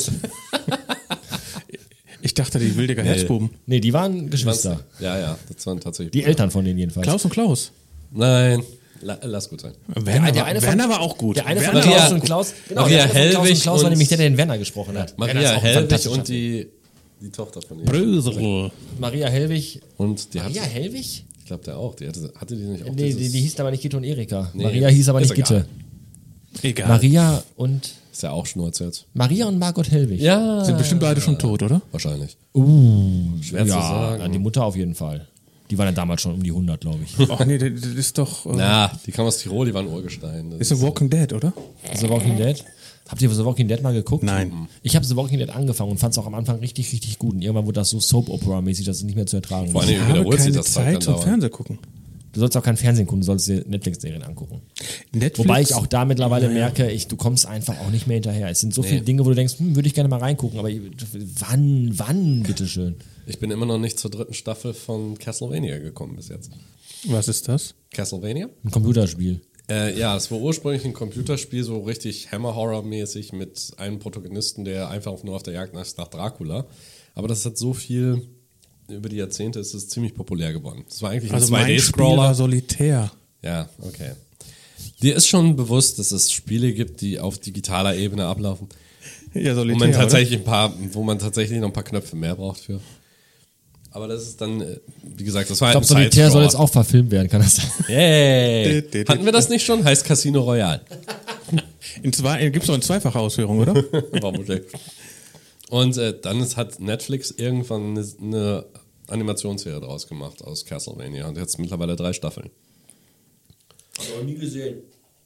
S2: Ich dachte, die Wildiger Herzbuben.
S3: Nee, die waren Geschwister.
S1: Ja, ja, das waren tatsächlich.
S3: Die Eltern von denen jedenfalls.
S2: Klaus und Klaus.
S1: Nein, la, lass gut sein.
S2: Werner, war, Werner war auch gut.
S3: Der eine
S2: Werner
S3: von
S1: war
S3: Klaus
S1: auch
S3: und
S1: gut.
S3: Klaus. genau,
S1: Maria
S3: der eine von Klaus und
S1: Hellwig
S3: Klaus war
S1: und-
S3: nämlich der, der den Werner gesprochen hat. Ja,
S1: Maria
S3: das ist auch ein
S1: Hellwig
S3: fantastischer
S1: und
S3: Film.
S1: die, die Tochter von ihm.
S2: Brösel.
S3: Maria Hellwig.
S1: Und die
S3: Maria
S1: hatte,
S3: Hellwig?
S1: ich glaube, der auch. Die hatte, hatte die nicht auch
S3: Nee, die,
S1: dieses,
S3: die hießen aber nicht Gitte und Erika.
S1: Nee,
S3: Maria hieß aber
S1: ist
S3: nicht Gitte.
S1: egal.
S2: Egal.
S3: Maria und
S1: Ist ja auch Schnurz jetzt.
S3: Maria und Margot Hellwig.
S1: Ja.
S2: Sind bestimmt beide schon tot, oder?
S1: Wahrscheinlich.
S3: Uh,
S1: Schwer zu sagen.
S3: Die Mutter auf jeden Fall. Die war dann damals schon um die 100, glaube ich.
S2: Ach nee, das das ist doch. Äh,
S1: Na, die kam aus Tirol, die waren Urgestein. Das
S2: ist ein Walking Dead, oder?
S3: The Walking Dead. Habt ihr The Walking Dead mal geguckt?
S2: Nein.
S3: Ich habe The Walking Dead angefangen und fand es auch am Anfang richtig, richtig gut. Und irgendwann wurde das so Soap-Opera-mäßig, dass es nicht mehr zu ertragen
S1: Vor
S3: genau, ist.
S1: allem
S2: Ich habe
S1: wiederholt sich
S2: keine
S1: das Zeug
S2: Zeit
S1: dann
S2: zum
S1: dauernd.
S2: Fernseher gucken.
S3: Du sollst auch kein Fernsehen gucken, du sollst dir Netflix-Serien angucken.
S2: Netflix,
S3: Wobei ich auch da mittlerweile merke, ich, du kommst einfach auch nicht mehr hinterher. Es sind so viele Dinge, wo du denkst, hm, würde ich gerne mal reingucken, aber ich- wann, wann, bitteschön?
S1: Ich bin immer noch nicht zur dritten Staffel von Castlevania gekommen bis jetzt.
S2: Was ist das?
S1: Castlevania?
S3: Ein Computerspiel.
S1: Äh, ja, es war ursprünglich ein Computerspiel, so richtig Hammer-Horror-mäßig mit einem Protagonisten, der einfach auf- nur auf der Jagd nach, nach Dracula. Aber das hat so viel, über die Jahrzehnte ist es ziemlich populär geworden. Es war eigentlich ein
S2: Also mein Spiel war solitär.
S1: Ja, okay. Dir ist schon bewusst, dass es Spiele gibt, die auf digitaler Ebene ablaufen,
S2: Ja, solitär.
S1: wo man tatsächlich ein paar, wo man tatsächlich noch ein paar Knöpfe mehr braucht für. Aber das ist dann, äh, wie gesagt, das war
S3: Ich
S1: halt
S3: glaube,
S1: ein
S3: Solitär soll
S1: Sidescroller.
S3: jetzt auch verfilmt werden, kann das sein?
S1: Yay! Hatten wir das nicht schon? Heißt Casino Royale.
S2: Oder? Gibt es auch in zweifacher Ausführung, oder?
S1: Vermutlich. Und äh, dann ist, hat Netflix irgendwann eine, eine Animationsserie draus gemacht aus Castlevania und jetzt mittlerweile drei Staffeln.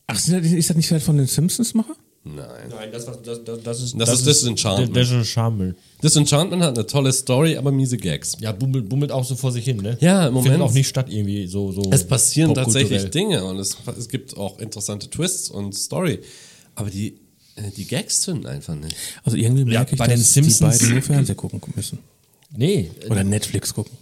S2: Ach, sind das- ist das nicht halt von den Simpsons-Macher?
S1: Nein.
S3: Nein, das, das, das, das ist
S1: Das ist Disenchantment.
S3: Das ist Charmel.
S1: Disenchantment hat eine tolle Story, aber miese Gags.
S3: Ja, bummelt, bummelt auch so vor sich hin, ne?
S1: Ja, im
S3: Findet
S1: Moment.
S3: auch nicht statt irgendwie so. so
S1: Es passieren
S3: popkulturell.
S1: tatsächlich Dinge und es, es gibt auch interessante Twists und Story. Aber die, äh, die Gags zünden einfach nicht.
S2: Also irgendwie merke ich,
S3: bei den
S2: dass
S3: Simpsons-
S2: die beiden nur Fernseher gucken müssen.
S3: Nee, äh,
S2: Oder Netflix gucken.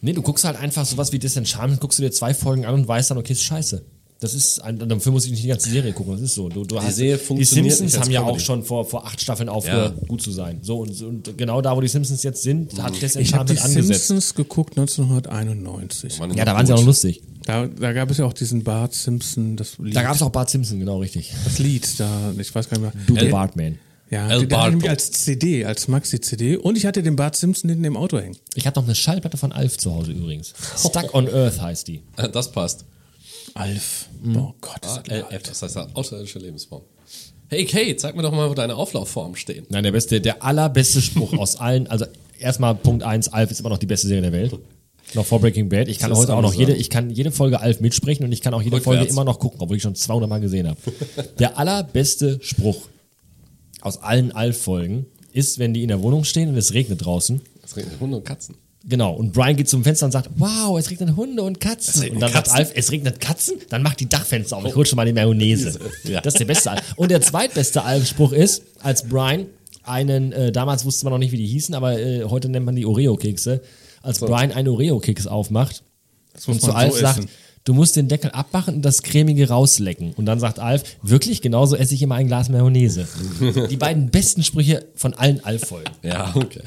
S3: nee, du guckst halt einfach sowas wie Disenchantment, guckst du dir zwei Folgen an und weißt dann, okay, ist scheiße. Das ist, ein, dafür muss ich nicht die ganze Serie gucken, das ist so. Du, du hast,
S1: Serie
S3: die
S1: funktioniert
S3: Simpsons
S1: nicht als
S3: haben ja auch
S1: Comedy.
S3: schon vor, vor acht Staffeln aufgehört, gut zu sein. So und, und genau da, wo die Simpsons jetzt sind,
S1: Mhm.
S3: hat
S2: Ich habe die
S3: Disenchantment angesetzt.
S2: Simpsons geguckt 1991.
S3: ja, da waren sie auch noch lustig.
S2: Da, da gab es ja auch diesen Bart Simpson, das Lied.
S3: Da gab es auch Bart Simpson, genau richtig.
S2: das Lied, da, ich weiß gar nicht mehr.
S3: Du
S1: Äh,
S3: Bartman.
S1: El
S2: Ja, den hatte ich
S1: Barto.
S2: nämlich als CD, als Maxi-CD. Und ich hatte den Bart Simpson hinten im Auto hängen.
S3: Ich habe noch eine Schallplatte von Alf zu Hause übrigens.
S1: Oh.
S3: Stuck on Earth heißt die.
S1: Äh, Das passt.
S2: Alf. Oh Gott, ist das
S1: LF, das heißt außerirdische Lebensform. Hey Kate, sag mir doch mal, wo deine Auflaufformen stehen.
S3: Nein, der beste, der allerbeste Spruch aus allen. Also erstmal Punkt eins: Alf ist immer noch die beste Serie der Welt. Noch vor Breaking Bad. Ich kann
S1: Das ist
S3: heute auch noch
S1: amüsant.
S3: jede, ich kann jede Folge Alf mitsprechen und ich kann auch jede
S1: Rückwärts.
S3: Folge immer noch gucken, obwohl ich schon 200 Mal gesehen habe. Der allerbeste Spruch aus allen Alf-Folgen ist, wenn die in der Wohnung stehen und es regnet draußen.
S1: Es regnet Hunde und Katzen.
S3: Genau. Und Brian geht zum Fenster und sagt, wow, es regnet Hunde und Katzen.
S1: regnet
S3: Und dann sagt
S1: Katzen.
S3: Alf, es regnet Katzen? Dann mach die Dachfenster auf. Ich rutsche mal die Mayonnaise.
S1: Ja.
S3: Das ist der beste Alf. Und der zweitbeste Alf-Spruch ist, als Brian einen, äh, damals wusste man noch nicht, wie die hießen, aber äh, heute nennt man die Oreo-Kekse, als Brian einen Oreo-Keks aufmacht und zu
S2: man
S3: Alf
S2: so
S3: sagt,
S2: essen.
S3: du musst den Deckel abmachen und das Cremige rauslecken. Und dann sagt Alf, wirklich, genauso esse ich immer ein Glas Mayonnaise. die beiden besten Sprüche von allen Alf-Folgen.
S1: Ja, okay.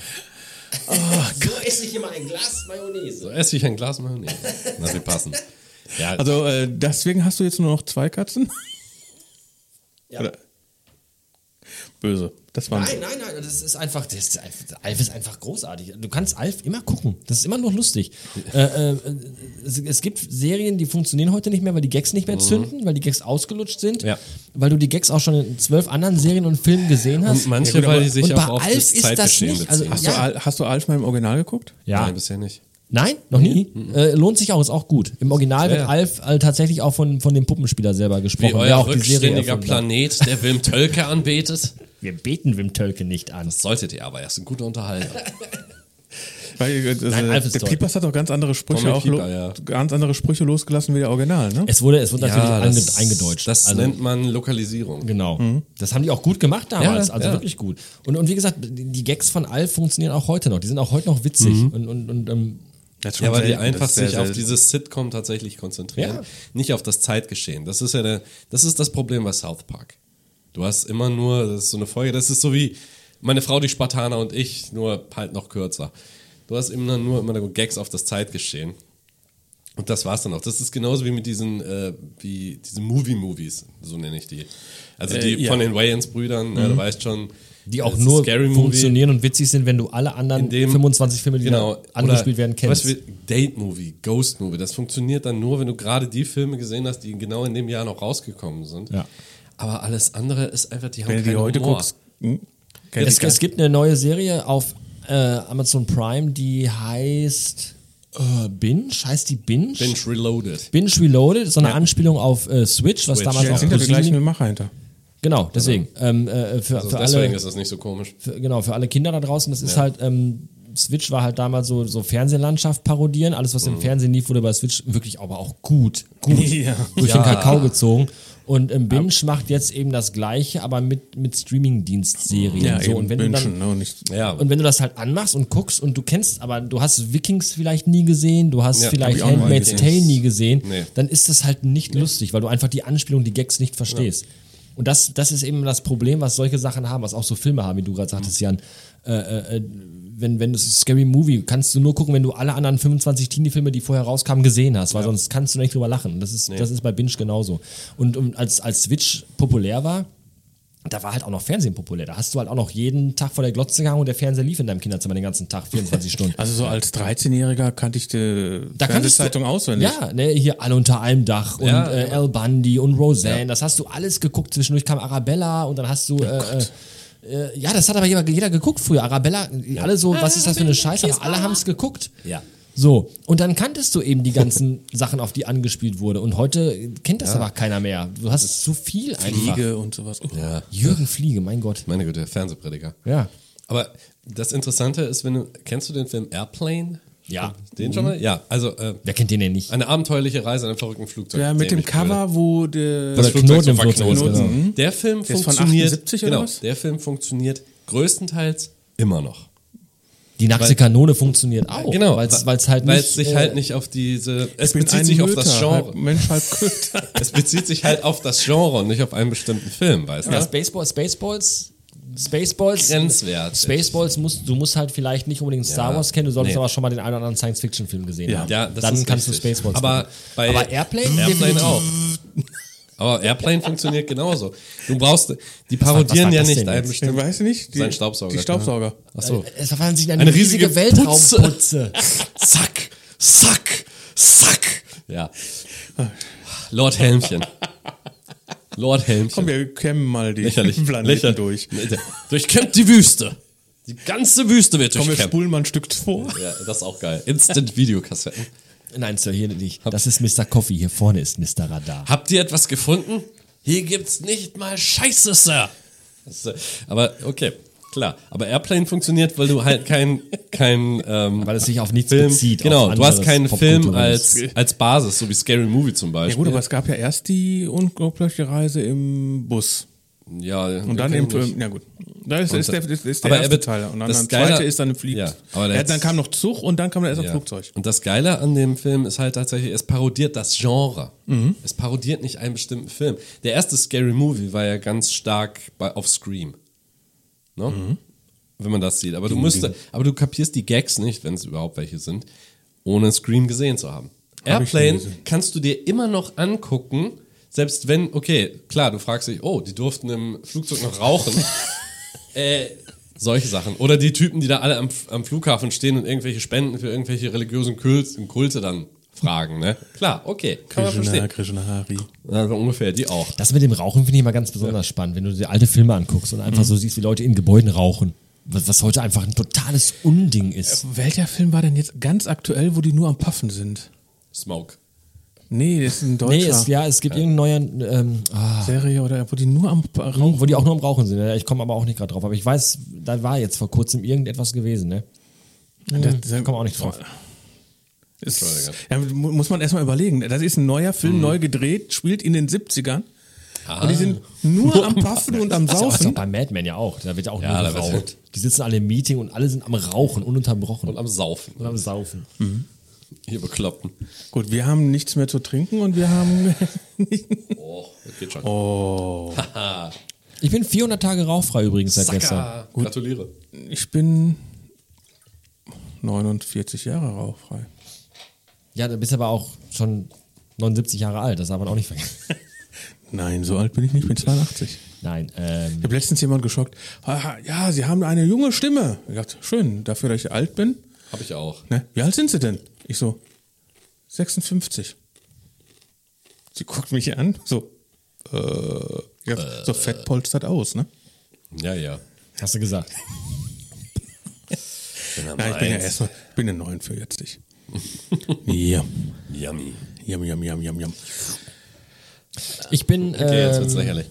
S3: So esse ich immer ein Glas Mayonnaise.
S1: So esse ich ein Glas Mayonnaise. Na, sie passen. Ja,
S2: Also äh, deswegen hast du jetzt nur noch zwei Katzen?
S3: Ja.
S2: Oder? Böse. Das war
S3: Nein, nein, nein, das ist einfach, das ist einfach, Alf ist einfach großartig. Du kannst Alf immer gucken. Das ist immer noch lustig. äh, äh, es, es gibt Serien, die funktionieren heute nicht mehr, weil die Gags nicht mehr zünden, weil die Gags ausgelutscht sind,
S1: Mhm. Ja.
S3: weil du die Gags auch schon in zwölf anderen Serien und Filmen gesehen hast.
S1: und manche,
S2: aber-
S1: weil die sich
S3: und bei
S1: auch auf
S3: Alf
S1: das
S3: ist das
S1: Zeitgeschehen
S3: nicht, also-
S1: beziehen.
S2: Hast,
S3: Ja.
S2: du Al hast du Alf mal im Original geguckt?
S1: Nein, bisher nicht.
S3: Nein, noch nie. Äh, lohnt sich auch, ist auch gut. Im Original
S1: Ja,
S3: wird
S1: ja.
S3: Alf äh, tatsächlich auch von, von dem Puppenspieler selber
S1: Wie
S3: gesprochen. der
S1: euer
S3: auch die Serie
S1: rückständiger
S3: erfunden hat.
S1: Planet, der Wilm Tölke anbetet.
S3: Wir beten Wim Tölke nicht an.
S1: Solltet ihr aber, er ist ein guter Unterhalter.
S2: Weil, also,
S3: Nein, Alf ist
S2: der
S3: toll.
S2: Pieper hat auch ganz andere Sprüche,
S1: Tommy
S2: auch lo-
S1: Pieper, ja.
S2: ganz andere Sprüche losgelassen wie der Original, ne?
S3: Es wurde, es wurde natürlich einge-
S1: das-
S3: eingedeutscht.
S1: Das
S3: also,
S1: nennt man Lokalisierung.
S3: Genau. Das haben die auch gut gemacht damals.
S1: Mhm. Ja,
S3: also
S1: ja.
S3: wirklich gut. Und, und wie gesagt, die die Gags von Alf funktionieren auch heute noch. Die sind auch heute noch witzig.
S1: Mhm.
S3: Und, und, und ähm,
S2: Das ist schon
S1: Ja, weil die
S2: selten,
S1: einfach
S2: das ist sehr
S1: sich auf
S2: selten.
S1: dieses Sitcom tatsächlich konzentrieren,
S3: Ja.
S1: nicht auf das Zeitgeschehen. Das ist ja der, das ist das Problem bei South Park. Du hast immer nur, das ist so eine Folge, das ist so wie meine Frau, die Spartaner und ich, nur halt noch kürzer. Du hast immer nur immer nur Gags auf das Zeitgeschehen. Und das war's dann auch. Das ist genauso wie mit diesen, äh, wie diese Movie-Movies, so nenne ich die. Also die
S2: Äh, ja. Mhm.
S1: von den Wayans-Brüdern, ne, du weißt schon.
S3: die auch
S1: das ist
S3: nur
S1: Scary Movie
S3: funktionieren und witzig sind, wenn du alle anderen
S1: in dem
S3: 25 Filme, die
S1: genau,
S3: da angespielt
S1: oder
S3: werden, kennst.
S1: zum Beispiel Date Movie, Ghost Movie, das funktioniert dann nur, wenn du gerade die Filme gesehen hast, die genau in dem Jahr noch rausgekommen sind.
S3: Ja.
S1: Aber alles andere ist einfach, die haben
S2: Wenn du die
S1: keinen
S2: heute
S1: Humor.
S2: guckst, hm, kenn
S3: es,
S2: ich gar
S3: es
S2: nicht.
S3: gibt eine neue Serie auf äh, Amazon Prime, die heißt äh, Binge. Heißt die Binge?
S1: Binge Reloaded.
S3: Binge Reloaded, so eine Anspielung auf äh, Switch, was
S1: Switch.
S3: damals
S1: Ja,
S3: auch
S2: sind ja die
S3: Pro7
S2: gleichen Macher hinter.
S3: Genau, deswegen. Ähm, äh, für,
S1: Also
S3: für
S1: deswegen
S3: alle,
S1: ist das nicht so komisch.
S3: für, genau, für alle Kinder da draußen, das ist halt, ähm, Switch war halt damals so, so Fernsehlandschaft parodieren. Alles, was im Fernsehen lief, wurde bei Switch wirklich aber auch gut, gut
S2: Ja.
S3: durch
S1: Mhm. Ja.
S3: den Kakao gezogen. Und ähm, Binge macht jetzt eben das Gleiche, aber mit, mit Streaming-Dienstserien.
S2: Ja,
S3: so,
S2: eben
S3: und wenn du dann,
S2: wünschen, ne? Und nicht,
S1: Ja,
S3: und wenn du das halt anmachst und guckst und du kennst, aber du hast Vikings vielleicht nie gesehen, du hast
S1: Ja,
S3: vielleicht
S1: hab ich auch noch nie
S3: Handmaid's
S1: gesehen.
S3: Tale nie gesehen,
S1: Nee.
S3: dann ist das halt nicht lustig, weil du einfach die Anspielung, die Gags nicht verstehst. Und das, das ist eben das Problem, was solche Sachen haben, was auch so Filme haben, wie du gerade sagtest, Jan. Äh, äh, äh, wenn, wenn das Scary Movie kannst du nur gucken, wenn du alle anderen 25 Teenie-Filme, die vorher rauskamen, gesehen hast, weil sonst kannst du nicht drüber lachen. Das ist, das ist bei Binge genauso. Und, und als, als Switch populär war, da war halt auch noch Fernsehen populär. Da hast du halt auch noch jeden Tag vor der Glotze gehangen und der Fernseher lief in deinem Kinderzimmer den ganzen Tag, 24 Stunden.
S2: Also so als 13-Jähriger kannte ich die
S3: Da kanntest du-
S2: Fernsehzeitung auswendig.
S3: Ja, ne, hier alle unter einem Dach und
S1: Ja,
S3: äh,
S1: ja.
S3: Al Bundy und Roseanne. Das hast du alles geguckt. Zwischendurch kam Arabella und dann
S1: Oh
S3: hast du. äh, äh, äh, ja, das hat aber jeder, jeder geguckt früher. Arabella, alle so, was ist das für eine Scheiße? Aber alle haben es geguckt.
S1: Ja.
S3: So, und dann kanntest du eben die ganzen Sachen, auf die angespielt wurde. Und heute kennt das aber keiner mehr. Du hast zu viel einfach.
S2: Fliege und sowas. Oh.
S1: ja.
S3: Jürgen Fliege, mein Gott.
S1: Meine Güte, Fernsehprediger.
S3: Ja.
S1: Aber das Interessante ist, wenn du, kennst du den Film Airplane?
S3: Ja. Mhm.
S1: Den schon mal? Ja, also äh,
S3: Wer kennt den denn nicht?
S1: eine abenteuerliche Reise in einem verrückten Flugzeug.
S2: Ja, mit dem
S1: Dämlich blöde.
S2: Cover, wo der
S3: Oder
S1: das Flugzeug
S3: Knoten im
S1: so
S3: Flugzeug,
S1: verknotet ist.
S3: genau.
S1: Mhm. Der Film
S2: ist von
S1: funktioniert.
S2: 78 oder
S1: genau,
S2: was?
S1: der Film funktioniert größtenteils immer noch.
S3: Die nackte
S1: Weil-
S3: Kanone funktioniert auch.
S1: genau,
S3: Weil es Oh, halt
S1: weil
S3: nicht.
S1: es sich
S3: äh,
S1: halt nicht auf diese. Es
S2: bin
S1: bezieht
S2: ein
S1: sich auf
S2: Möter,
S1: das
S2: halb
S1: Genre.
S2: Mensch, halb Köter.
S1: Es bezieht sich halt auf das Genre und nicht auf einen bestimmten Film, weißt du?
S3: Ja, Spaceball, Spaceballs. Spaceballs.
S1: Grenzwert.
S3: Spaceballs musst du musst halt vielleicht nicht unbedingt Star Wars kennen, du solltest
S1: nee.
S3: aber schon mal den einen oder anderen Science-Fiction-Film gesehen haben.
S1: Ja, das
S3: Dann
S1: ist
S3: kannst
S1: richtig.
S3: du Spaceballs
S1: aber
S3: gucken.
S1: bei
S3: aber Airplane,
S1: Airplane
S3: definitiv.
S1: auch. Aber Airplane funktioniert genauso. Du brauchst, die parodieren
S3: war
S1: ja
S3: das
S1: nicht
S3: denn
S1: einen
S3: jetzt?
S2: Ich
S1: bestimmten.
S2: weiß nicht. Die,
S1: Sein Staubsauger. genau.
S2: Die Staubsauger.
S1: Achso.
S3: Es war sich eine,
S1: Eine
S3: riesige,
S1: riesige
S3: Weltraumputze.
S1: Sack, Sack, Sack. Ja. Lord Helmchen. Lord
S2: Komm,
S1: Helmchen.
S2: wir kämmen mal die
S1: Lächerlich.
S2: Planeten
S1: Lächerlich.
S2: durch.
S1: Durchkämmt die Wüste. Die ganze Wüste wird
S2: Komm, wir
S1: durchkämmt.
S2: spulen mal ein Stück vor.
S1: Ja, das ist auch geil. Instant-Videokassetten.
S3: Nein, Sir, hier nicht. Das ist Mr. Coffee. Hier vorne ist Mr. Radar.
S1: Habt ihr etwas gefunden? Hier gibt's nicht mal Scheiße, Sir. Das ist, äh, Aber okay, klar. Aber Airplane funktioniert, weil du halt kein, kein ähm,
S3: Weil es sich auf nichts
S1: Film,
S3: bezieht.
S1: genau,
S3: auf
S1: du hast
S3: anderes
S1: keinen Film
S3: popkulturelles-
S1: als, als Basis, so wie Scary Movie zum
S2: Ja gut,
S1: Beispiel.
S2: aber es gab ja erst die unglaubliche Reise im Bus.
S1: Ja,
S2: Und dann im, ähm, ja gut. Da ist, ist der, ist, ist der
S1: aber er
S2: erste
S1: wird-
S2: Teil. Und dann
S1: das
S2: der
S1: Geile-
S2: zweite ist dann ein Flieg.
S1: Ja, aber der
S2: ja,
S1: hat-
S2: dann kam noch Zug und dann kam erst ein
S1: Ja.
S2: Flugzeug.
S1: Und das Geile an dem Film ist halt tatsächlich, es parodiert das Genre.
S2: Mhm.
S1: Es parodiert nicht einen bestimmten Film. Der erste Scary Movie war ja ganz stark bei, auf Scream. Ne?
S2: Mhm.
S1: Wenn man das sieht. Aber du, musst, aber du kapierst die Gags nicht, wenn es überhaupt welche sind, ohne Scream gesehen zu haben.
S2: Hab ich nie
S1: Airplane
S2: gesehen.
S1: kannst du dir immer noch angucken, selbst wenn, okay, klar, du fragst dich, oh, die durften im Flugzeug noch rauchen. Äh, solche Sachen. Oder die Typen, die da alle am, am Flughafen stehen und irgendwelche Spenden für irgendwelche religiösen Kults, Kulte dann fragen, ne? Klar, okay, kann man verstehen.
S2: Krishna Hari.
S1: Ja, so ungefähr, die auch.
S3: Das mit dem Rauchen finde ich immer ganz besonders spannend, wenn du dir alte Filme anguckst und
S1: Mhm.
S3: einfach so siehst, wie Leute in Gebäuden rauchen. Was, was heute einfach ein totales Unding ist.
S2: Welcher Film war denn jetzt ganz aktuell, wo die nur am Puffen sind?
S1: Smoke.
S2: Nee, das ist ein deutscher
S3: Nee, es, ja, es gibt irgendeinen neuen, ähm, ah,
S2: Serie oder wo die nur am
S1: Hm.
S2: Raum.
S3: wo die auch nur am Rauchen sind. Ja, Ich komme aber auch nicht gerade drauf. Aber ich weiß, da war jetzt vor kurzem irgendetwas gewesen, ne?
S2: Das, das,
S3: Da kommen wir auch nicht drauf.
S2: Ist, ja, mu- muss man erstmal überlegen. Das ist ein neuer Film, neu gedreht, spielt in den 70ern. Und die sind nur am Paffen und am
S3: Das ist ja auch
S2: Saufen.
S3: bei Mad Men ja auch. Da wird ja auch
S1: Ja,
S3: nur
S1: da wird-
S3: geraucht. Die sitzen alle im Meeting und alle sind am Rauchen, ununterbrochen.
S1: Und am Saufen.
S3: Und am Saufen.
S1: Hier bekloppten.
S2: Gut, wir haben nichts mehr zu trinken und wir haben.
S1: Oh, das geht schon.
S3: Ich bin 400 Tage rauchfrei übrigens seit gestern.
S1: Sacker. Gratuliere.
S2: ich bin 49 Jahre rauchfrei.
S3: Ja, du bist aber auch schon 79 Jahre alt. Das darf man auch nicht vergessen.
S2: Nein, so alt bin ich nicht, ich bin 82.
S3: Nein, ähm,
S2: Ich habe letztens jemand geschockt. Haha, ja, Sie haben eine junge Stimme. Ich dachte, schön, dafür, dass ich alt bin.
S1: Hab ich auch.
S2: Ne? Wie alt sind Sie denn? Ich so, 56. Sie guckt mich an, so, äh, ja, so fett polstert aus, ne?
S1: Ja, ja.
S3: hast du gesagt.
S2: Ja, ich bin ja erstmal, ich bin ja 49. ja,
S1: Yummy.
S2: jam, jam, jam, jam, jam.
S3: Ich bin
S1: Okay, jetzt wird's
S3: ähm,
S1: lächerlich.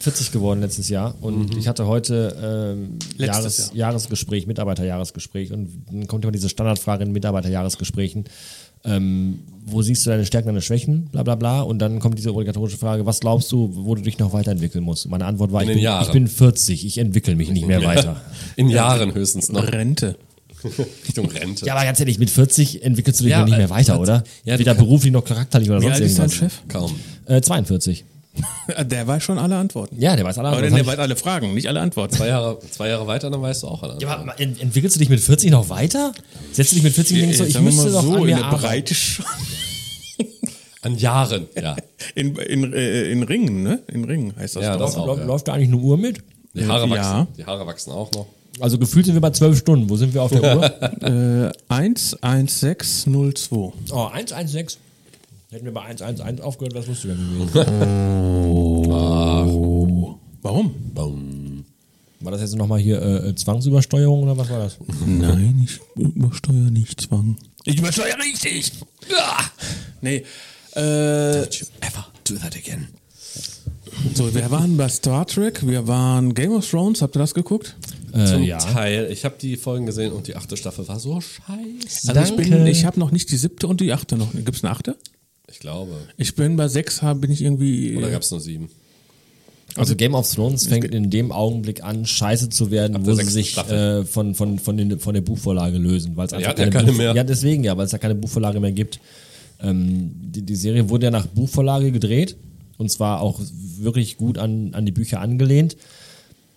S3: 40 geworden letztes Jahr und ich hatte heute ähm,
S2: Mhm. Letztes
S3: Jahres, Jahresgespräch, Mitarbeiterjahresgespräch und dann kommt immer diese Standardfrage in Mitarbeiterjahresgesprächen. Ähm, wo siehst du deine Stärken, deine Schwächen, bla bla bla. Und dann kommt diese obligatorische Frage, was glaubst du, wo du dich noch weiterentwickeln musst? Meine Antwort war, ich
S1: den
S3: bin,
S1: Jahren.
S3: ich bin 40, ich entwickle mich nicht mehr weiter.
S1: In Jahren höchstens noch.
S2: Rente.
S1: Richtung Rente.
S3: Ja, aber ganz ehrlich, mit 40 entwickelst du dich
S1: Ja,
S3: noch nicht mehr
S1: äh,
S3: weiter,
S1: das-
S3: oder?
S1: ja, du
S3: Weder
S1: kann-
S3: beruflich noch charakterlich oder
S2: Wie
S3: sonst
S2: alt ist dein
S3: irgendwas.
S2: Chef?
S1: Kaum.
S3: Äh, 42.
S2: Ah, Der weiß schon alle Antworten.
S3: Ja, der weiß alle
S2: Aber
S3: Antworten.
S2: der
S3: Hab
S2: weiß alle Fragen, nicht alle Antworten.
S1: Zwei Jahre, zwei Jahre weiter, dann weißt du auch alle.
S3: ich- Ja, aber ent entwickelst du dich mit 40 noch weiter? Setzt du dich mit 40 und denkst so, ich
S2: äh, Sagen wir
S3: müsste
S2: mal
S3: doch
S2: so,
S3: an
S2: in
S3: mir
S2: der
S3: arbeiten.
S2: Breite schon.
S1: An Jahren, ja.
S2: In, in, äh, in Ringen, ne? In Ringen heißt das
S1: Ja,
S2: doch.
S1: das auch.
S3: Läuft,
S1: Ja.
S3: läuft da eigentlich eine Uhr mit?
S1: Die Haare
S2: Ja.
S1: wachsen. Die Haare wachsen auch noch.
S3: Also gefühlt sind wir bei 12 Stunden. Wo sind wir auf der Uhr?
S2: Äh, 11602.
S3: Oh, 116. Hätten wir bei 111 aufgehört, was lustig gewesen.
S2: Warum?
S3: War das jetzt nochmal hier äh, äh, Zwangsübersteuerung oder was war das?
S2: Nein, ich übersteuere nicht Zwang. Ich übersteuere richtig! Ah! Nee. Äh,
S1: Ever do that again.
S2: so, wir waren bei Star Trek, wir waren Game of Thrones, habt ihr das geguckt?
S1: Zum
S3: Äh, ja.
S1: Teil. Ich habe die Folgen gesehen und die achte Staffel war so scheiße.
S2: Also ich bin,
S3: Danke.
S2: ich habe noch nicht die siebte und die achte noch. Gibt's eine achte?
S1: Ich glaube.
S2: Ich bin bei sechs, hab- bin ich irgendwie.
S1: Oder gab es nur sieben?
S3: Also Game of Thrones fängt in dem Augenblick an, scheiße zu werden, wo
S1: der
S3: sie
S1: sechsten
S3: sich
S1: Staffel.
S3: äh, von, von, von, den, von der Buchvorlage lösen. Weil es einfach
S1: hat ja keine
S3: Buch-
S1: mehr.
S3: Ja, deswegen ja, weil es ja keine Buchvorlage mehr gibt. Ähm, die, die Serie wurde ja nach Buchvorlage gedreht und zwar auch wirklich gut an, an die Bücher angelehnt.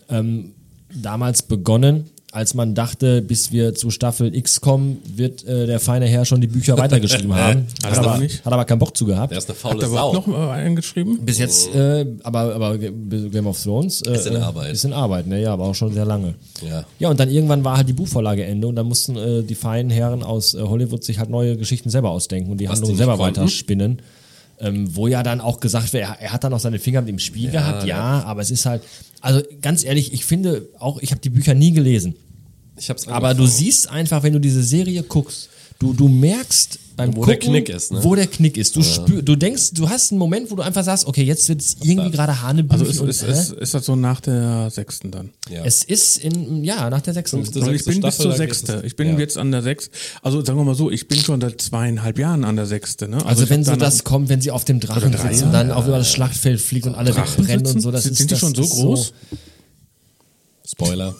S3: Ähm, damals begonnen, als man dachte, bis wir zu Staffel X kommen, wird äh, der feine Herr schon die Bücher weitergeschrieben haben.
S2: Hat er aber nicht.
S3: Hat aber keinen Bock zu gehabt.
S1: Der ist eine
S2: Habt
S1: faule
S2: ihr überhaupt
S1: Sau.
S2: noch äh, mal einen geschrieben?
S3: Bis jetzt, äh, aber, aber Game of Thrones äh,
S1: Ist in
S3: äh,
S1: Arbeit.
S3: Ist in Arbeit, ne? ja, aber auch schon sehr lange.
S1: Ja.
S3: Ja, und dann irgendwann war halt die Buchvorlage Ende und dann mussten äh, die feinen Herren aus äh, Hollywood sich halt neue Geschichten selber ausdenken und die
S1: Was die
S3: Handlung
S1: nicht
S3: selber
S1: konnten.
S3: weiterspinnen. Ähm, wo ja dann auch gesagt wird, er, er hat dann auch seine Finger mit im Spiel gehabt, ja, aber es ist halt, also ganz ehrlich, ich finde auch, ich habe die Bücher nie gelesen.
S1: Ich hab's
S3: Aber du
S1: angefangen.
S3: siehst einfach, wenn du diese Serie guckst, du, du merkst beim
S1: Wo der
S3: Gucken,
S1: Knick ist, ne?
S3: wo der Knick ist. Du, spür, du denkst, du hast einen Moment, wo du einfach sagst, okay, jetzt wird es irgendwie gerade Hanebüchen.
S2: Also ist,
S3: und,
S2: ist,
S3: äh,
S2: ist, ist das so nach der sechsten dann?
S1: Ja.
S3: es ist in, ja, nach der sechsten.
S1: Fünfte-
S2: Also ich
S1: sechste
S2: bin bis
S1: Staffel,
S2: zur
S1: dann
S2: sechste.
S1: geht's-
S2: Ich bin
S1: ja.
S2: jetzt an der sechs. Also sagen wir mal so, ich bin schon seit zweieinhalb Jahren an der sechste. Ne?
S3: Also
S2: ich
S3: wenn
S2: hab
S3: sie
S2: dann-
S3: das kommen, wenn sie auf dem Drachen
S2: drei,
S3: sitzen, dann auf über das Schlachtfeld fliegt und alle wegbrennen und
S2: sitzen?
S3: so. Das
S2: Sind-
S3: ist,
S2: sind die
S3: das
S2: schon so
S3: ist
S2: groß?
S1: Spoiler.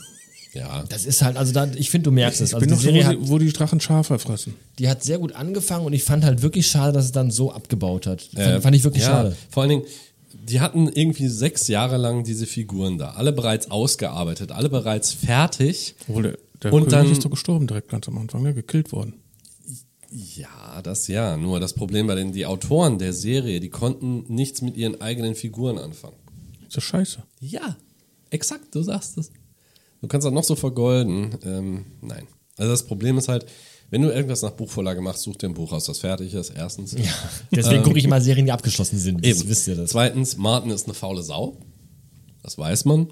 S1: Ja.
S3: das ist halt, also da, ich finde, du merkst es.
S2: Ich
S3: Also
S2: bin
S3: die
S2: noch
S3: Serie hat,
S2: so, wo, sie- wo die Drachen Schafe fressen.
S3: die hat sehr gut angefangen und ich fand halt wirklich schade, dass es dann so abgebaut hat.
S1: Äh,
S3: Fand, fand ich wirklich
S1: ja,
S3: schade.
S1: Vor allen Dingen, die hatten irgendwie sechs Jahre lang diese Figuren da. Alle bereits ausgearbeitet, alle bereits fertig.
S2: Obwohl der, der
S1: Und
S2: König
S1: dann-
S2: ist doch gestorben direkt ganz am Anfang, ne? gekillt worden.
S1: Ja, das ja. Nur das Problem bei den die Autoren der Serie, die konnten nichts mit ihren eigenen Figuren anfangen.
S2: Ist das scheiße.
S1: Ja, exakt, du sagst es. Du kannst das noch so vergolden. Ähm, nein. Also das Problem ist halt, wenn du irgendwas nach Buchvorlage machst, such dir ein Buch aus, das fertig ist, erstens. Ja,
S3: Deswegen
S2: Äh,
S3: gucke ich immer Serien, die abgeschlossen sind. Das
S1: Eben.
S3: wisst ihr das.
S1: Zweitens, Martin ist eine faule Sau. Das weiß man.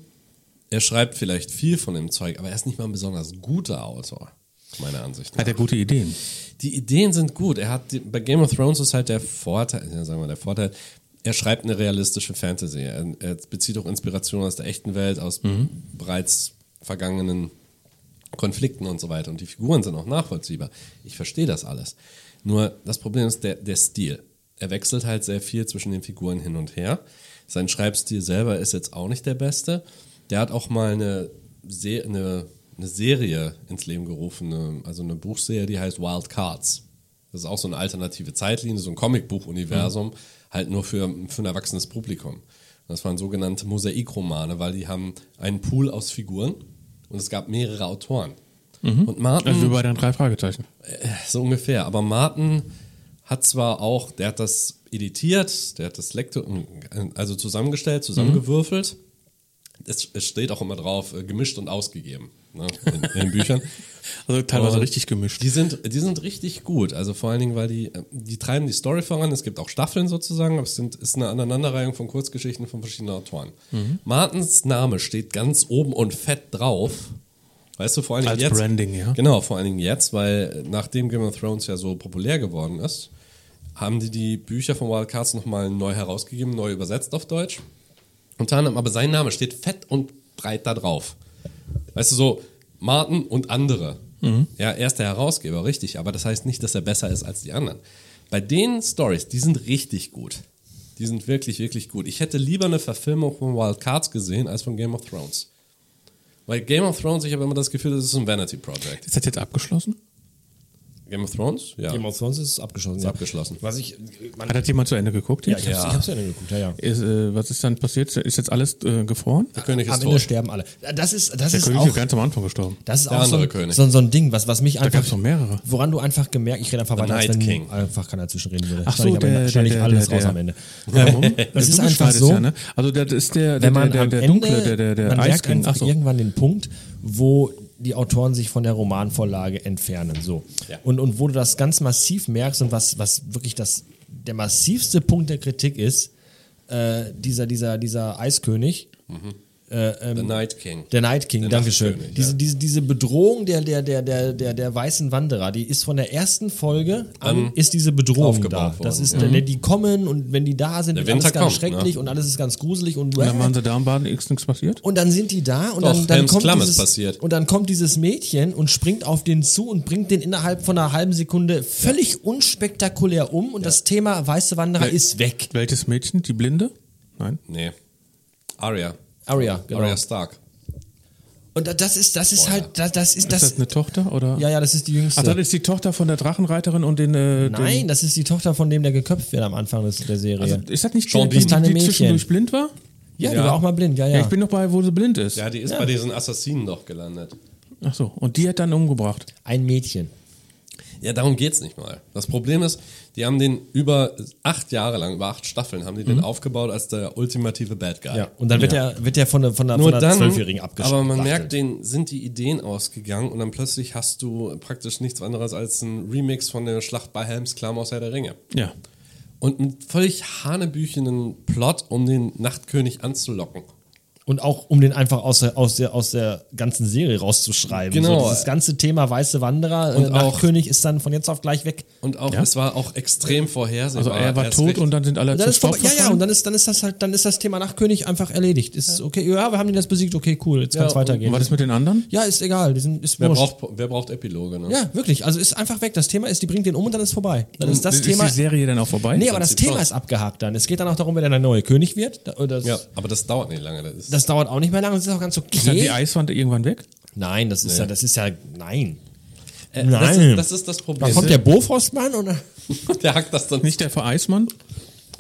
S1: Er schreibt vielleicht viel von dem Zeug, aber er ist nicht mal ein besonders guter Autor, meiner Ansicht nach.
S2: Hat er gute Ideen.
S1: Die Ideen sind gut. Er hat die, bei Game of Thrones ist halt der Vorteil, ja, sagen wir mal, der Vorteil, er schreibt eine realistische Fantasy. Er,
S2: Mhm.
S1: er bezieht auch Inspiration aus der echten Welt, aus bereits vergangenen Konflikten und so weiter. Und die Figuren sind auch nachvollziehbar. Ich verstehe das alles. Nur das Problem ist der, der Stil. Er wechselt halt sehr viel zwischen den Figuren hin und her. Sein Schreibstil selber ist jetzt auch nicht der beste. Der hat auch mal eine, Se eine, eine Serie ins Leben gerufen, eine, also eine Buchserie, die heißt Wild Cards. Das ist auch so eine alternative Zeitlinie, so ein Comicbuch-Universum, halt nur für, für ein erwachsenes Publikum. Das waren sogenannte Mosaikromane, weil die haben einen Pool aus Figuren und es gab mehrere Autoren. Und Martin
S2: Also wie bei den drei Fragezeichen.
S1: so ungefähr. Aber Martin hat zwar auch, der hat das editiert, der hat das Lektor, also zusammengestellt, zusammengewürfelt. Es, es steht auch immer drauf, äh, gemischt und ausgegeben ne, in, in den Büchern.
S2: Also teilweise
S1: Und
S2: richtig gemischt.
S1: Die sind, die sind richtig gut. Also vor allen Dingen, weil die, äh, die treiben die Story voran. Es gibt auch Staffeln sozusagen, aber es sind, ist eine Aneinanderreihung von Kurzgeschichten von verschiedenen Autoren.
S2: Mhm.
S1: Martens Name steht ganz oben und fett drauf. Weißt du, vor allen Dingen
S2: Als
S1: jetzt.
S2: Branding, ja.
S1: Genau, vor allen Dingen jetzt, weil äh, nachdem Game of Thrones ja so populär geworden ist, haben die die Bücher von Wild Cards nochmal neu herausgegeben, neu übersetzt auf Deutsch. Unter anderem, aber sein Name steht fett und breit da drauf. Weißt du, so Martin und andere.
S2: Mhm.
S1: Ja, er ist der Herausgeber, richtig, aber das heißt nicht, dass er besser ist als die anderen. Bei den Stories, die sind richtig gut. Die sind wirklich, wirklich gut. Ich hätte lieber eine Verfilmung von Wild Cards gesehen als von Game of Thrones. Weil Game of Thrones, ich habe immer das Gefühl, das ist ein Vanity Project.
S2: Ist das jetzt abgeschlossen?
S1: Game of Thrones? Ja.
S3: Game of Thrones ist abgeschlossen. Ist
S1: abgeschlossen.
S3: Was ich, man,
S2: Hat das jemand zu Ende geguckt? jetzt?
S3: ich, hab's, ich hab's ja nicht geguckt, ja, ja.
S2: Ist, äh, was ist dann passiert? Ist jetzt alles äh, gefroren?
S1: der König
S3: Am
S1: ist
S3: Ende
S1: tot.
S3: sterben alle. Das ist, das
S2: Der
S3: ist
S2: König ist
S3: auch,
S2: ganz am Anfang gestorben.
S3: das ist
S1: Der
S3: auch so
S1: andere
S3: ein,
S1: König.
S3: so, ein- so ein Ding, was, was mich einfach.
S2: gab's noch mehrere.
S3: Woran du einfach gemerkt, ich rede einfach weiter, als
S1: Night
S3: wenn
S1: King.
S3: einfach keiner zwischenreden würde.
S2: Ach
S3: Schneide
S2: so,
S3: ich, aber-
S2: der,
S3: schneide ich
S2: der,
S3: alles
S2: der,
S3: raus
S2: der.
S3: am Ende.
S2: Warum?
S3: Das
S2: Du
S3: ist einfach
S2: beschneidest
S3: so.
S2: Ja, ne? Also das ist der, der,
S3: wenn man
S2: der,
S3: am
S2: der, der
S3: Ende,
S2: dunkle, der, der, der
S3: man merkt
S2: Eiskönig.
S3: einfach
S2: Ach so.
S3: irgendwann den Punkt, wo die Autoren sich von der Romanvorlage entfernen. So.
S1: Ja.
S3: Und, und wo du das ganz massiv merkst und was, was wirklich das, der massivste Punkt der Kritik ist, äh, dieser, dieser, dieser Eiskönig, äh, ähm,
S1: The Night King.
S3: der Night King, Dankeschön.
S1: Nachtkönig,
S3: diese,
S1: ja.
S3: diese, diese Bedrohung der, der, der, der, der, der weißen Wanderer, die ist von der ersten Folge an, ist diese Bedrohung
S1: aufgebaut
S3: da. Das
S1: worden,
S3: ist,
S1: ja.
S3: wenn die kommen und wenn die da sind,
S1: Der
S3: wird alles
S1: Winter
S3: ganz
S1: kommt,
S3: schrecklich
S1: ne?
S3: und alles ist ganz gruselig und,
S2: Und dann waren sie da und baden, ist nichts passiert.
S3: und dann sind die da und
S1: Doch,
S3: dann, dann
S1: Helms
S3: kommt
S1: Klamm ist
S3: dieses,
S1: passiert.
S3: und dann kommt dieses Mädchen und springt auf den zu und bringt den innerhalb von einer halben Sekunde völlig unspektakulär um und das Thema weiße Wanderer ist weg.
S2: Welches Mädchen? Die Blinde? Nein.
S1: Nee. Arya.
S3: Arya, genau.
S1: Arya Stark.
S3: Und da- das ist das ist halt das, das ist
S2: Ist
S3: das,
S2: das eine Tochter oder?
S3: ja ja das ist die jüngste.
S2: Ach, das ist die Tochter von der Drachenreiterin und den. Äh,
S3: Nein, das ist die Tochter von dem, der geköpft wird am Anfang des, der Serie.
S2: Den, also, ist das nicht
S1: Jean
S2: die, die,
S3: Dean.
S2: die,
S3: Kleine
S2: zwischendurch
S3: Mädchen.
S2: blind war?
S1: ja.
S3: ja, die war auch mal blind, ja, ja.
S2: Ja, ich bin noch bei, wo sie blind ist.
S1: Ja, die ist bei diesen Assassinen doch gelandet.
S2: Ach so. Und die hat dann umgebracht.
S3: Ein Mädchen.
S1: Ja, darum geht's nicht mal. Das Problem ist, die haben den über acht Jahre lang, über acht Staffeln, haben die den aufgebaut als der ultimative Bad Guy.
S3: Mhm. Ja. Und dann wird er wird er von der von der,
S1: Nur
S3: von der
S1: dann,
S3: Zwölfjährigen abgeschnitten.
S1: aber man merkt, denen sind die Ideen ausgegangen und dann plötzlich hast du praktisch nichts anderes als ein Remix von der Schlacht bei Helms Klamm aus Herr der Ringe.
S2: Ja.
S1: Und einen völlig hanebüchenen Plot, um den Nachtkönig anzulocken.
S3: Und auch um den einfach aus der, aus der, aus der ganzen Serie rauszuschreiben.
S1: Genau.
S3: So, dieses ganze Thema Weiße Wanderer und
S1: Und auch-
S3: auch König ist dann von jetzt auf gleich weg.
S1: Und auch, es war auch extrem vorhersehbar.
S2: Also er war
S1: ist
S2: tot
S1: richtig-
S2: und dann sind alle
S3: Und dann
S2: zu
S3: ist
S2: Staub
S3: vorbei, ja, ja,
S2: verfallen.
S3: und dann ist, dann ist das halt, dann ist das Thema Nachtkönig einfach erledigt. Ist okay, ja, wir haben ihn jetzt besiegt, okay, cool, jetzt kann's
S1: und-
S3: weitergehen.
S2: Und war das mit den anderen?
S3: ja, ist egal, die sind, ist
S1: Wer
S3: wurscht.
S1: braucht, wer braucht Epiloge, ne?
S3: Ja, wirklich, also ist einfach weg. Das Thema ist, die bringt den um und dann ist vorbei. Dann ist das
S2: ist
S3: Thema.
S2: die Serie dann auch vorbei?
S3: nee, aber das
S1: Prinzip
S3: Thema
S1: schon.
S3: ist abgehakt dann. Es geht dann auch darum, wer dann der neue König wird. Da- Das,
S1: Ja, aber das dauert nicht lange. Das ist
S3: das dauert auch nicht mehr lange, das ist auch ganz
S2: ist dann die
S3: okay.
S2: Eiswand irgendwann weg?
S3: Nein, das ist ja, das ist ja, nein.
S1: Äh, Das
S3: Nein.
S1: ist, das ist das
S3: Da
S1: Problem.
S3: kommt der Bofrostmann und
S1: der hackt das dann
S2: Nicht der für Eismann?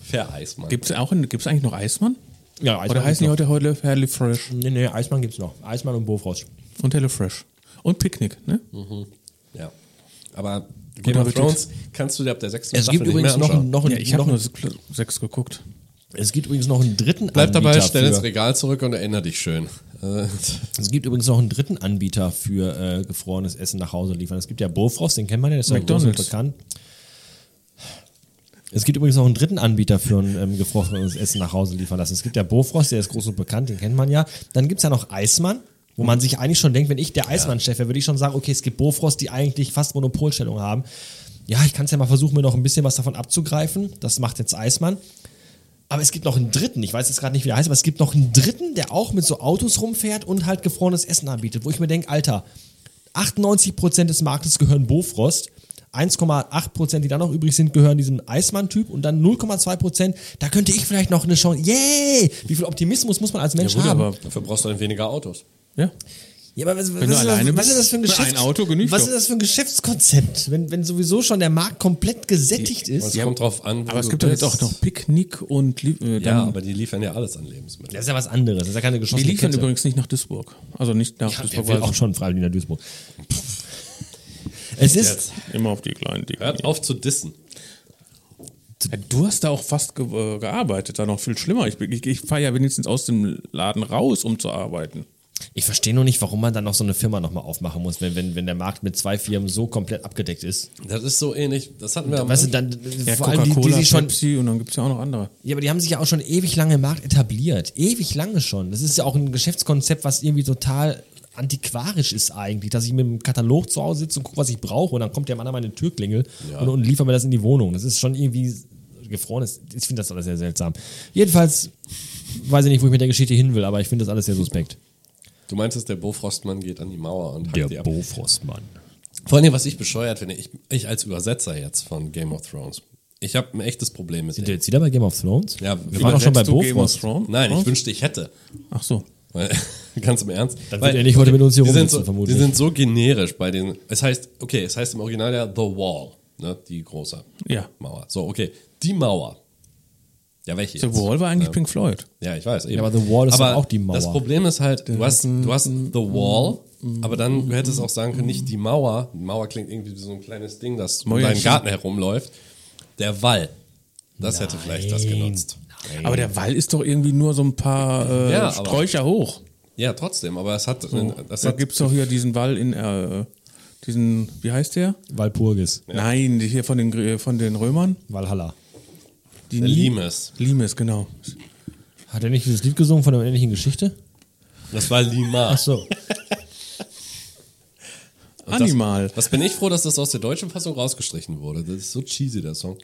S1: vereist, Mann.
S2: Gibt es eigentlich noch Eismann?
S3: Ja, Eismann
S2: Oder heißen die
S3: gibt's
S2: heute heute Hello Fresh?
S3: noch. Nee, nee, Eismann gibt's noch. Eismann und Bofrost.
S2: Und Hello Fresh. Und Picknick, ne?
S1: Ja. Aber Game of
S2: Appetit.
S1: Thrones kannst du dir ab der sechsten
S3: Es gibt übrigens noch, einen- noch, einen-
S2: Ja, ich habe
S3: noch,
S2: nur
S3: einen-
S2: sechs geguckt.
S3: es gibt übrigens noch einen dritten
S1: Bleib dabei,
S3: Anbieter
S1: stell ins
S3: für,
S1: Regal zurück und erinnere dich schön. Äh,
S3: Es gibt übrigens noch einen dritten Anbieter für äh, gefrorenes Essen nach Hause liefern. Es gibt ja Bofrost, den kennt man ja, der ist
S2: McDonald's.
S3: ja groß und bekannt. Es gibt übrigens noch einen dritten Anbieter für ein ähm, gefrorenes Essen nach Hause liefern lassen. Es gibt ja Bofrost, der ist groß und bekannt, den kennt man ja. Dann gibt's ja noch Eismann, wo man sich eigentlich schon denkt, wenn ich der Eismann-Chef wäre, würde ich schon sagen, okay, es gibt Bofrost, die eigentlich fast Monopolstellung haben. Ja, ich kann es ja mal versuchen, mir noch ein bisschen was davon abzugreifen. Das macht jetzt Eismann. Aber es gibt noch einen dritten, ich weiß jetzt gerade nicht, wie der heißt, aber es gibt noch einen dritten, der auch mit so Autos rumfährt und halt gefrorenes Essen anbietet, wo ich mir denke, Alter, 98% des Marktes gehören Bofrost. 1,8 Prozent, die da noch übrig sind, gehören diesem Eismann-Typ und dann 0,2 Prozent. Da könnte ich vielleicht noch eine Chance. Yay! Wie viel Optimismus muss man als Mensch
S2: gut,
S3: haben?
S2: aber
S1: Dafür brauchst du dann weniger Autos.
S2: ja.
S3: Ja, aber was, was,
S2: du
S3: ist,
S2: alleine
S3: das, was
S2: bist,
S3: ist das für ein
S2: mit
S3: Geschäfts
S2: einem Auto genügt
S3: Was
S2: doch.
S3: ist das für ein Geschäftskonzept, wenn, wenn sowieso schon der Markt komplett gesättigt
S1: Es
S3: ist?
S1: kommt drauf an, wo
S2: Aber es
S1: du
S2: gibt doch jetzt
S1: bist.
S2: auch noch Picknick und Lie- äh,
S1: Also Ja,
S2: dann,
S1: aber die liefern ja alles an Lebensmitteln.
S3: Das ist ja was anderes. Das ist ja keine
S2: die
S3: geschossene
S2: liefern
S3: Kette.
S2: übrigens nicht nach Duisburg. Also nicht nach
S3: Ja,
S2: Duisburg.
S3: wer will
S2: weil-
S3: auch schon freiwillig nach Duisburg. Es ist,
S1: Jetzt.
S2: Immer auf die kleinen Dicken.
S1: Hört auf zu dissen.
S2: Ja, du hast da auch fast ge äh, gearbeitet, da noch viel schlimmer. Ich, bin- ich, ich fahre ja wenigstens aus dem Laden raus, um zu arbeiten.
S3: ich verstehe nur nicht, warum man dann noch so eine Firma nochmal aufmachen muss, wenn, wenn, wenn der Markt mit zwei Firmen so komplett abgedeckt ist.
S1: Das ist so ähnlich. Das hatten wir am
S3: Weißt du,
S1: Anfang.
S3: dann vor allem die, die sich schon,
S2: Pepsi und dann gibt es ja auch noch andere.
S3: ja, aber die haben sich ja auch schon ewig lange im Markt etabliert. Ewig lange schon. Das ist ja auch ein Geschäftskonzept, was irgendwie total antiquarisch ist eigentlich, dass ich mit dem Katalog zu Hause sitze und gucke, was ich brauche und dann kommt der Mann an meine Türklingel und, und liefert mir das in die Wohnung. Das ist schon irgendwie gefrorenes. Ich finde das alles sehr seltsam. Jedenfalls weiß ich nicht, wo ich mit der Geschichte hin will, aber ich finde das alles sehr suspekt.
S1: Du meinst, dass der Bofrostmann geht an die Mauer und hackt die ab.
S3: Bofrostmann.
S1: Vor allem, was ich bescheuert finde, ich, ich als Übersetzer jetzt von Game of Thrones, ich habe ein echtes Problem mit
S3: Sind
S1: dem.
S3: wir jetzt wieder bei Game of Thrones?
S1: Ja,
S3: wir waren doch schon bei
S2: Übersetzt du Game of
S3: Bofrost.
S2: Thrones?
S1: Nein, ich wünschte, ich hätte.
S2: Ach so.
S1: Weil, ganz im Ernst.
S3: Dann wird er nicht heute mit uns hier
S1: die sind
S3: rumsitzen,
S1: so,
S3: vermutlich.
S1: Die sind so generisch bei den. Es heißt, okay, es heißt im Original ja The Wall, ne? Die große
S2: Ja.
S1: Mauer. So, okay. Die Mauer. Ja, welche
S2: The
S1: jetzt? Ähm,
S2: Wall war eigentlich
S1: Ja.
S2: Pink Floyd.
S1: Ja, ich weiß. Eben.
S3: Ja, aber The Wall ist doch auch die Mauer. Mm,
S1: Das Problem ist halt, du hast, du hast The Wall, aber dann du hättest auch sagen können, nicht die Mauer. Die Mauer klingt irgendwie wie so ein kleines Ding, das um
S2: Mäuerchen.
S1: deinen Garten herumläuft. Der Wall. Das hätte vielleicht das genutzt.
S2: Aber der Wall ist doch irgendwie nur so ein paar äh,
S1: Ja, aber-
S2: Sträucher hoch.
S1: Ja, trotzdem, aber es hat. Das
S2: Da
S1: hat
S2: gibt es doch hier diesen Wall in, äh, diesen, wie heißt der?
S3: Walpurgis.
S2: Nein, die hier von den, Gr- von den Römern.
S3: Valhalla.
S2: Die
S1: der
S2: nie-
S1: Limes.
S2: Limes, genau.
S3: Hat er nicht dieses Lied gesungen von einer ähnlichen Geschichte?
S1: Das war Lima.
S3: so.
S1: Und
S2: Animal.
S1: Das, das bin ich froh, dass das aus der deutschen Fassung rausgestrichen wurde. Das ist so cheesy, der Song.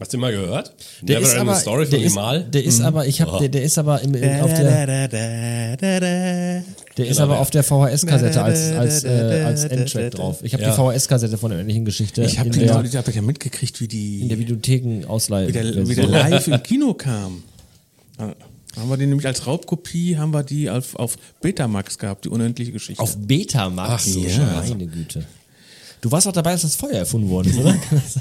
S1: Hast du den mal gehört?
S3: Der ist aber,
S1: Story von
S3: der ist,
S1: Limal?
S3: der ist aber, ich hab, der, der ist aber im, im, auf der, der ist aber auf der VHS-Kassette als, als, äh, als Endtrack drauf. Ich habe
S1: Ja.
S3: die VHS-Kassette von einer ähnlichen Geschichte
S2: Ich habe
S3: in,
S2: den
S3: der,
S2: Leute, ich hab ja mitgekriegt, wie
S3: in der
S2: die
S3: Videotheken-Ausleihe.
S2: wieder, wieder live im Kino kamen. Da Haben wir die nämlich als Raubkopie, haben wir die auf, auf Betamax gehabt, die unendliche Geschichte.
S3: Auf Betamax.
S1: Ach so,
S3: Scheiße. meine Güte. Du warst auch dabei, als das Feuer erfunden worden ist, oder?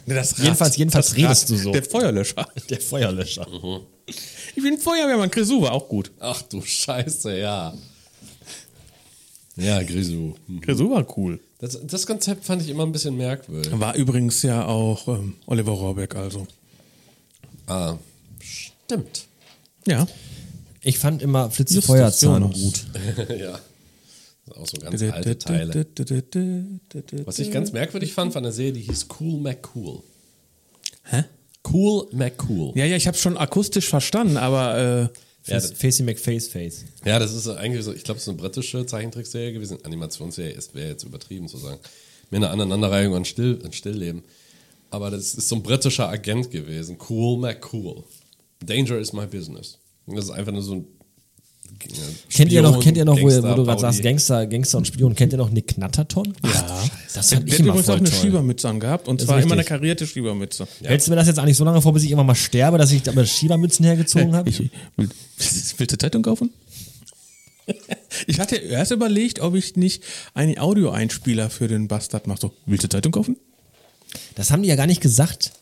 S2: Das Rad.
S3: jedenfalls, jedenfalls
S2: Das
S3: redest
S2: Rad.
S3: du so.
S2: Der Feuerlöscher.
S3: Der Feuerlöscher.
S2: Ich bin Feuerwehrmann, Grisou war auch gut.
S1: Ach du Scheiße, ja. Ja, Grisou.
S2: Grisou war cool.
S1: Das, das Konzept fand ich immer ein bisschen merkwürdig.
S2: War übrigens ja auch ähm, Oliver Rohrbeck, also.
S1: Ah, stimmt.
S2: Ja.
S3: Ich fand immer Flitze
S2: Justus
S3: Feuerzahn
S2: Jonas.
S3: gut.
S1: ja. Das sind Auch so ganz alte Teile. Was ich ganz merkwürdig fand, war eine Serie, die hieß Cool McCool.
S2: Hä?
S1: Cool McCool.
S2: Ja, ja, ich habe schon akustisch verstanden, aber äh,
S3: Ja, Facey McFace Face.
S1: Ja, das ist eigentlich so, ich glaube, es ist eine britische Zeichentrickserie gewesen. Animationsserie ist wäre jetzt übertrieben zu sagen. Mehr eine Aneinanderreihung an, Still, an Stillleben. Aber das ist so ein britischer Agent gewesen. Cool McCool. Danger is my business. Und das ist einfach nur so ein. äh,
S3: Kennt ihr
S1: Spion,
S3: noch, kennt ihr noch, wo, ihr- wo
S1: Gangster,
S3: du gerade sagst,
S1: Baudi.
S3: Gangster, Gangster und Spion, kennt ihr noch Nick Knatterton? Ja. Das fand
S2: der
S3: ich immer
S2: hat übrigens
S3: voll
S2: auch eine
S3: toll.
S2: Schiebermütze angehabt und
S3: Ist
S2: zwar immer eine
S3: richtig.
S2: karierte Schiebermütze.
S3: Hältst du mir das jetzt eigentlich so lange vor, bis ich irgendwann mal sterbe, dass ich da mal Schiebermützen hergezogen habe?
S2: willst du Zeitung kaufen? Ich hatte erst überlegt, ob ich nicht einen Audioeinspieler für den Bastard mache. So, willst du Zeitung kaufen?
S3: Das haben die ja gar nicht gesagt.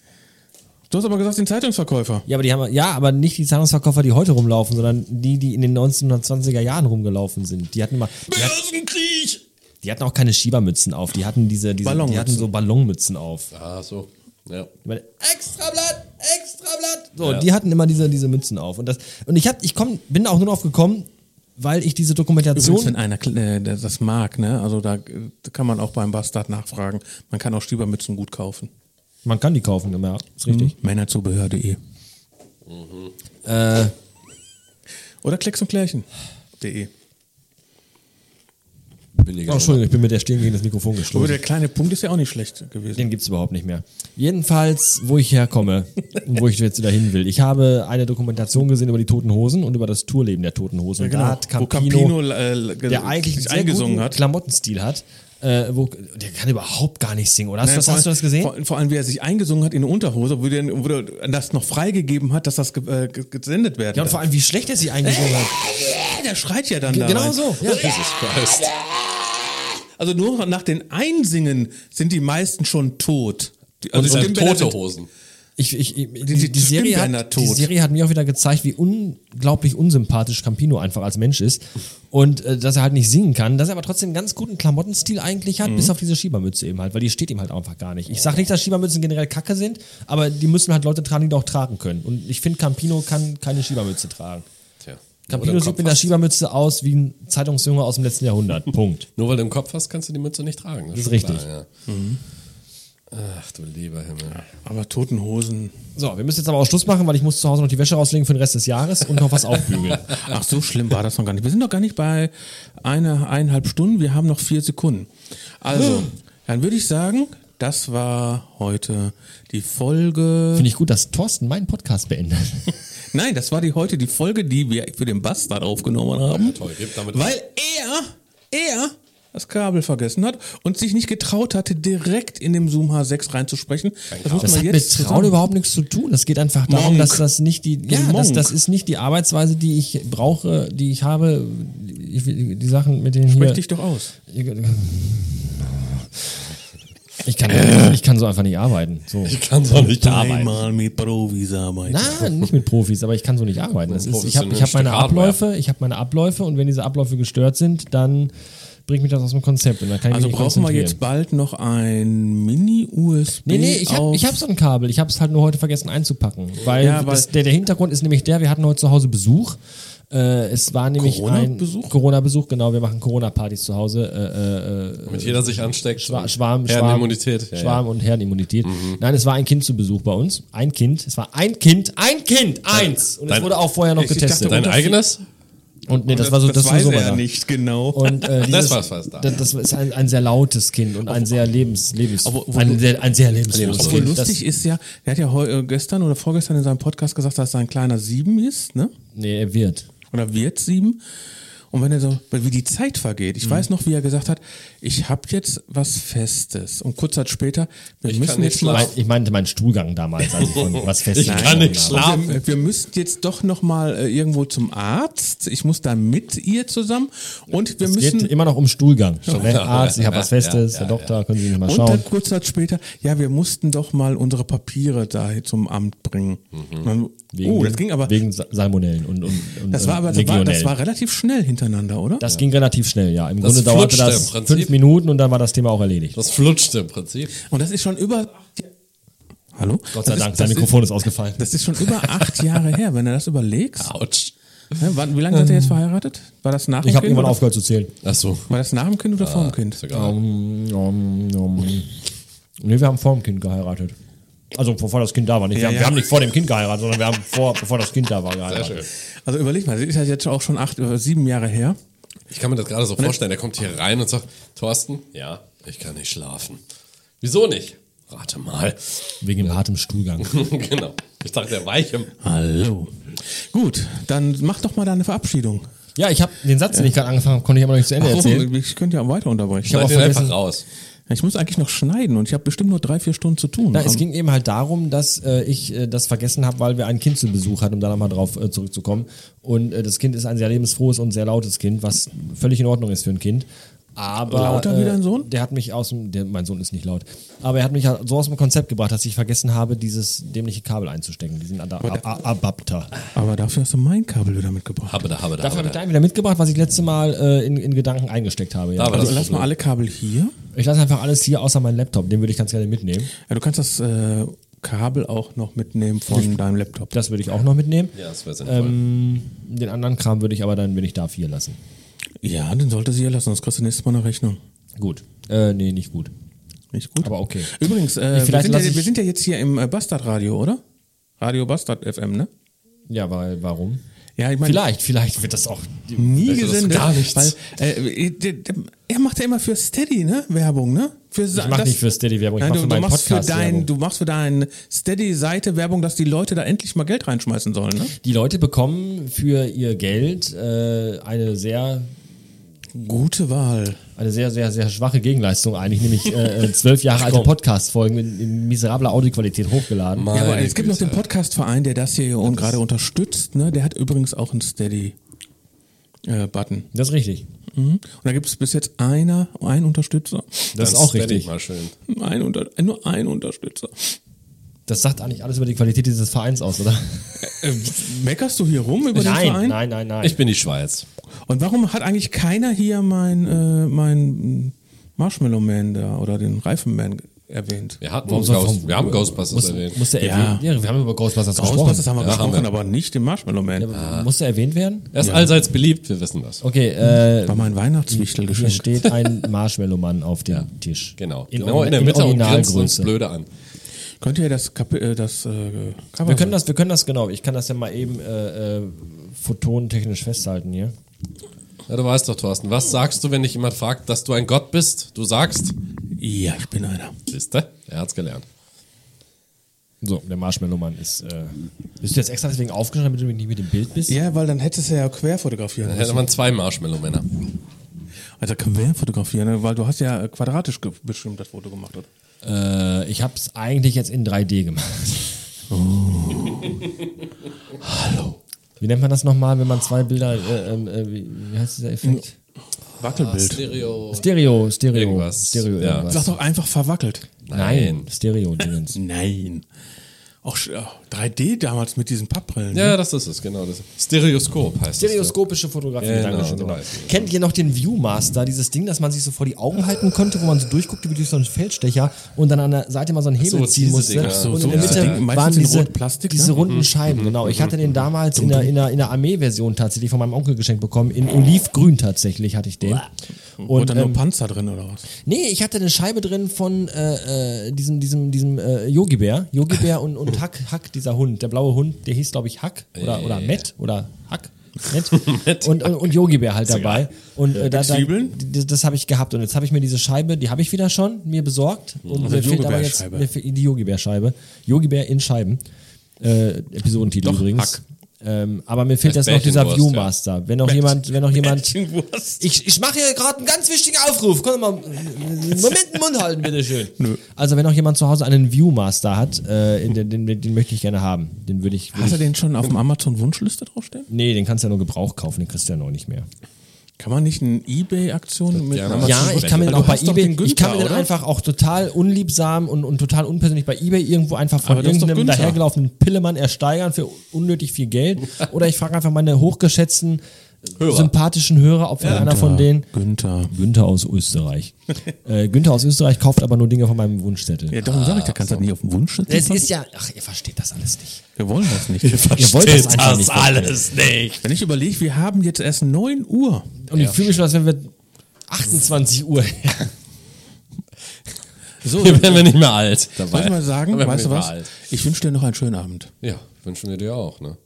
S2: Du hast aber gesagt, den Zeitungsverkäufer.
S3: Ja, aber die haben, ja, aber nicht die Zahlungsverkäufer, die heute rumlaufen, sondern die, die in den 1920er Jahren rumgelaufen sind. Die hatten mal, die, hat,
S2: Börsenkrieg!
S3: die hatten auch keine Schiebermützen auf. Die hatten diese, diese die
S2: Ballonmützen.
S3: hatten so Ballonmützen auf.
S1: Ah, so. Ja.
S3: Ich meine, Extrablatt, Extrablatt. So,
S1: Ja.
S3: die hatten immer diese, diese Mützen auf. Und das, und ich hab, ich komm, bin auch nur drauf gekommen, weil ich diese
S2: Übrigens,
S3: Dokumentation
S2: wenn einer kl- äh, der das mag, ne? Also da äh, kann man auch beim Bastard nachfragen. Man kann auch Schiebermützen gut kaufen.
S3: Man kann die kaufen, ja, ist richtig.
S2: Männerzubehör.de
S3: Äh,
S2: oder Klecks und Klärchen.de.
S1: Billiger.
S3: oh, Entschuldigung, ich bin mit der Stirn gegen das Mikrofon
S2: Aber
S3: gestoßen.
S2: der kleine Punkt ist ja auch nicht schlecht gewesen.
S3: Den gibt's überhaupt nicht mehr. Jedenfalls, wo ich herkomme und wo ich jetzt wieder hin will. Ich habe eine Dokumentation gesehen über die Toten Hosen und über das Tourleben der Toten Hosen. Und da hat Campino,
S2: genau. Wo Campino äh,
S3: der eigentlich einen sehr
S2: sich
S3: guten
S2: eingesungen hat.
S3: Klamottenstil hat, Äh, wo, der kann überhaupt gar nicht singen, oder? Hast, du das,
S2: vor
S3: hast du
S2: allem-
S3: das gesehen?
S2: Vor, vor allem, wie er sich eingesungen hat in eine Unterhose, wo, der, wo der das noch freigegeben hat, dass das ge äh, ge- gesendet werden
S3: Ja, und vor allem, wie schlecht er sich eingesungen hat.
S2: Ja, der schreit ja dann da
S3: Genau
S2: rein.
S3: so. Ja.
S1: Jesus Christ.
S2: Also nur nach den Einsingen sind die meisten schon tot. Die-
S1: Und,
S2: Also
S1: und
S2: Stimmbänder
S1: halt tote
S2: sind-
S1: Hosen.
S3: Ich, ich, ich, die,
S2: die
S3: die, Serie
S2: Stimmbänder
S3: hat, die
S2: tot.
S3: Serie hat mir auch wieder gezeigt, wie unglaublich unsympathisch Campino einfach als Mensch ist. Und äh, dass er halt nicht singen kann, dass er aber trotzdem einen ganz guten Klamottenstil eigentlich hat,
S2: Mhm.
S3: bis auf diese Schiebermütze eben halt, weil die steht ihm halt einfach gar nicht. Ich sag nicht, dass Schiebermützen generell kacke sind, aber die müssen halt Leute tragen, die die auch tragen können. Und ich finde, Campino kann keine Schiebermütze tragen.
S1: Tja.
S3: Campino sieht mit der Schiebermütze aus wie ein Zeitungsjunge aus dem letzten Jahrhundert. Punkt.
S1: Nur weil du im Kopf hast, kannst du die Mütze nicht tragen. Das,
S3: ist
S1: schon
S3: richtig.
S1: Klar, ja. Ach du lieber Himmel.
S2: Aber Totenhosen.
S3: So, wir müssen jetzt aber auch Schluss machen, weil ich muss zu Hause noch die Wäsche rauslegen für den Rest des Jahres und noch was aufbügeln.
S2: Ach, so schlimm war das noch gar nicht. Wir sind noch gar nicht bei einer, eineinhalb Stunden. Wir haben noch vier Sekunden.
S3: Hm.
S2: Also, dann würde ich sagen, das war heute die Folge.
S3: Finde ich gut, dass Thorsten meinen Podcast beendet.
S2: Nein, das war die heute die Folge, die wir für den Bastard aufgenommen haben.
S1: toll, gib damit
S2: weil er, er das Kabel vergessen hat und sich nicht getraut hatte, direkt in dem Zoom H6 reinzusprechen. Das muss
S3: Das
S2: man
S3: hat mit
S2: jetzt
S3: Trauen überhaupt nichts zu tun. Das geht einfach darum,
S2: Monk.
S3: dass das nicht die, ja,
S2: Monk.
S3: das, das ist nicht die Arbeitsweise, die ich brauche, die ich habe. Ich, will- die Sachen mit denen hier.
S2: Sprich dich doch aus.
S3: Ich kann, ich kann so einfach nicht arbeiten. So.
S1: Ich kann so nicht arbeiten.
S2: Einmal mit Provis arbeiten.
S3: Nein, nicht mit Profis, aber ich kann so nicht arbeiten. Das ist, ich habe ich hab meine
S1: Stück Hardware.
S3: Abläufe, ich habe meine Abläufe und wenn diese Abläufe gestört sind, dann bringt mich das aus dem Konzept und dann kann ich
S2: Also
S3: mich nicht
S2: brauchen wir
S3: konzentrieren.
S2: jetzt bald noch ein Mini-USB.
S3: Nee, nee, ich habe
S2: auf-
S3: ich hab so ein Kabel. Ich habe es halt nur heute vergessen einzupacken. Weil,
S2: Ja, weil-
S3: das, der, der Hintergrund ist nämlich der, wir hatten heute zu Hause Besuch. Äh, es war nämlich
S2: Corona-Besuch?
S3: ein Corona-Besuch, genau. Wir machen Corona-Partys zu Hause. Äh, äh, äh,
S1: Damit jeder sich ansteckt.
S3: Schwa- Schwarm,
S1: Herdenimmunität.
S3: Schwarm, Schwarm und Herdenimmunität.
S2: Mhm.
S3: Nein, es war ein Kind zu Besuch bei uns. Ein Kind. Es war ein Kind. Ein Kind. Eins. Und es
S1: Dein-
S3: wurde auch vorher noch
S2: ich dachte,
S3: getestet.
S1: Dein eigenes?
S3: und nee, das, war so, das, war
S2: weiß
S3: so
S2: er
S3: bei da.
S2: nicht genau.
S3: Und, äh, dieses,
S1: war's, war's da.
S3: Das, das ist ein, ein sehr lautes Kind und ein sehr lebens, lebens
S2: Obwohl-
S3: ein sehr, ein sehr lebensloses
S2: Obwohl
S3: Kind.
S2: lustig
S3: Das-
S2: ist ja, er hat ja heu, äh, gestern oder vorgestern in seinem Podcast gesagt, dass sein kleiner sieben ist, ne?
S3: Nee, er wird.
S2: Oder wird sieben. Und wenn er so, weil wie die Zeit vergeht. Ich weiß noch, wie er gesagt hat, ich habe jetzt was Festes. Und kurz Zeit später, wir
S1: Ich kann
S2: müssen
S1: nicht
S2: jetzt mal.
S3: Mein, ich meinte meinen Stuhlgang damals, als ich von was fest
S1: Ich kann nicht schlafen.
S2: Und Wir, wir müssen jetzt doch noch mal äh, irgendwo zum Arzt. Ich muss da mit ihr zusammen und wir
S3: Es geht
S2: müssen
S3: immer noch um Stuhlgang. Student,
S1: klar,
S3: Arzt, ich habe
S1: ja,
S3: was Festes,
S1: ja,
S3: Herr
S1: ja,
S3: Doktor, können Sie nicht mal
S2: und
S3: schauen.
S2: dann Oh, kurz Zeit später, ja, wir mussten doch mal unsere Papiere da zum Amt bringen. Und Dann, oh, das ging aber
S3: Mhm. Wegen Sa- Salmonellen und, und, und
S2: Das war aber das war,
S3: Legionellen.
S2: das war relativ schnell hintereinander, oder?
S3: Das ging relativ schnell, ja. Im
S1: Das
S3: Grunde dauerte
S1: flutschte
S3: das
S1: im Prinzip.
S3: fünf Minuten und dann war das Thema auch erledigt.
S1: Das flutschte im Prinzip.
S2: Und das ist schon über. Hallo?
S3: Gott sei
S2: das
S3: Dank,
S2: ist,
S3: sein
S2: das
S3: Mikrofon ist ausgefallen.
S2: Ist, das ist schon über acht Jahre her, wenn du das überlegst.
S1: Autsch.
S2: Ne, wann, wie lange seid ihr jetzt verheiratet? War das nach dem
S3: Ähm. Ich habe
S2: Kind?
S3: irgendwann Ah,
S2: oder-
S3: aufgehört zu zählen.
S1: Ach so.
S2: War das nach dem Kind oder vor dem Kind?
S1: Ist egal.
S3: Um, um, um. Nee, wir haben vor dem Kind geheiratet. Also bevor das Kind da war. Nicht, wir,
S2: Ja,
S3: haben,
S2: ja.
S3: wir haben nicht vor dem Kind geheiratet, sondern wir haben vor, bevor das Kind da war geheiratet.
S1: schön.
S2: Also überleg mal, das ist ja jetzt auch schon acht oder sieben Jahre her.
S1: Ich kann mir das gerade so vorstellen. Der kommt hier rein und sagt, Thorsten, ja, ich kann nicht schlafen. Wieso nicht? Rate mal.
S3: Wegen dem hartem Stuhlgang.
S1: genau. Ich dachte, der Weichem.
S2: Hallo. Gut, dann mach doch mal deine Verabschiedung.
S3: Ja, ich habe den Satz, den ich gerade angefangen habe, konnte ich aber noch nicht zu Ende
S2: Ach so,
S3: erzählen.
S2: ich könnte ja weiter unterbrechen.
S3: hab
S1: Seid
S3: auch
S1: ihr einfach
S3: vergessen-
S1: raus.
S2: Ich muss eigentlich noch schneiden und ich habe bestimmt noch drei, vier Stunden zu tun.
S3: Na, es ging eben halt darum, dass äh, ich äh, das vergessen habe, weil wir ein Kind zu Besuch hatten, um da nochmal drauf äh, zurückzukommen. Und äh, das Kind ist ein sehr lebensfrohes und sehr lautes Kind, was völlig in Ordnung ist für ein Kind. Aber, äh,
S2: Lauter wie dein Sohn?
S3: Der hat mich aus dem, der, mein Sohn ist nicht laut, aber er hat mich halt so aus dem Konzept gebracht, dass ich vergessen habe, dieses dämliche Kabel einzustecken, diesen Ad Ad Ad Adapter.
S2: Aber dafür hast du mein Kabel wieder mitgebracht.
S1: Habe da, habe da. habe
S3: Dafür habe ich
S1: da.
S3: dein wieder mitgebracht, was ich letzte Mal äh, in, in Gedanken eingesteckt habe. Ja.
S1: Da war
S2: Also
S1: das
S2: lass mal
S1: Problem.
S2: alle Kabel hier.
S3: Ich lasse einfach alles hier außer meinen Laptop, den würde ich ganz gerne mitnehmen.
S2: Ja, du kannst das äh, Kabel auch noch mitnehmen von deinem Laptop.
S3: Das würde ich auch noch mitnehmen.
S1: Ja, das wäre sinnvoll.
S3: Ähm, den anderen Kram würde ich aber dann, wenn ich darf, hier lassen.
S2: Ja, den sollte sie hier lassen, sonst kriegst du nächstes Mal eine Rechnung.
S3: Gut. Äh, nee, nicht gut.
S2: Nicht gut.
S3: Aber okay.
S2: Übrigens, äh, wir,
S3: Vielleicht
S2: sind
S3: lass
S2: ja,
S3: ich-
S2: wir sind ja jetzt hier im äh, Bastard-Radio, oder? Radio Bastard FM, ne?
S3: Ja, weil, warum?
S2: Ja, ich meine,
S3: Vielleicht, vielleicht wird das auch.
S2: nie
S1: das ist
S2: gesendet.
S1: gar nichts.
S2: Weil, äh, der- der- er macht ja immer für Steady, ne? Werbung, ne? Für, ich
S3: mach nicht für Steady Werbung, ich
S2: Nein,
S3: mach
S2: du,
S3: für
S2: du,
S3: meinen
S2: machst für
S3: Podcast
S2: dein,
S3: Werbung.
S2: du machst für deine Steady-Seite Werbung, dass die Leute da endlich mal Geld reinschmeißen sollen, ne?
S3: Die Leute bekommen für ihr Geld äh, eine sehr
S2: Gute Wahl.
S3: Eine sehr, sehr, sehr schwache Gegenleistung eigentlich, nämlich äh, äh, zwölf Jahre alte Podcast-Folgen in, in miserabler Audioqualität hochgeladen.
S1: Meine
S2: Ja, aber es gibt noch
S1: Güte.
S2: den Podcastverein, der das hier, hier unten gerade unterstützt. Ne? Der hat übrigens auch einen Steady-Button.
S3: Das ist richtig.
S2: Mhm. Und da gibt es bis jetzt einer, einen Unterstützer.
S3: Das ist
S1: Dann
S3: auch
S1: steady
S3: richtig.
S1: Mal schön.
S2: Ein Unter nur ein Unterstützer.
S3: Das sagt eigentlich alles über die Qualität dieses Vereins aus, oder?
S2: Äh, meckerst du hier rum über den
S3: Nein,
S2: Verein?
S3: nein, nein, nein.
S1: Ich bin die Schweiz.
S2: Und warum hat eigentlich keiner hier mein, äh, mein Marshmallow Man da oder den Reifenman ge- erwähnt?
S1: Wir, hatten
S3: Warum
S1: Ghost,
S3: soll- warum-
S1: wir haben Ghostbusters
S3: muss,
S1: erwähnt.
S3: Muss der
S2: Ja.
S3: erwähnt ja, wir haben über Ghostbusters gesprochen.
S2: Ghostbusters haben wir
S1: Ja, haben
S2: gesprochen,
S1: wir.
S2: aber nicht den Marshmallow Man.
S3: Ja, muss der erwähnt werden?
S1: Er ist allseits beliebt, wir wissen das.
S3: Okay, äh,
S2: War mein Weihnachtswichtel
S3: hier
S2: geschenkt.
S3: steht ein Marshmallow-Mann auf dem Tisch.
S1: Genau.
S3: In,
S1: genau
S3: Or-
S1: in der Mitte und grinst uns
S3: Originalgröße.
S1: blöde an.
S2: Könnt ihr das, Kapi äh, das äh, Cover
S3: Wir können das, wir können das genau. Ich kann das ja mal eben äh, äh, photonentechnisch festhalten hier.
S1: Ja, du weißt doch, Thorsten, was sagst du, wenn dich jemand fragt, dass du ein Gott bist? Du sagst,
S2: Ja, ich bin einer.
S1: siehst du, er hat's gelernt.
S3: So, der Marshmallow-Mann ist. Äh, bist du jetzt extra deswegen aufgeschrieben, damit du nicht mit dem Bild bist?
S2: Ja, weil dann hättest du ja quer fotografieren
S1: Dann hätte
S2: müssen.
S1: man zwei Marshmallow-Männer.
S2: Also quer fotografieren, ne? weil du hast ja äh, quadratisch ge- bestimmt das Foto gemacht, oder?
S3: Äh, ich habe es eigentlich jetzt in 3D gemacht.
S1: Oh.
S3: Hallo. Wie nennt man das nochmal, wenn man zwei Bilder. Äh, ähm, äh, wie, wie heißt dieser Effekt?
S2: Wackelbild.
S1: Stereo.
S3: Stereo, Stereo.
S1: Irgendwas.
S3: Stereo,
S1: Ja.
S3: irgendwas.
S2: Sag doch einfach verwackelt.
S3: Nein, Stereo-Dingens.
S2: Nein. Auch sch- ja, 3D damals mit diesen Pappbrillen. ne?
S1: Ja, das ist es, genau. Das. Stereoskop heißt es.
S3: Stereoskopische Fotografie.
S1: Genau,
S3: Dankeschön,
S1: so
S3: genau.
S1: heißt es.
S3: Kennt ihr noch den Viewmaster, dieses Ding, das man sich so vor die Augen halten konnte, wo man so durchguckte wie durch so einen Feldstecher und dann an der Seite mal so einen Hebel
S1: so,
S3: ziehen
S1: diese
S3: musste.
S1: Dinger. Ach so,
S3: und
S2: so
S3: in der
S2: ist das
S3: Mitte
S2: Ding. Meistens
S3: waren
S2: in
S3: diese,
S2: rot Plastik, ne?
S3: diese
S1: Mhm.
S3: runden Scheiben, genau. Ich hatte den damals in der, in der, in der Armee-Version tatsächlich von meinem Onkel geschenkt bekommen. In Olivgrün tatsächlich hatte ich den.
S2: Und dann
S3: ähm,
S2: nur Panzer drin oder was?
S3: Nee, ich hatte eine Scheibe drin von äh, äh, diesem, diesem, diesem äh, Yogi Bär. Yogi Bär und, und Hack, Hack, dieser Hund. Der blaue Hund, der hieß, glaube ich, Hack oder, oder Matt oder Hack. Matt. und, und, und Yogi Bär halt dabei. Und äh, da, da,
S2: Zwiebeln?
S3: das, das habe ich gehabt. Und jetzt habe ich mir diese Scheibe, die habe ich wieder schon mir besorgt. Und mir
S2: die
S3: fehlt aber jetzt
S2: Yogi-Bär-Scheibe.
S3: mir fehlt die Yogi Bär Scheibe. Yogi Bär in Scheiben. Äh, Episodentitel übrigens.
S1: Hack.
S3: Ähm, aber mir fehlt
S1: Das
S3: jetzt noch dieser
S1: Bärchenwurst, ja.
S3: Viewmaster. Wenn noch jemand, wenn noch jemand,
S2: Bärchenwurst.
S3: ich, ich mache hier gerade einen ganz wichtigen Aufruf. Können wir mal einen Moment den Mund halten, bitteschön. Also, wenn auch jemand zu Hause einen Viewmaster hat, äh, den, den, den, den möchte ich gerne haben. Den würde ich. Würd
S2: Hast du
S3: ich
S2: den schon auf dem Amazon-Wunschliste draufstehen?
S3: nee, den kannst du ja nur Gebrauch kaufen, den kriegst du ja noch nicht mehr.
S2: Kann man nicht eine Ebay-Aktion mit
S1: Ja,
S2: einer
S1: aber-
S3: Ja, ich kann mir den
S2: Weil
S3: auch
S2: du
S3: bei
S2: hast doch
S3: Ebay.
S2: den
S3: ich kann mir
S2: Günther,
S3: den
S2: oder?
S3: einfach auch total unliebsam und, und total unpersönlich bei Ebay irgendwo einfach von
S2: Aber das ist doch
S3: irgendeinem
S2: Günther.
S3: dahergelaufenen Pillemann ersteigern für unnötig viel Geld. Oder ich frage einfach meine hochgeschätzten,
S1: Hörer.
S3: sympathischen Hörer, ob einer
S2: genau.
S3: von denen.
S2: Günther.
S3: Günther aus Österreich. äh, Günther aus Österreich kauft aber nur Dinge von meinem Wunschzettel.
S2: Ja, darum sag ich, da kannst du das nicht auf dem Wunschliste
S3: Es
S2: packen.
S3: ist ja, ach, ihr versteht das alles nicht.
S2: Wir wollen das nicht.
S3: Ihr wollt das einfach nicht.
S1: alles nicht.
S2: Wenn ich überlege, wir haben jetzt erst 9 Uhr.
S3: Und ich fühle mich schon, als wenn wir 28 Uhr.
S2: So,
S1: Hier
S2: dann
S1: werden wir nicht mehr alt. Dabei.
S2: soll ich mal sagen,
S1: Dann werden wir
S2: weißt du
S1: nicht mehr
S2: was?
S1: alt.
S2: Ich wünsche dir noch einen schönen Abend.
S1: Ja, wünschen wir dir auch, ne?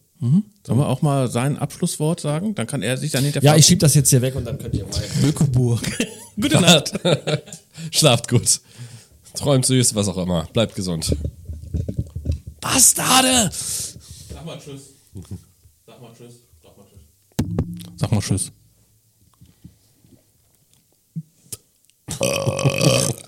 S2: Sollen wir auch mal sein Abschlusswort sagen? Dann kann er sich dann hinterher...
S3: Ja, ich schieb das jetzt hier weg und dann könnt ihr mal.
S2: Bökeburg.
S1: Gute Nacht. Schlaft gut. Träumt süß, was auch immer. Bleibt gesund. Bastarde!
S2: Sag mal Tschüss. Sag mal Tschüss. Sag mal Tschüss. Sag mal Tschüss.